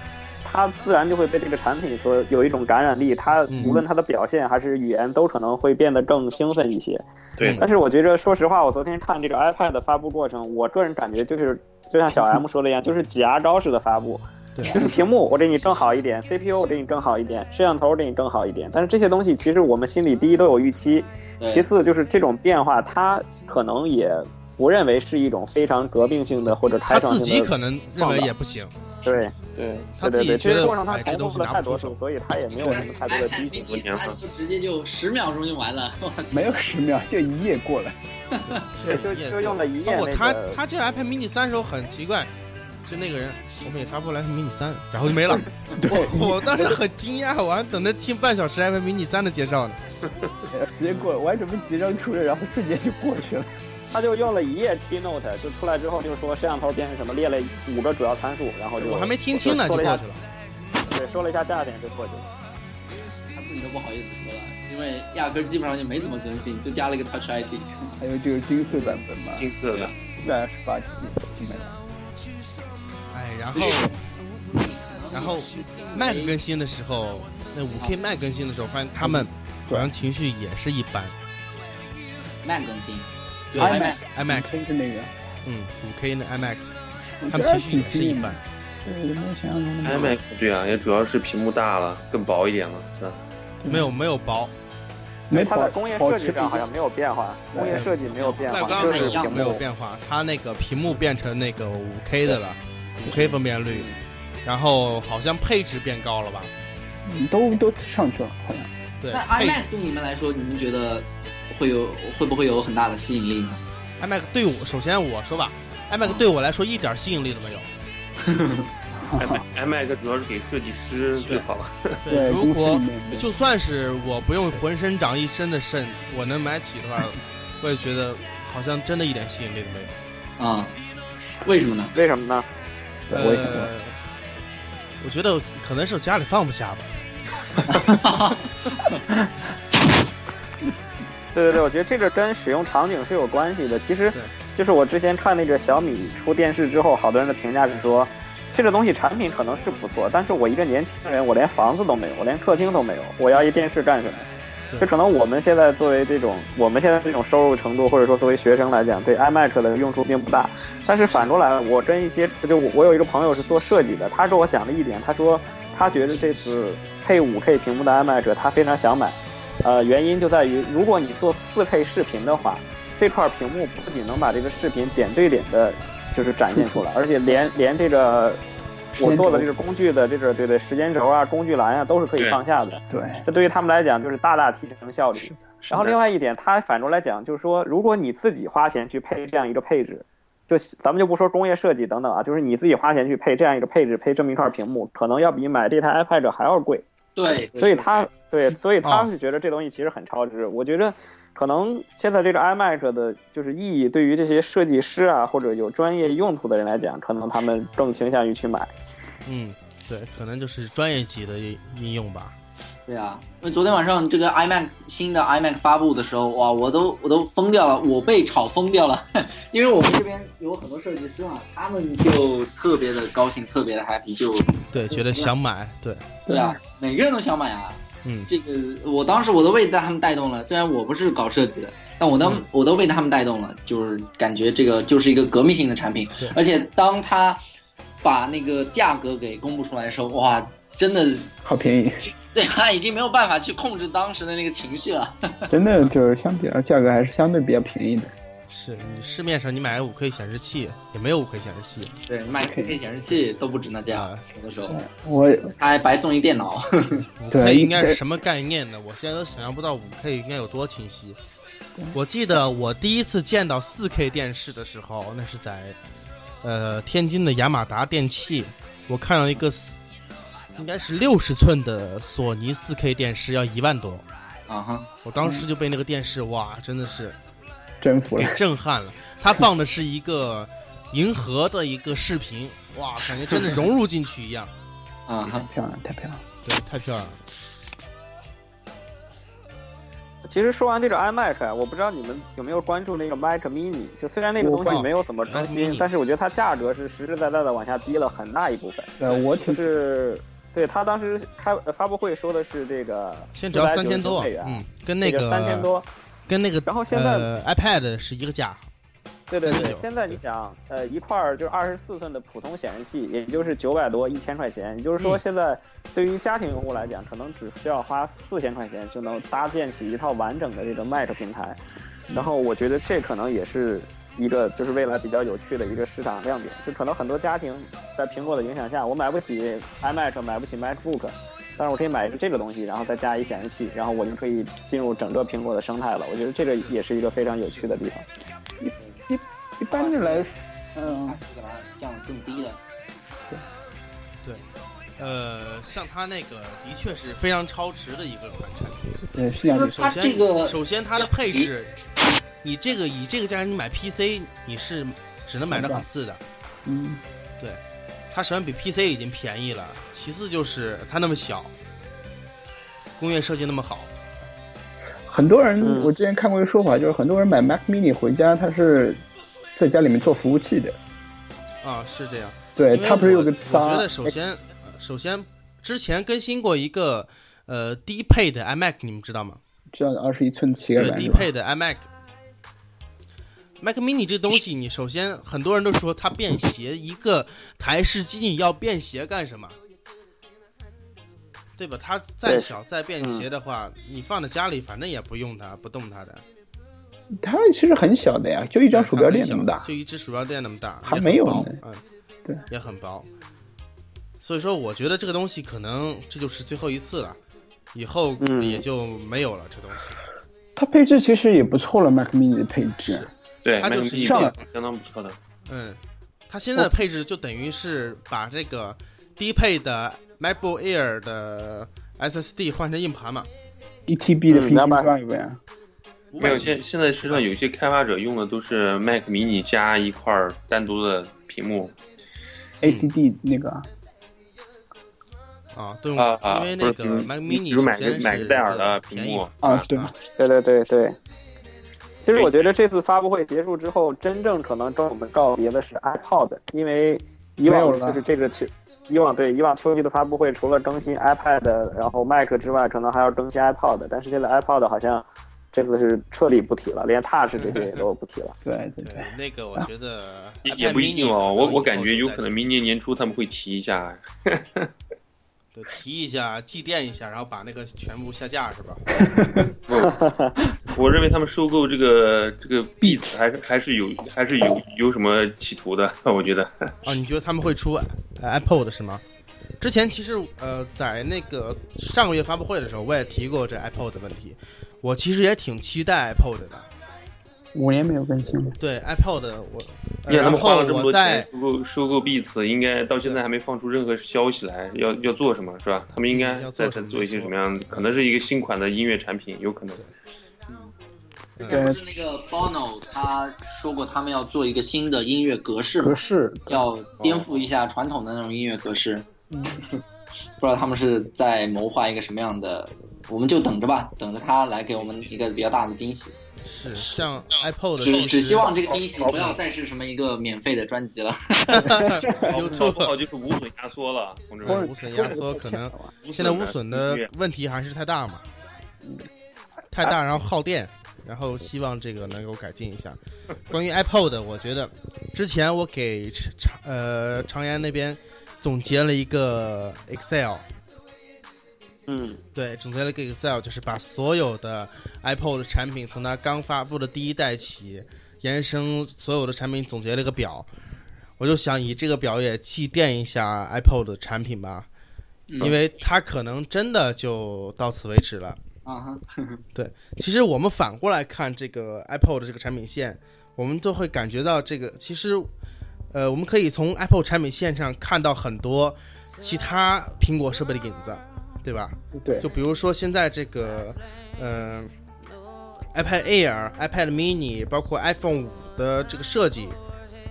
C: 它自然就会被这个产品所有一种感染力，它
A: 嗯
C: 无论它的表现还是语言，都可能会变得更兴奋一些。
E: 对
C: 但是我觉着，说实话，我昨天看
A: *laughs*
C: 这个 iPad 的发布过程，我个人感觉就是，就像小 M 说的一样，就是挤牙膏式的发布。
A: 对
C: 就是屏幕我给你更好一点，CPU 我给你更好一点，摄像头我给你更好一点。但是这些东西其实我们心里第一都有预期，
B: 对
C: 其次就是这种变化，它可能也不认为是一种非常革命性的或者
A: 他
C: 开创
A: 自己
C: 性的。
A: 可能认为也不行，
C: 对
D: 对，
A: 他自
C: 对对
A: 己觉
C: 对，其实
A: 得
C: 过程他
A: 哎，
C: 重
A: 这东西
C: 复了
A: 拿
C: 太
A: 不出
C: 多
A: 手
C: 次，。所以他也没有什么太
B: *laughs*
C: 多的
B: 哎
C: 低级。
B: 第三就直接就十秒钟就完了， *laughs*
D: 没有十秒，就一页过了。
C: 对，就就用了一
A: 包
C: 页
A: 括
C: 那
A: 他
C: 个，
A: 他这 iPad mini 三时候很奇怪，就那个人我们也发布了 iPad mini 三，然后就
C: *laughs*
A: 没了。我我当时很惊讶，我还等着听半小时 iPad mini 三的介绍呢。
D: 直接过了，我还准备截张出来，然后瞬间就过去了。
C: 他就用了一页 Keynote，就出来之后就说摄像头变成什么，列了五个主要参数，然后就
A: 我还没听清呢就过
C: 说了一
A: 去
C: 下，
A: 了。
C: 对，说了一下价钱就过去了。
B: 他自己都不好意思说了，因为压根儿基本上就没怎么更新，就加了一个 Touch ID。
D: 还有这个金色版本嘛，
E: 金色的，
D: 一百二十八 G，
A: 哎，然后然后 Mac 更新的时候，那五 K Mac 更新的时候，发现他们好像情绪也是一般。
B: 慢更新，
A: 对
D: iMac
A: iMac，
D: 真是那个。
A: 嗯，五 K 那 iMac，
D: 我
A: 他
D: 觉
A: 们情
D: 得
A: 绪也是一
D: 挺
A: 般。
D: 对，没有想象
A: 嗯
D: 中那么
E: iMac 对啊，也主要是屏幕大了，更薄一点了，是吧？
A: 没有没有薄，
D: 没
C: 它
D: 跑
C: 在工业
D: 保
C: 设计
D: 持
C: 上
D: 平
C: 好像没有变化，
D: 对
C: 工业设计没有变
A: 那
C: 化，
A: 刚
C: 就
A: 刚
C: 是
A: 没有
C: 屏
A: 没有
C: 幕。
A: 变化，它那个屏幕变成那个五 K 的了，五 K 分辨率，然后好像配置变高了吧？
D: 嗯都都上去了，好像
A: 对
B: 那
A: 配
B: iMac 对你们来说，你们觉得会有会不会有很大的吸引力呢？
A: iMac 对我，首先我说吧，iMac 对我来说一点吸引力都没有。嗯
E: iMac 主要是给设计师最好了，
D: 在
A: 如
D: 公司里
A: 果
D: 面的
A: 就算是我不用浑身长一身的肾，我能买起的话，我也觉得好像真的一点吸引力都没有。
B: 啊、为什么呢？
C: 为什么呢？
D: 对我也想过，
A: 呃，我觉得可能是我家里放不下吧。
C: 对对对，我觉得这个跟使用场景是有关系的。其实
A: 对，
C: 就是我之前看那个小米出电视之后，好多人的评价是说，这个东西产品可能是不错，但是我一个年轻人，我连房子都没有，我连客厅都没有，我要一电视干什么？
A: 对
C: 就可能我们现在作为这种我们现在这种收入程度，或者说作为学生来讲，对 iMac 的用处并不大。但是反过来，我跟一些就我我有一个朋友是做设计的，他跟我讲了一点，他说他觉得这次配 5K 屏幕的 iMac 他非常想买，呃，原因就在于如果你做 4K 视频的话，这块屏幕不仅能把这个视频点对点的，就是展现出来，而且连连这个我做的这个工具的这个对对时间轴啊、工具栏啊都是可以
E: 对
C: 放下的。
D: 对，
C: 这对于他们来讲就是大大提升效率。
E: 是
C: 然后
E: 的
C: 另外一点，它反过来讲就是说，如果你自己花钱去配这样一个配置，就咱们就不说工业设计等等啊，就是你自己花钱去配这样一个配置，配这么一块屏幕，可能要比买这台 iPad 还要贵。
B: 对，
C: 所以他对，所以他
E: 啊
A: 哦
C: 是觉得这东西其实很超值。我觉得可能现在这个 iMac 的就是意义，对于这些设计师啊或者有专业用途的人来讲，可能他们更倾向于去买。
A: 嗯，对，可能就是专业级的应用吧。
B: 对啊，因为昨天晚上这个 iMac 新的 iMac 发布的时候，哇，我都我都疯掉了，我被炒疯掉了， *laughs* 因为我们这边有很多设计师嘛，他们就特别的高兴，特别的 happy，就
A: 对，觉得想买，对，
B: 对啊，每个人都想买啊。
A: 嗯
B: 这个我当时我都被他们带动了，虽然我不是搞设计的，但我当、
A: 嗯
B: 我都被他们带动了，就是感觉这个就是一个革命性的产品
A: 对，
B: 而且当他把那个价格给公布出来的时候，哇，真的
D: 好便宜，
B: 对他已经没有办法去控制当时的那个情绪了。 *laughs*
D: 真的就是相比而价格还是相对比较便宜的。
A: 是你市面上你买五 K 显示器也没有五 K 显示器
B: 对，
A: *laughs*
B: 卖 QK 显示器都不止那价，
A: 啊，
B: 有的时候
D: 我
B: 他还白送一电脑。
A: 五
D: 对
A: K
D: 一
A: 应该是什么概念呢？我现在都想象不到五 K 应该有多清晰。我记得我第一次见到四 K 电视的时候，那是在呃天津的雅马达电器，我看到一个四应该是六十寸的索尼四 K 电视，要一万多，
B: 啊哈，
A: 我当时就被那个电视哇，真的是
D: 征服
A: 给
D: 了，
A: 震撼了。它放的是一个银河的一个视频，哇，感觉真的融入进去一样，
B: 啊哈。
D: 漂亮，太漂亮了。
A: 对，太漂亮了。
C: 其实说完这个 iMac，啊我不知道你们有没有关注那个 Mac Mini。就虽然那个
D: 我
C: 东西
A: 哦
C: 没有怎么更
A: Mac
C: 新
A: Mini，
C: 但是我觉得它价格是实实在在的往下低了很大一部分。
D: 呃，我
C: 就，
D: 挺
C: 是对他当时开呃发布会说的是这个
A: 现在只要三千
C: 499
A: 多
C: 美元，，
A: 嗯，跟
C: 啊
A: 那
C: 这
A: 个
C: 三千多，
A: 跟那个
C: 然后现在
A: 呃 iPad 是一个价，
C: 对对对
A: 39，
C: 现在你想，呃，一块儿就是二十四寸的普通显示器，也就是九百多一千块钱，也就是说，
A: 嗯
C: 现在对于家庭用户来讲，可能只需要花四千块钱就能搭建起一套完整的这个 Mac 平台。然后我觉得这可能也是一个就是未来比较有趣的一个市场亮点，就可能很多家庭在苹果的影响下，我买不起 iMac，买不起 MacBook。但是我可以买一个这个东西，然后再加一显示器，然后我就可以进入整个苹果的生态了。我觉得这个也是一个非常有趣的地方。
D: 一般的来，嗯
B: 它，是给它降得更低的。
A: 呃，像它那个的确是非常超值的一个款产品。
D: 对，是这样的，
A: 首
B: 它
A: 先，
B: 这个
A: 首先它的配置，你这个以这个价格你买 PC，你是只能买到很次的，
D: 嗯，
A: 它首先比 PC 已经便宜了，其次就是它那么小，工业设计那么好，
D: 很多人
C: 嗯
D: 我之前看过一个说法，就是很多人买 Mac Mini 回家，他是在家里面做服务器的，
A: 啊，是这样。
D: 对
A: 因为
D: 他不是有个
A: 我
D: 搭
A: 我觉得首先，首先之前更新过一个呃低配的 iMac，你们知道吗？
D: 这样的二十一寸旗杆
A: 对，
D: 版
A: 低
D: 是吧
A: 配的 iMac。Mac Mini 这东西，你首先很多人都说它便携，一个台式机你要便携干什么？对吧？它再
C: 对
A: 小再
D: 嗯
A: 便携的话，你放在家里反正也不用它，不动它的。
D: 它其实很小的呀，就一张鼠标垫那么
A: 它
D: 大
A: 很小，就一只鼠标垫那么大，
D: 还
A: 也很
D: 没有
A: 薄
D: 呢
A: 嗯，
D: 对，
A: 也很薄。所以说，我觉得这个东西可能这就是最后一次了，以后
C: 嗯
A: 也就没有了。这东西，
D: 它配置其实也不错了，Mac Mini 的配置
A: 是，
E: *laughs* 对，
A: 它就
E: Mac
A: 是
E: mini
A: 一
D: 个
E: 相当不错的。
A: 嗯，它现在的配置就等于是把这个低配的 MacBook Air 的 SSD 换成硬盘嘛，
D: 一 TB 的
C: 嗯
D: p d
C: 两百
D: Drive 呀，
A: 五
E: 没
A: 百
E: 有，
A: G
E: 现现在实际上有些开发者用的都是 Mac mini 加一块儿单独的屏幕，
D: ACD 那个
A: 啊，对，
E: 啊啊
A: 因为，
E: 不
A: 那
E: 是
A: 个
E: 屏幕
A: Mac
E: 你
A: Mini
E: 比如买
A: 首先
E: 个
A: 是
E: 买个戴尔的
A: 比较
E: 屏
A: 便宜
E: 幕
A: 嘛，
D: 啊，对，
C: 对对对对。其实我觉得这次发布会结束之后，真正可能跟我们告别的是 iPod，因为以
D: 没有
C: 往
D: 了
C: 就是这个秋，以往对以往秋季的发布会，除了更新 iPad，然后 Mac 之外，可能还要更新 iPod，但是现在 iPod 好像这次是彻底不提了，连 Touch 这些也都不提了。
D: *laughs* 对对
A: 对
D: 对，，
A: 那个我觉得
E: *laughs* 也
A: iPad
E: 也不一定
A: 呃 mini 可
E: 哦。
A: 能
E: 我
A: 以
E: 我
A: 后
E: 感觉
A: 就
E: 有
A: 在
E: 可能明年年初他们会提一下，
A: 对，提一下，祭奠一下，然后把那个全部下架是吧？
E: 我认为他们收购这个这个 Beats 还是还是有还是有有什么企图的， *laughs* 我觉得。
A: 啊，你觉得他们会出呃 iPod 是吗？之前其实呃，在那个上个月发布会的时候，我也提过这 iPod 的问题。我其实也挺期待 iPod 的，
D: 五年没有更新了，
A: 对 iPod 我，呃
E: 你看他
A: 然
E: 们花
A: 后
E: 了这么
A: 我
E: 多钱
A: 在
E: 收购收购 Beats，应该到现在还没放出任何消息来，要要做什么是吧？他们应该
A: 嗯要做
E: 再
A: 什
E: 再
A: 么
E: 做一些
A: 没错
E: 什么样的？可能是一个新款的音乐产品，有可能。
B: 之前不是那个 Bono 他说过，他们要做一个新的音乐格式嘛
D: 格，式
B: 要颠覆一下传统的那种音乐格式。
D: 嗯
B: 不知道他们是在谋划一个什么样的，我们就等着吧，等着他来给我们一个比较大的惊喜。
A: 是像 iPod
B: 只
A: 其实
B: 只希望这个惊喜不要再是什么一个免费的专辑了。
A: *laughs*
E: 搞不搞不好就是无损压缩了，同志
A: 对
E: 们。
A: 无损压缩可能现在
E: 损
A: 无损的
E: 音乐
A: 问题还是太大嘛，太大，然后耗电，然后希望这个能够改进一下。关于 iPod，我觉得之前我给长呃长安那边总结了一个 Excel，
C: 嗯，
A: 对，总结了一个 Excel，就是把所有的 iPod 产品从它刚发布的第一代起，延伸所有的产品总结了一个表。我就想以这个表也祭奠一下 iPod 的产品吧，
B: 嗯
A: 因为它可能真的就到此为止了。
B: 啊哈，
A: 其实我们反过来看这个 Apple 的这个产品线，我们都会感觉到这个其实，呃，我们可以从 Apple 产品线上看到很多其他苹果设备的影子，对吧？
D: 对
A: 就比如说现在这个，嗯、iPad Air、iPad Mini，包括 iPhone 五的这个设计，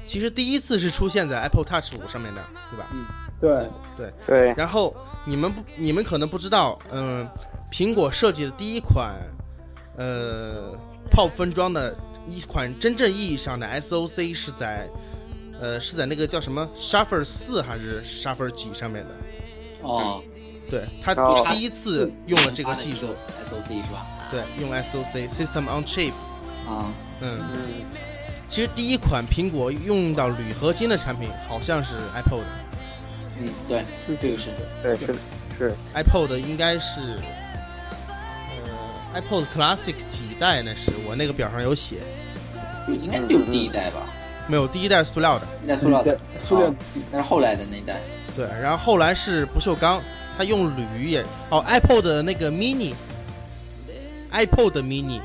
A: 其实第一次是出现在 Apple Touch 五上面的，对吧？
D: 对，
C: 对，
A: 然后你们不，你们可能不知道，嗯、苹果设计的第一款，呃，泡分装的一款真正意义上的 SOC 是在，呃，是在那个叫什么 Shuffle 四还是 Shuffle 几上面的？
B: 哦，
A: 对，它
C: 哦
A: 第一次用了这个技术，
B: SOC 是吧？
A: 对，用 SOC System on Chip，
B: 啊，
A: 嗯，其实第一款苹果用到铝合金的产品好像是 iPod。
B: 嗯，对，这个是
C: 对，是的是
A: iPod 应该是，呃，iPod Classic 几代那是我那个表上有写，
B: 应该就第一代吧，
A: 没有第一代是塑料的，
B: 一代塑料
A: 嗯
B: 的，
D: 塑料
B: 哦，那是后来的那一代。
A: 对，然后后来是不锈钢，它用铝也哦，iPod 的那个 mini，iPod mini，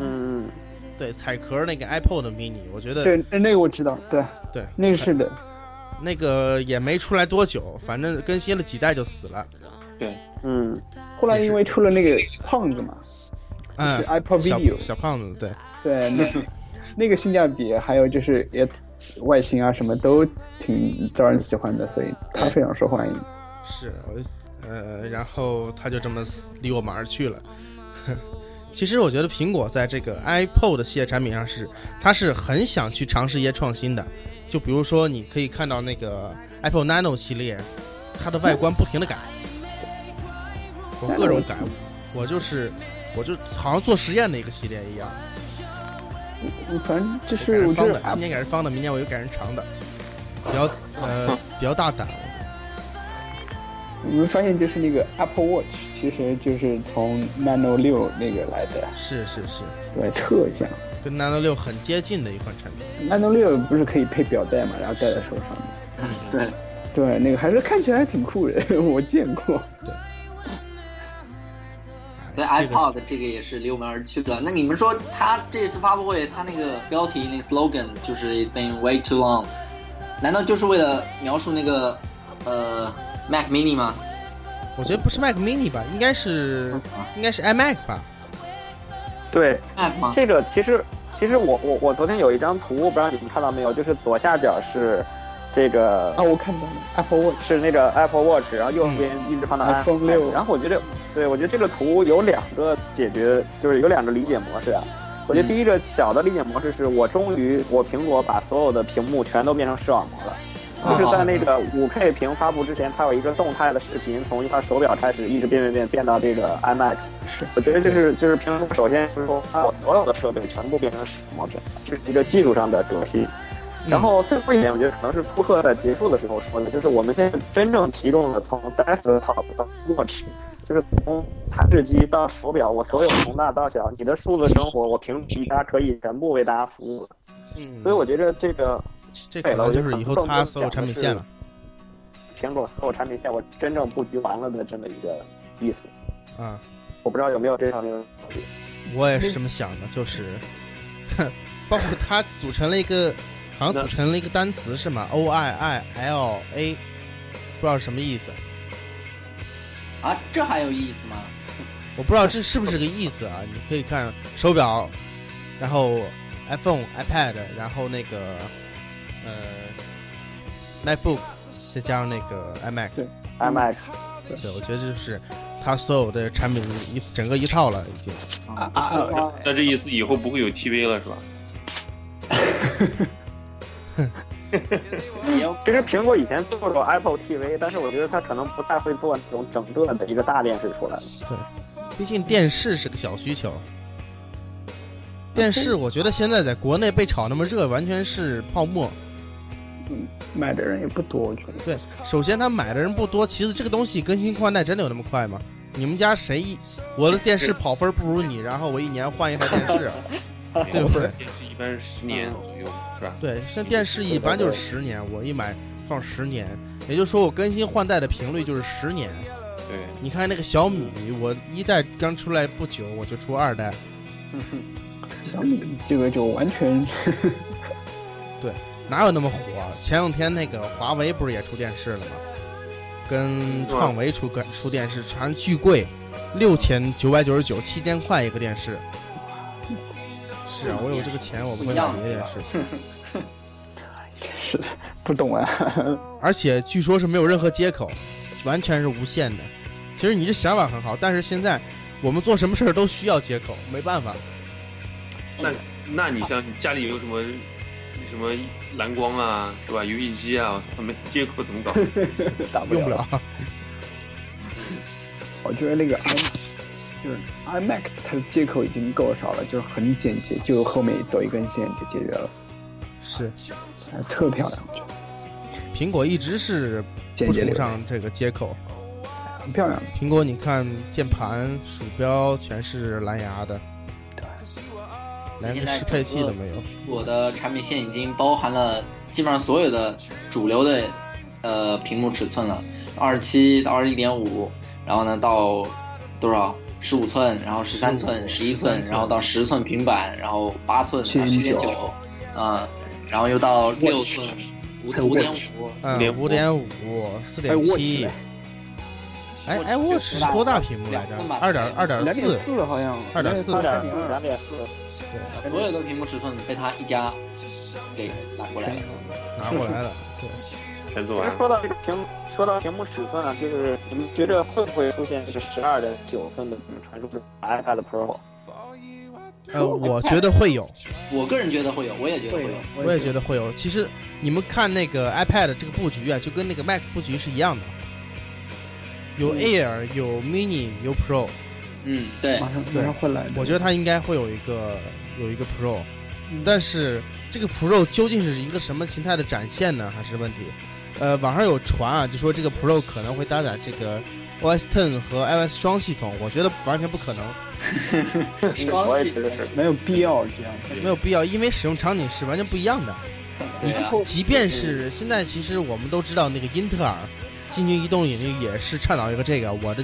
C: 嗯嗯，
A: 对，彩壳那个 iPod mini，我觉得
D: 对，那个我知道，对
A: 对
D: 那个是的，
A: 那个也没出来多久，反正更新了几代就死了，
B: 对，
C: 嗯，
D: 后来因为出了那个胖子嘛，
A: 嗯
D: 是 iPod
A: 小
D: Video
A: 小胖子，对，
D: 对，
A: *laughs*
D: 那那个性价比，还有就是也外形啊什么都挺招人喜欢的，所以它非常受欢迎。
A: 是我，呃，然后他就这么死离我们而去了。 *laughs* 其实我觉得苹果在这个 iPod 系列产品上是，它是很想去尝试一些创新的。就比如说，你可以看到那个 Apple Nano 系列，它的外观不停的改，我各种改，我就是我就好像做实验的一个系列一样，
D: 嗯反正就
A: 改
D: 是
A: 成
D: 我觉
A: 方
D: 得啊
A: 的，今年改成方的，明年我又改成长的，比较呃比较大胆。
D: 你们发现就是那个 Apple Watch，其实就是从 Nano 六那个来的，
A: 是是是，
D: 对，特像。
A: 跟 Nano 六很接近的一款产品。
D: Nano 六不是可以配表带嘛，然后戴在手上吗？
B: 对，
D: *laughs* 对，那个还是看起来还挺酷的， *laughs* 我见过。
B: 所
A: 这
B: 以
A: 个是
B: iPod 这个也是离我们而去了。那你们说他这次发布会，他那个标题那 slogan 就是 "It's been way too long"，难道就是为了描述那个呃 Mac Mini 吗？
A: 我觉得不是 Mac Mini 吧，应该是应该是 iMac 吧。
C: 对，
B: Mac
D: 啊
B: 吗？
C: 这个其实其实我我我昨天有一张图，不知道你们看到没有，就是左下角是这个
D: 啊，我看到了 Apple Watch，
C: 是那个 Apple Watch，然后右边一直放到
D: 嗯
C: iPhone
D: iPhone 6
C: 然后我觉得，对我觉得这个图有两个解决，就是有两个理解模式啊。我觉得第一个小的理解模式是我终于我苹果把所有的屏幕全都变成视网膜了。就是在那个五 K 屏发布之前，它有一个动态的视频，从一块手表开始，一直变变变变到这个 iMac。
D: 是
C: 我觉得就是就是苹果首先就是说，把我所有的设备全部变成视网膜屏，这是一个技术上的革新。然后最后一点，我觉得可能是库克在结束的时候说的，就是我们现在真正提供了从 desktop 到 watch，就是从材质机到手表，我所有从大到小，你的数字生活，我凭一家可以全部为大家服务。
A: 嗯
C: 所以我觉得这个
A: 这可能就是以后它所有产品线了。
C: 苹果所有产品线，我真正布局完了的这么一个意思。
A: 啊，
C: 我不知道有没有这方面的
A: 我也是这么想的，就是，哼包括它组成了一个，好像组成了一个单词是吗？O I I L A，不知道什么意思，
B: 啊，这还有意思吗？
A: 我不知道这是不是个意思啊？你可以看手表，然后 iPhone、iPad，然后那个呃 MacBook，再加上那个 iMac。
C: iMac。
A: 对，我觉得就是它所有的产品一整个一套了，已经。
D: 啊啊啊！
E: 那这意思以后不会有 TV 了是吧？
B: 也有
C: 其实苹果以前做过 Apple TV，但是我觉得它可能不太会做那种整个的一个大电视出来。
A: 毕竟电视是个小需求。电视，我觉得现在在国内被炒那么热，完全是泡沫。
D: 买的人也不多，我觉得。
A: 对，首先他买的人不多，其次这个东西更新换代真的有那么快吗？你们家谁一我的电视跑分不如你，然后我一年换一台电视，啊对不对？
E: 电视一般是十年左右是吧？
A: *laughs* 对，像电视一般就是十年，我一买放十年，也就是说我更新换代的频率就是十年。
E: 对，
A: 你看那个小米，我一代刚出来不久，我就出二代，
D: 小米这个就完全
A: 哪有那么火？前两天那个华为不是也出电视了吗？跟创维出个出电视，全是巨贵，六千九百九十九，七千块一个电视。是啊，我有这个钱，我不会买别的电 *laughs* 视。
D: 是不懂啊。
A: 而且据说是没有任何接口，完全是无线的。其实你这想法很好，但是现在我们做什么事儿都需要接口，没办法。
E: 那那你像你家里有什么什么蓝光啊，是吧？游戏机啊，我操，没接口怎么搞？
D: *laughs* 打不
A: 用不了。
D: 我觉得那个 i 就是 iMac 它的接口已经够少了，就是很简洁，就后面走一根线就解决了，
A: *laughs* 是
D: 还特漂亮，我觉得
A: 苹果一直是
D: 简
A: 不
D: 洁
A: 崇
D: 流畅，
A: 尚这个接口。
D: 很漂亮。
A: 苹果，你看键盘、鼠标全是蓝牙的，
D: 对，
A: 连个适配器都没有。
B: 我的产品线已经包含了基本上所有的主流的呃屏幕尺寸了，二十七到二十一点五，然后呢到多少十五寸，然后十三寸、十一寸
A: 13，寸
B: 然后到十寸平板，然后八寸、十点九
D: 7.9，
B: 嗯，然后又到六寸、五
D: 还有
B: 五点
D: Watch
B: 五，
A: 嗯，五点五、四
D: 还有
A: 点
D: Watch
A: 七
D: 呢。
A: 哎哎
B: 我
A: ，Watch 哎是多大屏幕来着
B: 两寸吧？
A: 二点二点
D: 两点
A: 四，
D: 四了好像，
A: 2.4
C: 二点
D: 点
C: 四，两点四，
B: 所有的屏幕尺寸被它一家给揽过来了。
A: 拿过 *laughs* 来了。对，
E: *laughs* 全做
C: 其实
E: 完。
C: 说到这个屏，说到屏幕尺寸啊，就是你们觉着会不会出现就是十二点九寸的这种传说中的 iPad Pro？
A: 呃，我觉得会有，
B: 我个人觉得会有，我也觉得会
D: 会
B: 有
D: 有。，
A: 我也觉得会有。其实你们看那个 iPad 这个布局啊，就跟那个 Mac 布局是一样的，有 Air，有 Mini，有 Pro。
B: 嗯，对，
D: 马上
A: 对
D: 马上会来的。
A: 我觉得它应该会有一个有一个 Pro，但是这个 Pro 究竟是一个什么形态的展现呢？还是问题？呃，网上有传啊，就说这个 Pro 可能会搭载这个 OS Ten 和 iOS 双系统，我觉得完全不可能，
C: 嗯我也觉得是。
D: 没有必要这样。
A: 没有必要，因为使用场景是完全不一样的。
B: 对啊
A: 你即便是现在，其实我们都知道那个英特尔进军移动领域也是倡导一个这个，我的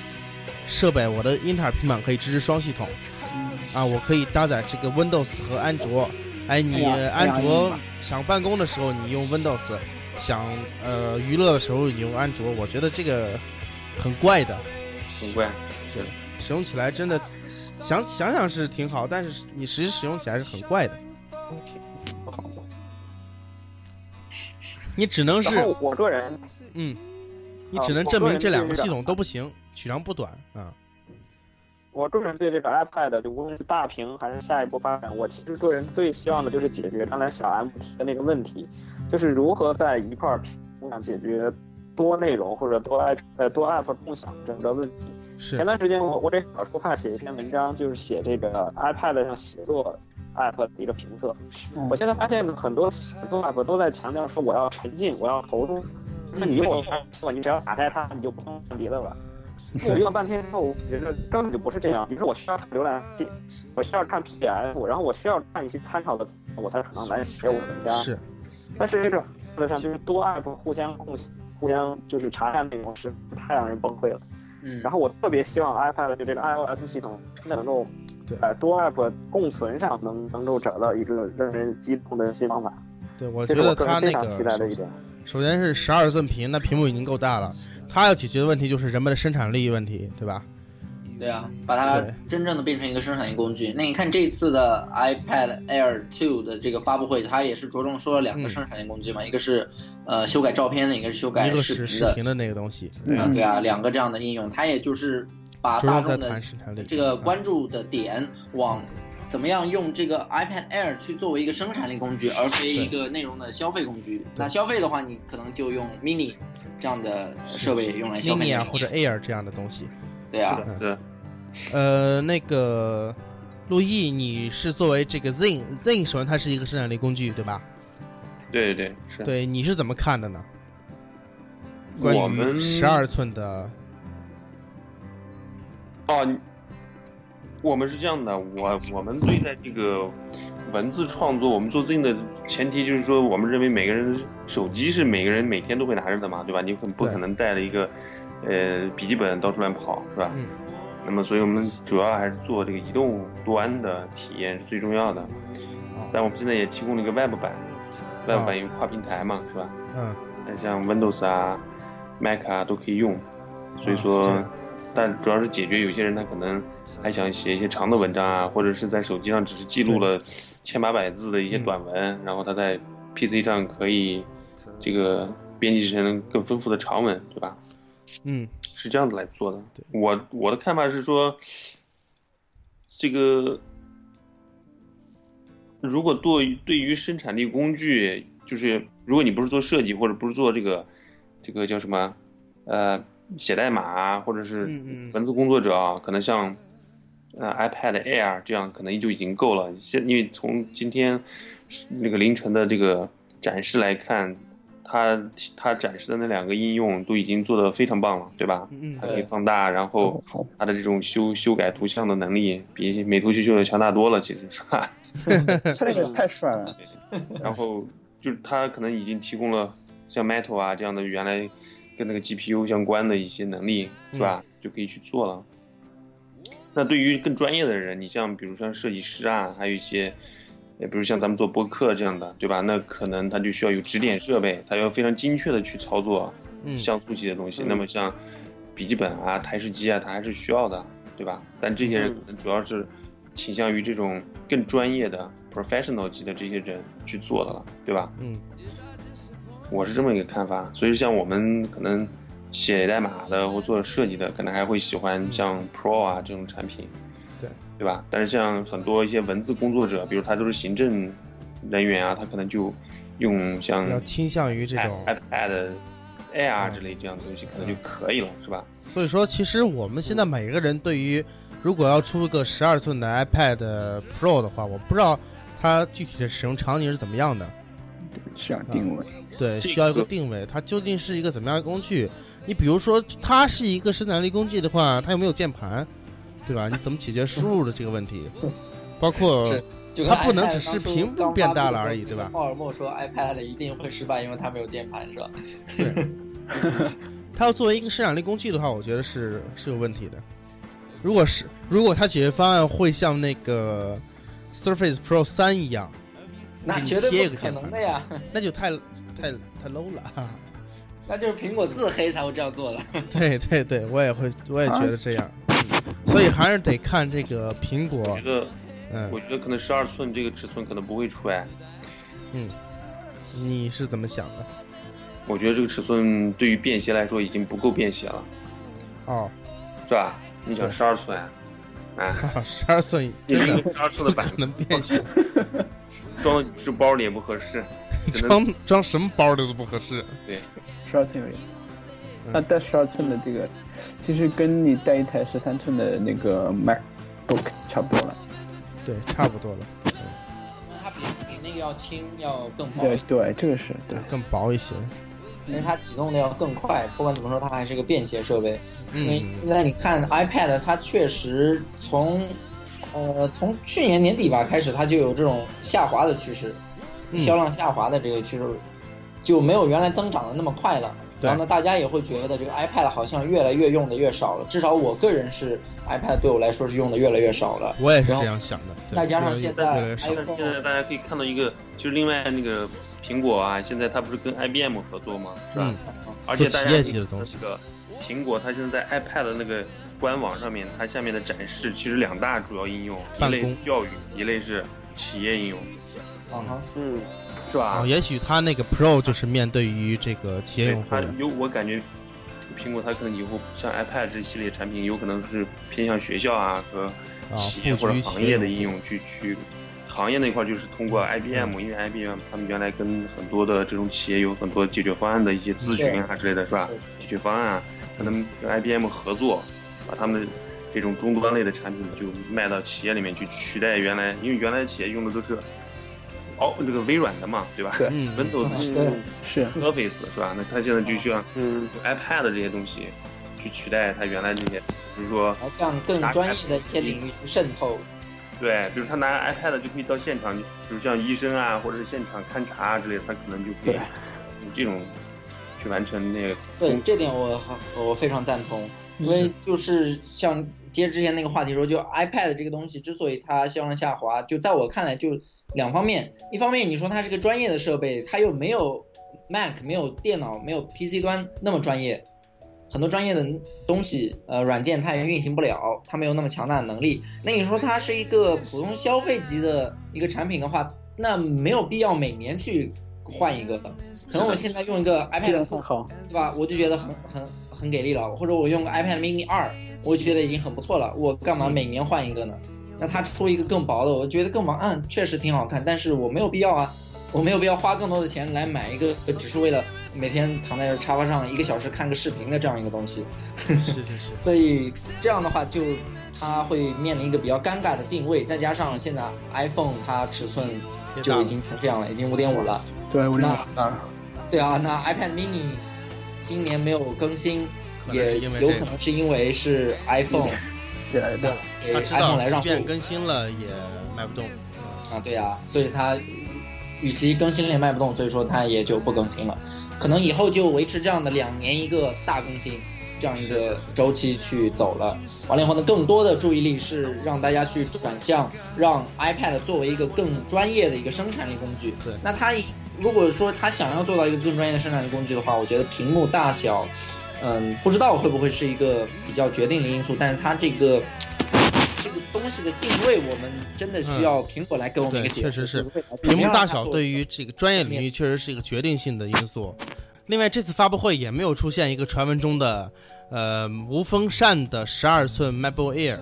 A: 设备，我的英特尔平板可以支持双系统。
D: 嗯
A: 啊，我可以搭载这个 Windows 和安卓。哎，你
D: 哎呀
A: 安
D: 哎
A: 卓
D: 呀
A: 想办公的时候你用 Windows，想呃娱乐的时候你用安卓，我觉得这个很怪的，
E: 很怪，
A: 使用起来真的想想想是挺好，但是你实际使用起来是很怪的。你只能
C: 然
A: 是
C: 后我个人
A: 嗯，你
C: 啊
A: 只能
C: 我
A: 证
C: 个
A: 明
C: 人
A: 这两
C: 对
A: 个
C: 这
A: 系
C: 个
A: 统都不行，取长补短啊。
C: 我个人对这个 iPad，就无论是大屏还是下一步发展，我其实个人最希望的就是解决刚才小 M 提的那个问题，就是如何在一块屏幕上解决多内容或者多 i 呃多 App 共享这个问题。前
A: 是，
C: 段时间我我给小书帕写一篇文章，就是写这个 iPad 上写作 App 的一个评测。
D: 嗯
C: 我现在发现很多写作 App 都在强调说我要沉浸，我要投入。那你用我，你只要打开它，你就不用看别的了。
A: 嗯
C: 我用了半天之后，我觉得根本就不是这样。比如说，我需要看浏览器，我需要看 PDF，然后我需要看一些参考的词，我才可能来写我的文章。
A: 是，
C: 但是这种事上就是多 app 互相共享、互相就是查看内容，是太让人崩溃了。
B: 嗯，
C: 然后我特别希望 iPad 就这个 iOS 系统真的能够
A: 对，
C: 在多 app 共存上能能够找到一个让人激动的新方法。
A: 对我觉
C: 这是我
A: 得
C: 个
A: 它
C: 人
A: 那
C: 非常期待的
A: 个
C: 一点。
A: 首先是十二寸屏，那屏幕已经够大了。它要解决的问题就是人们的生产力问题，对吧？
B: 对啊，把它
A: 对
B: 真正的变成一个生产力工具。那你看这次的 iPad Air 2的这个发布会，它也是着重说了两个
A: 嗯
B: 生产力工具嘛，一个是呃修改照片的，一个是修改
A: 一个是
B: 视频
A: 视
B: 的。
A: 频的那个东西，
D: 嗯
B: 啊，对啊，两个这样的应用，它也就是把
A: 着
B: 大
A: 重在
B: 众的
A: 谈生产力。
B: 这个
A: 啊
B: 关注的点往怎么样用这个 iPad Air 去作为一个生产力工具，而非一个内容的消费工具。那消费的话，你可能就用 Mini 这样的设备用来消费内
A: mini 啊
B: 容
A: 或者 Air 这样的东西。嗯
B: 对啊，
E: 是的，
A: 呃，那个陆毅，你是作为这个 Zin，Zin 首先它是一个生产力工具，对吧？
E: 对对对，是。
A: 对，你是怎么看的呢？关
E: 我们
A: 于十二寸的，
E: 哦，你我们是这样的，我我们对待这个文字创作，我们做 Zin 的前提就是说，我们认为每个人手机是每个人每天都会拿着的嘛，对吧？你很不
A: 对
E: 可能带了一个呃笔记本到处乱跑，是吧？
A: 嗯
E: 那么，所以我们主要还是做这个移动端的体验是最重要的。
A: 啊
E: 但我们现在也提供了一个 Web 版，Web 版有跨平台嘛，是吧？
A: 嗯，
E: 那像 Windows 啊、Mac 啊都可以用，所以说，
A: 啊是这样
E: 但主要是解决有些人他可能还想写一些长的文章啊，或者是在手机上只是记录了千八百字的一些
A: 嗯
E: 短文，然后他在 PC 上可以这个编辑成更丰富的长文，对吧？
A: 嗯，
E: 是这样子来做的。我我的看法是说，这个如果对对于生产力工具，就是如果你不是做设计或者不是做这个这个叫什么呃写代码啊，或者是
A: 嗯嗯
E: 文字工作者啊，可能像呃 iPad Air 这样可能就已经够了。现因为从今天那个凌晨的这个展示来看，它它展示的那两个应用都已经做得非常棒了，对吧？
A: 嗯
E: 它可以放大，然后
D: 好，
E: 它的这种修修改图像的能力比美图秀秀强大多了，其实是吧？
D: 这个太帅了，
E: 然后就是它可能已经提供了像 Metal 啊这样的原来跟那个 GPU 相关的一些能力，是吧？就可以去做了。那对于更专业的人，你像比如像设计师啊，还有一些，呃，比如像咱们做播客这样的，对吧？那可能他就需要有指点设备，他要非常精确的去操作
A: 嗯
E: 像素级的东西。
C: 嗯
E: 那么像笔记本啊、台式机啊，它还是需要的，对吧？但这
A: 嗯
E: 些人可能主要是倾向于这种更专业的 professional 级的这些人去做的了，对吧？
A: 嗯
E: 我是这么一个看法。所以像我们可能写代码的或做设计的，可能还会喜欢像 Pro 啊这种产品，
A: 对
E: 对吧？但是像很多一些文字工作者，比如他都是行政人员啊，他可能就用像
A: 比较倾向于这
E: 哎
A: 种
E: iPad Air
A: 嗯哦
E: 之类这样的东西，可能就可以了，是吧？
A: 所以说，其实我们现在每个人对于如果要出个十二寸的 iPad Pro 的话，我不知道它具体的使用场景是怎么样的。
D: 市场定位，
A: 对，
E: 这个
A: 需要一个定位，它究竟是一个怎么样的工具？你比如说，它是一个生产力工具的话，它有没有键盘，对吧？你怎么解决输入的这个问
B: *laughs*
A: 题？包括
B: 是就
A: 它不能只是屏幕变大了而已对吧
B: 鲍尔默说 iPad 一定会失败，因为它没有键盘，是吧？
A: 它要作为一个生产力工具的话，我觉得是是有问题的。如果是如果它解决方案会像那个 Surface Pro 三一样，
B: 那
A: 给你
B: 绝对
A: 贴一
B: 不
A: 个
B: 可
A: 键
B: 能
A: 盘
B: 的呀， *laughs*
A: 那就太太太 low 了。
B: 那就是苹果自黑才会这样做的。
A: *laughs* 对对对，我也会，我也觉得这样，
B: 啊
A: 嗯所以还是得看这个苹
E: 我
A: 果
E: 觉，得，
A: 嗯
E: 我，觉得可能十二寸这个尺寸可能不会出来。
A: 你是怎么想的？
E: 我觉得这个尺寸对于便携来说已经不够便携了，
A: 哦，
E: 是吧？你想
A: 对
E: 十二寸，啊，
A: *laughs* 十二
B: *laughs*
A: 寸
E: 你
A: 真
E: 一
A: 的
E: 个十二寸
A: 不
E: 的版
A: 可能变形，
E: 装到女士包里也不合适，只能
A: 装装什么包的都不合适。
D: 十二寸有点。那
A: 嗯
D: 带十二寸的这个，其实跟你带一台十三寸的那个 MacBook 差不多了。
A: 对，差不多了，
B: 那它比比那个要轻，要更
A: 哦
B: 薄，
D: 对对，这个是对。
A: 嗯更薄一些。
B: 因为它启动的要更快。不管怎么说，它还是个便携设备。因为
A: 嗯，
B: 现在你看 iPad，它确实从呃从去年年底吧开始，它就有这种下滑的趋势，
A: 嗯
B: 销量下滑的这个趋势就没有原来增长的那么快了。
A: 对
B: 然后呢，大家也会觉得这个 iPad 好像越来越用的越少了。至少我个人是 iPad 对我来说是用的越来越少了。
A: 我也是
B: 然后
A: 这样想的。对
B: 再加上
A: 越来越
B: 现
A: 越来
B: 在
A: 越少，
E: 但是
B: iPhone
E: 现在大家可以看到一个，其实另外那个苹果啊，现在它不是跟 IBM 合作吗？是吧？
A: 嗯
E: 而且大
A: 做
E: 家
A: 企业级的东西
E: 这个苹果它现在在 iPad 的那个官网上面，它下面的展示其实两大主要应用，一
A: 办
E: 类
A: 公
E: 是教育，一类是企业应用，
B: 啊哈，
C: 嗯，
E: 是吧？
A: 哦，也许它那个 Pro 就是面对于这个企业
E: 对
A: 用户
E: 它
A: 的，
E: 有我感觉，苹果它可能以后像 iPad 这一系列产品，有可能是偏向学校啊和
A: 啊
E: 企业
A: 布局
E: 或者
A: 企
E: 行
A: 业嗯
E: 业的
A: 用
E: 应用去去。行业那块就是通过 IBM，因为 IBM 他们原来跟很多的这种企业有很多解决方案的一些咨询啊之类的，是吧
B: 对？
E: 解决方案啊，可能跟 IBM 合作，把他们的这种终端类的产品就卖到企业里面去，取代原来，因为原来企业用的都是哦这个微软的嘛，对吧？
D: 对
A: 嗯
E: Windows
C: 嗯
D: 对，是
E: Surface 是吧？那它现在就需要
C: 嗯
E: iPad 这些东西去取代它原来这些，比如说
B: 来向更专业的一些领域去渗透。
E: 对，比如他拿 iPad 就可以到现场，比如像医生啊，或者是现场勘察啊之类的，他可能就可
D: 对
E: 以 *laughs* 用这种去完成那个
B: 对这点我好我非常赞同，因为就是像接之前那个话题说，就 iPad 这个东西之所以它销量下滑，就在我看来就两方面，一方面你说它是个专业的设备，它又没有 Mac 没有电脑没有 PC 端那么专业，很多专业的东西呃软件它也运行不了，它没有那么强大的能力。那你说它是一个普通消费级的一个产品的话，那没有必要每年去换一个，可能我现在用一个
C: 质
B: iPad
C: 量
B: 四
C: 很。好。
B: 对吧？我就觉得很很很给力了，或者我用个 iPad mini 二，我就觉得已经很不错了，我干嘛每年换一个呢？那它出一个更薄的，我觉得更薄，嗯，确实挺好看，但是我没有必要啊，我没有必要花更多的钱来买一个，只是为了每天躺在沙发上一个小时看个视频的这样一个东西，
A: 是是是，
B: 所以这样的话就它会面临一个比较尴尬的定位，再加上现在 iPhone 它尺寸
A: 别打
B: 就
A: 了
B: 已经成这样了，已经五点五了。
D: 对，我这
B: 那
D: 么大了。
B: 对啊，那 iPad mini 今年没有更新，
A: 可能是
B: 也
A: 因为
B: 有
A: 这
B: 可
A: 个，嗯
B: 能是因为是 iPhone
D: 对对
B: 让给
A: 他知
B: iPhone 来
A: 道即
B: 让
A: 便
B: 步
A: 更新了也卖不动。
B: 啊，对啊，所以它与其更新了也卖不动，所以说它也就不更新了。可能以后就维持这样的两年一个大更新这样一个周期去走了。完了以后呢，更多的注意力是让大家去转向，让 iPad 作为一个更专业的一个生产力工具。
A: 对
B: 那它如果说它想要做到一个更专业的生产力工具的话，我觉得屏幕大小，嗯，不知道会不会是一个比较决定的因素，但是它这个。这个东西的定位，我们真的需要苹果来给我们一
A: 嗯
B: 个
A: 对确
B: 解释。
A: 实是
B: 就是未来
A: 屏
B: 怎么
A: 幕
B: 样
A: 大
B: 让它
A: 小
B: 做
A: 对于这个专业领域确实是一个决定性的因素。另外，这次发布会也没有出现一个传闻中的呃无风扇的十二寸 MacBook Air，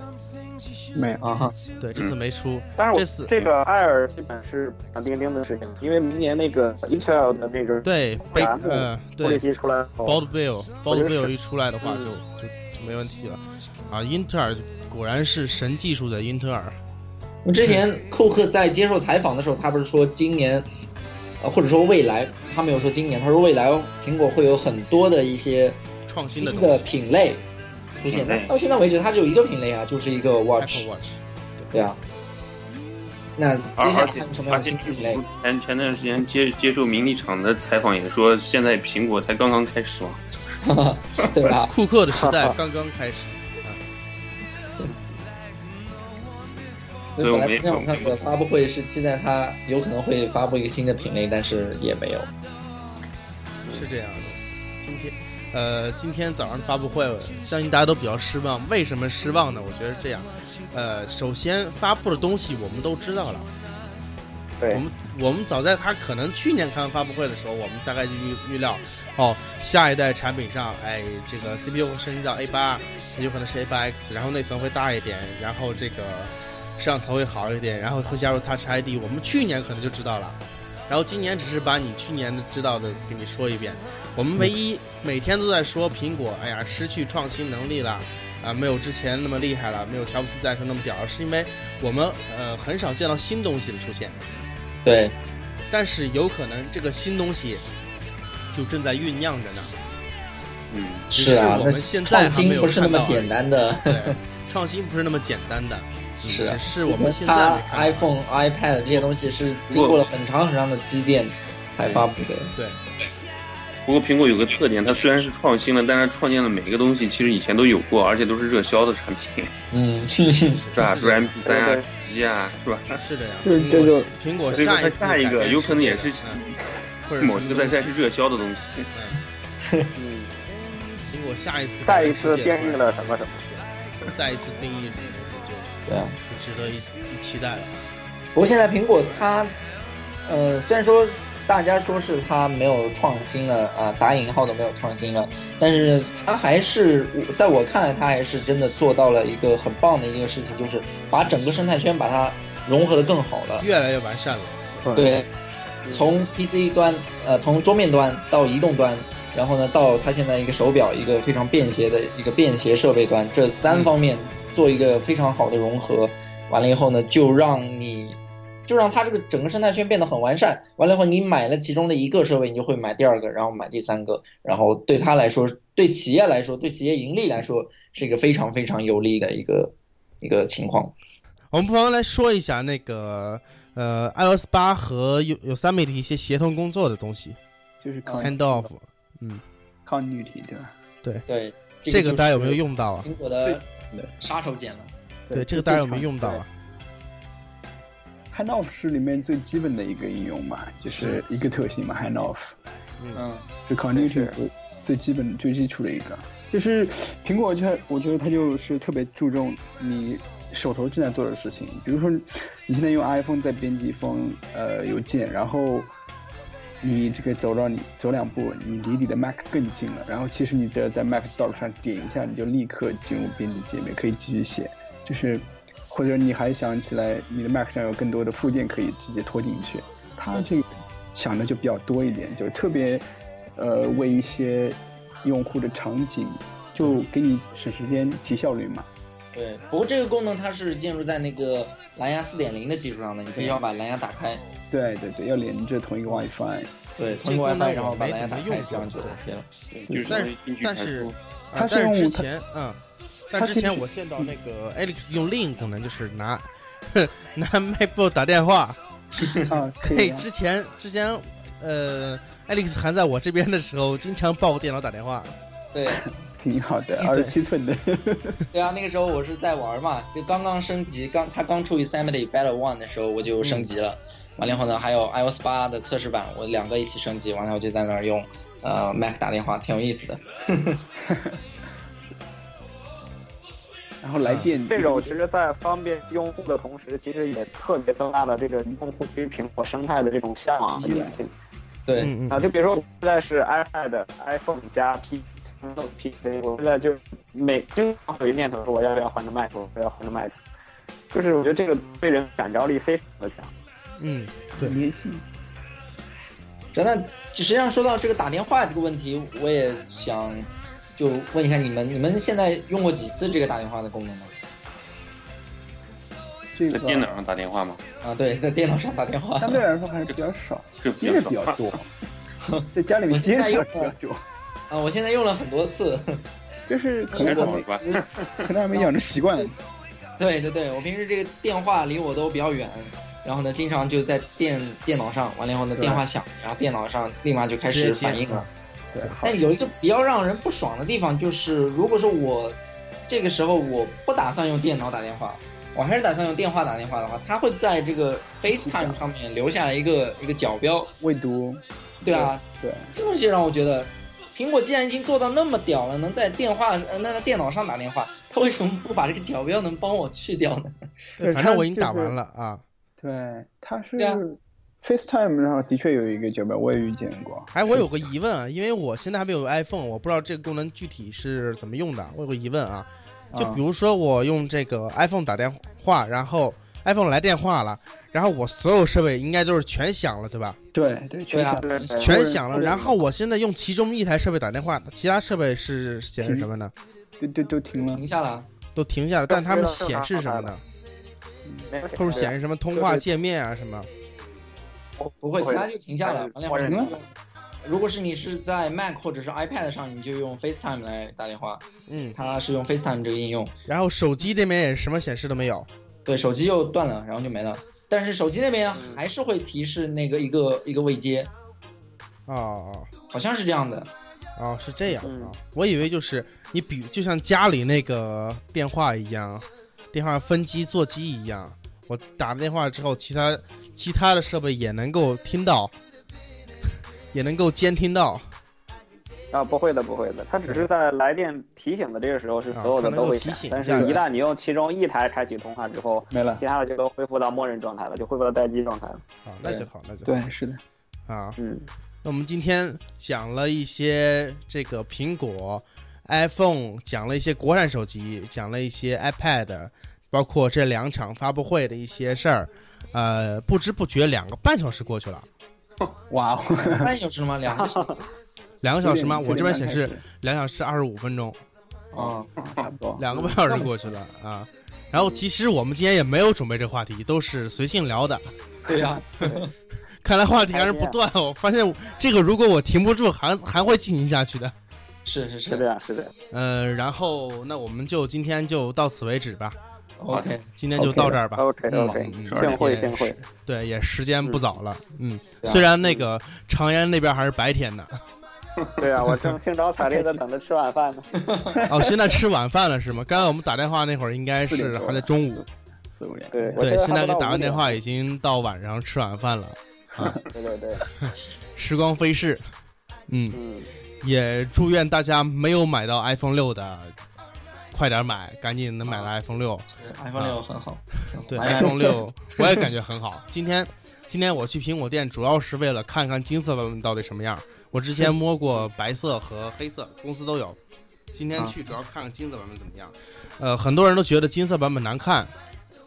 D: 没有。
B: 啊哈，
A: 对，这次没出。
C: 嗯但是
A: 这
C: 我
A: 次
C: 这个艾尔基本是板上钉钉的事情，因为明年那个 Intel 的那个
A: 对，被
C: 然后
A: 呃
C: 处
A: 对
C: 理器出来后，
A: Bald Bill
C: 我
A: Bald
C: 觉得是嗯
A: Bill 一出来的话就就就没问题了啊！英特尔果然是神技术的英特尔，
B: 我之前库克在接受采访的时候，他不是说今年，呃，或者说未来，他没有说今年，他说未来苹果会有很多的一些
A: 创新
B: 新
A: 的东
B: 的
A: 西
B: 品类出现。
E: 品类
B: 但到现在为止，它只有一个品类啊，就是一个 Watch，
A: Apple Watch。
B: 对啊。那
E: 而
B: 接下来
E: 而
B: 还
E: 且
B: 有什么样
E: 而
B: 的
E: 且
B: 新品类？
E: 前前段时间接接受名利场的采访也说，现在苹果才刚刚开始嘛。
B: 对吧？
A: 库克的时代刚刚开始，
B: 所
E: 对
B: 以本
E: 我
B: 来
E: 们也
B: 今天我看的发布会是期待它有可能会发布一个新的品类，但是也没有。
A: 是这样的。今天，呃，今天早上发布会，相信大家都比较失望。为什么失望呢？我觉得是这样，呃，首先发布的东西我们都知道了，
C: 对
A: 我们我们早在他可能去年看发布会的时候，我们大概就预预料，哦，下一代产品上，哎，这个 CPU 会升级到 A 八，有可能是 A 八 X，然后内存会大一点，然后这个摄像头会好一点，然后会加入 Touch ID。我们去年可能就知道了，然后今年只是把你去年的知道的给你说一遍。我们唯一每天都在说苹果，哎呀，失去创新能力了。啊，没有之前那么厉害了，没有乔布斯在的时候那么屌了，是因为我们呃很少见到新东西的出现。
B: 对，
A: 但是有可能这个新东西就正在酝酿着呢，
E: 嗯，
A: 只
B: 是啊，
A: 我们
B: 那
A: 现在
B: 创
A: 还没
B: 新
A: 有
B: 不是那么
A: 看到
B: 简单的。
A: 对，创新不是那么简单的，嗯
B: 是啊
A: 只是我们现在
B: 它
A: 没看到。
B: iPhone、iPad 这些东西是经过了很长很长的积淀才发布的。
A: 对，
E: 不过苹果有个特点，它虽然是创新了，但是它创建的每个东西其实以前都有过，而且都是热销的产品，
B: 嗯， *laughs*
E: 是吧？
A: 是
E: 比如 MP 三
C: 对
E: 啊
C: 对、
E: 手机啊，是吧？
A: 是这样。
D: 对
A: 苹
D: 这
A: 果
D: 就
A: 苹果
E: 所以说
A: 下一
E: 它
A: 次
E: 下一
A: 改
E: 个
A: 变
E: 有可
A: 世
E: 能
A: 界
E: 也
A: 的
E: 是
A: 嗯或者
E: 某
A: 是
E: 一个赛
A: 东
E: 赛
A: 西
E: 是热销的东西。
C: 嗯，
A: 苹果下一次
C: 再
A: 改
C: 一
A: 变世
C: 次
A: 界
C: 定义
A: 的话
C: 了什么什么。
A: 再一次定义这个东西就
B: 对啊。
A: 就值得一一期待了。
B: 不过现在苹果它，呃，虽然说大家说是它没有创新了啊、打引号的没有创新了，但是它还是在我看来，它还是真的做到了一个很棒的一个事情，就是把整个生态圈把它融合的更好了。
A: 越来越完善了，
B: 对，从 PC 端，呃，从桌面端到移动端，然后呢，到它现在一个手表，一个非常便携的一个便携设备端，这三方面做一个非常好的融合。完了以后呢，就让你，就让它这个整个生态圈变得很完善。完了以后，你买了其中的一个设备，你就会买第二个，然后买第三个，然后对它来说，对企业来说，对企业盈利来说，是一个非常非常有利的一个一个情况。
A: 我们不妨来说一下那个呃 iOS 八和有有三媒体一些协同工作的东西
D: 就是 con
A: ，hand off，
D: continuity 对吧？
B: 对，
A: 这个
B: 就是
A: 大家有没有用到啊？
B: 苹果的
D: 对
B: 杀手锏了。
A: 对，这个大家有没有用到啊？
D: ？Hand off 是里面最基本的一个应用嘛，就是一个特性嘛，hand off
B: 嗯，
D: 是 continuity 最最基本最基础的一个。就是苹果就，它我觉得它就是特别注重你手头正在做的事情，比如说你现在用 iPhone 在编辑一封呃邮件，然后你这个走到你走两步，你离你的 Mac 更近了，然后其实你只要在 Mac Dock 上点一下，你就立刻进入编辑界面，可以继续写，就是。或者你还想起来，你的 Mac 上有更多的附件可以直接拖进去，它这个想的就比较多一点，就是特别呃，为一些用户的场景，就给你省时间、提效率嘛。
B: 对，不过这个功能它是建筑在那个蓝牙四点零的基础上的，你必须要把蓝牙打开，
D: 对对对，要连着同一个 WiFi。
B: 对，
A: 这
B: 嗯通过
A: 功
B: WiFi
A: 能
B: 然后
A: 我
B: 把
A: 没
B: 蓝牙
A: 怎
B: 打
A: 么
B: 开
A: 用，
B: 这
A: 过
B: 样，就 OK 了。
E: 就是
A: 但
E: 说根据
A: 但
E: 传
A: 是
E: 输，
A: 啊
D: 它是
A: 但
D: 用
A: 是之
D: 它
A: 前，嗯，但
D: 它
A: 之
D: 其
A: 前
D: 实
A: 我见到那个 Alex 用另一个功能，就是拿 *laughs* 拿 MacBook 打电话。
D: 啊，可以
A: 嘿，
D: 啊。
A: 之前之前，呃，Alex 还在我这边的时候，经常抱我电脑打电话。
B: 对，
D: 挺好的，
A: 对
D: 二十七寸的， *laughs*
B: 对啊，那个时候我是在玩嘛，就刚刚升级，刚它刚出 Yosemite Battle One 的时候我就升级了，完了以后呢，还有 iOS 八的测试版，我两个一起升级，完了我就在那儿用呃 Mac 打电话，挺有意思的。
D: 然后来电
C: 这种其实，在方便用户的同时，其实也特别增大了这个用户对于苹果生态的这种向往和
D: 依赖
C: 粘性
B: 对，
A: 嗯
C: 啊。就比如说，我现在是 iPad、iPhone 加 P。Note PC，我现在就每经常有一念头说我要不要换成 Mac，我要换成 Mac，就是我觉得这个对人感召力非常的强。
A: 嗯，对
D: 联系，
B: 真的，实际上说到这个打电话这个问题，我也想就问一下你们，你们现在用过几次这个打电话的功能呢？
D: 这
E: 在
D: 个
E: 电脑上打电话嘛，
B: 啊，对，在电脑上打
A: *laughs*
B: 电话。
D: 相对来说还是比较少，
E: 这比
D: 接
E: 较
D: 着
E: 少
D: 比较多，在家里面接着比较多，
B: 啊，我现在用了很多
A: *laughs*
B: 次。
D: 就是可能还没
E: 还是
D: 可能还没养成习
E: *laughs*
D: 惯，
B: 对对对，我平时这个电话离我都比较远，然后呢，经常就在电电脑上，完了以后呢，
D: 对
B: 电话响，然后电脑上立马就开
A: 直接
B: 始
A: 接嗯
B: 反应了。
E: 哎
D: 对，好
B: 但有一个比较让人不爽的地方，就是如果说我这个时候我不打算用电脑打电话，我还是打算用电话打电话的话，它会在这个 FaceTime 上面留下来一个一个角标，
D: 未读，
B: 对啊，
D: 对，
B: 这东西让我觉得，苹果既然已经做到那么屌了，能在电话呃那个电脑上打电话，它为什么不把这个角标能帮我去掉呢？
A: 对，反正我已经打完了啊，
D: 对，它是
B: 对啊
D: FaceTime 上的确有一个九百，我也遇见过。
A: 哎，我有个疑问啊，因为我现在还没有 iPhone，我不知道这个功能具体是怎么用的。我有个疑问啊，就
D: 嗯
A: 比如说我用这个 iPhone 打电话，然后 iPhone 来电话了，然后我所有设备应该都是全响了，对吧？
D: 对对，
B: 对
D: 全
B: 啊
D: 响，
C: 对，
A: 全响了，然后我现在用其中一台设备打电话，其他设备是显示什么呢？
D: 对对都停了
B: *laughs* 停，下了，
A: 都停下了，但它们显示什么呢？
C: 没有
A: 都是
C: 显
A: 显
C: 示
A: 示什么通话界面啊什么？
B: 不会，哎
C: 不
B: 其
C: 会
B: 他就停下了，完了
C: 我
B: 以后
C: 忍
B: 你
D: 了
B: 就用。如果是你是在 Mac 或者是 iPad 上，你就用 FaceTime 来打电话，
A: 嗯，
B: 它是用 FaceTime 这个应用。
A: 然后手机这边也什么显示都没有。
B: 对，手机又断了，然后就没了。但是手机那边还是会提示那个一个一个未接，
A: 哦
B: 好像是这样的。
A: 哦哦，是这样啊、
C: 嗯
A: 我以为就是你比就像家里那个电话一样，电话分机座机一样，我打了电话之后，其他其他的设备也能够听到， *laughs* 也能够监听到。
C: 啊，不会的，不会的，它只是在来电提醒的这个时候是
A: 啊
C: 所有
A: 它
C: 的
A: 能
C: 都
A: 够
C: 会
A: 提醒
C: 响，但
A: 一
C: 是
A: 下
C: 一
A: 就
C: 旦
A: 行
C: 你用其中一台开启通话之后，
D: 没了
C: 其。他的就都恢复到默认状态了，就恢复到待机状态了。
A: 啊，那就好，那就好
D: 对，是的，
A: 啊。
C: 嗯，
A: 那我们今天讲了一些这个苹果、iPhone，讲了一些国产手机，讲了一些 iPad，包括这两场发布会的一些事儿。呃，不知不觉两个半小时过去了，
D: 哇哦，
B: 半小时吗？两 *laughs* 个小时？
A: 两个小时吗？
D: 九点
A: 我这边显
D: 九
A: 示
D: 点
A: 两小时哦二十五分钟，
B: 啊、
D: 半开始差不多，
A: 两个半小时过去了啊。然后其实我们今天也没有准备这话题，都是随性聊的。 *laughs*
B: 对啊呀、
A: 看来话题还是不断，我发现这个如果我停不住，还还会进行下去的。
B: 是是
C: 是
B: 是
C: 这样，是这样。
A: 呃，然后那我们就今天就到此为止吧，
B: ，OK，
A: 今天就到这儿吧。
C: OK
A: 嗯
C: OK，
A: 嗯
E: 是
A: 嗯
C: 幸会
A: 也
C: 幸会。
A: 对，也时间不早了，嗯，
B: 对啊
A: 虽然那个长安那边还是白天呢，
C: 对啊，我正兴高
A: *laughs*
C: 采烈的等着吃晚饭呢。
A: 哦，现在吃晚饭了是吗？刚才我们打电话那会儿应该
D: 四点
A: 是
D: 多了
A: 还在中午，
D: 四五点。
C: 对，我
A: 对，
C: 现
A: 现在
C: 还
A: 给
C: 不到
A: 打
C: 5
A: 完电
C: 点。
A: 话已经到晚上吃晚饭了，
C: 对对对，
A: 时光飞逝，嗯，
C: 嗯，
A: 也祝愿大家没有买到 iPhone 六的，快点买，赶紧能买到 iPhone 六，
B: 是 iPhone 六很好。
A: 对 *laughs*
B: 买买
A: ，iPhone 六我也感觉很好。今天今天我去苹果店主要是为了看看金色版本到底什么样。我之前摸过白色和黑色，公司都有。今天去主要看看金色版本怎么样。呃，很多人都觉得金色版本难看，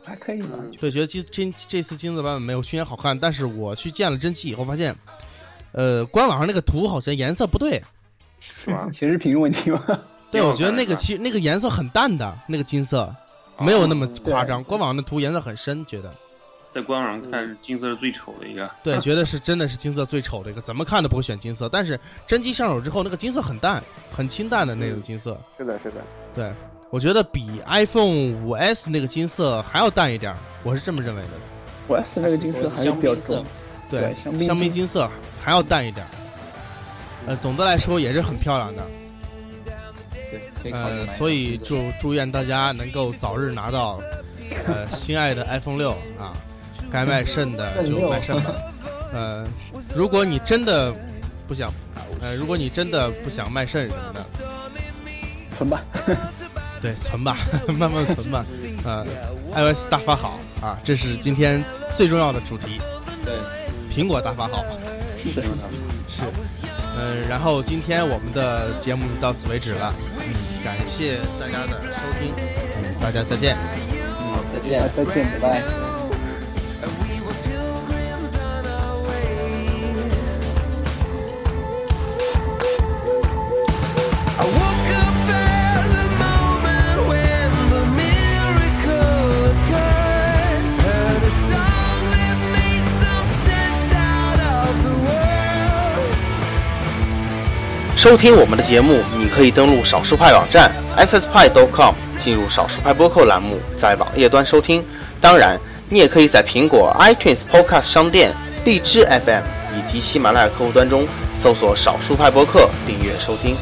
D: 还可以吧？？
A: 对，觉得金这这次金色版本没有去年好看。但是我去见了真机以后，发现呃，官网上那个图好像颜色不对，
E: 是吧
A: 嗯
D: 显示屏问题吗？ *laughs*
A: 对，
E: 因为
A: 我觉得
E: 看
A: 那个
E: 看
A: 其实那个颜色很淡的，那个金色
E: 啊
A: 没有那么夸张。官网的图颜色很深，觉得
E: 在官网上看
A: 嗯
E: 是金色是最丑的
D: *laughs*
E: 一个，
A: 对，觉得是真的是金色最丑的一个，怎么看都不会选金色。但是真机上手之后，那个金色很淡，很清淡的那
D: 嗯
A: 种金色，
C: 是的，是的，
A: 对我觉得比 iPhone 五 S 那个金色还要淡一点儿，我是这么认为的。
D: 五 S 那个金色还是
A: 呃
B: 香
D: 比较
B: 槟色
D: 重，，
A: 对
D: 对，香槟
A: 槟金色还要淡一点儿。呃，总的来说也是很漂亮的，
B: 对，可以考虑
A: 呃，
B: 买
A: 所以祝祝愿大家能够早日拿到，呃，心爱的 iPhone 六啊，该卖肾的就卖肾吧。呃，如果你真的不想，呃，如果你真的不想卖肾什么的，
D: 存吧。
A: 对，存吧， *laughs* 慢慢存吧。呃，iOS 大法好啊，这是今天最重要的主题，
B: 对。
A: 苹果大法好。
D: 是
A: 是，嗯、然后今天我们的节目到此为止了，嗯，感谢大家的收听，嗯，大家再见。
B: 好，再见，
D: 再见
B: 拜拜。
F: I woke up at the moment when the miracle occurred. Heard a song that made some sense out of the world.
G: 收听我们的节目，你可以登录少数派网站 accesspie.com，进入少数派播客栏目，在网页端收听。当然，你也可以在苹果 iTunes Podcast 商店、荔枝 FM 以及喜马拉雅客户端中搜索“少数派播客”，订阅收听。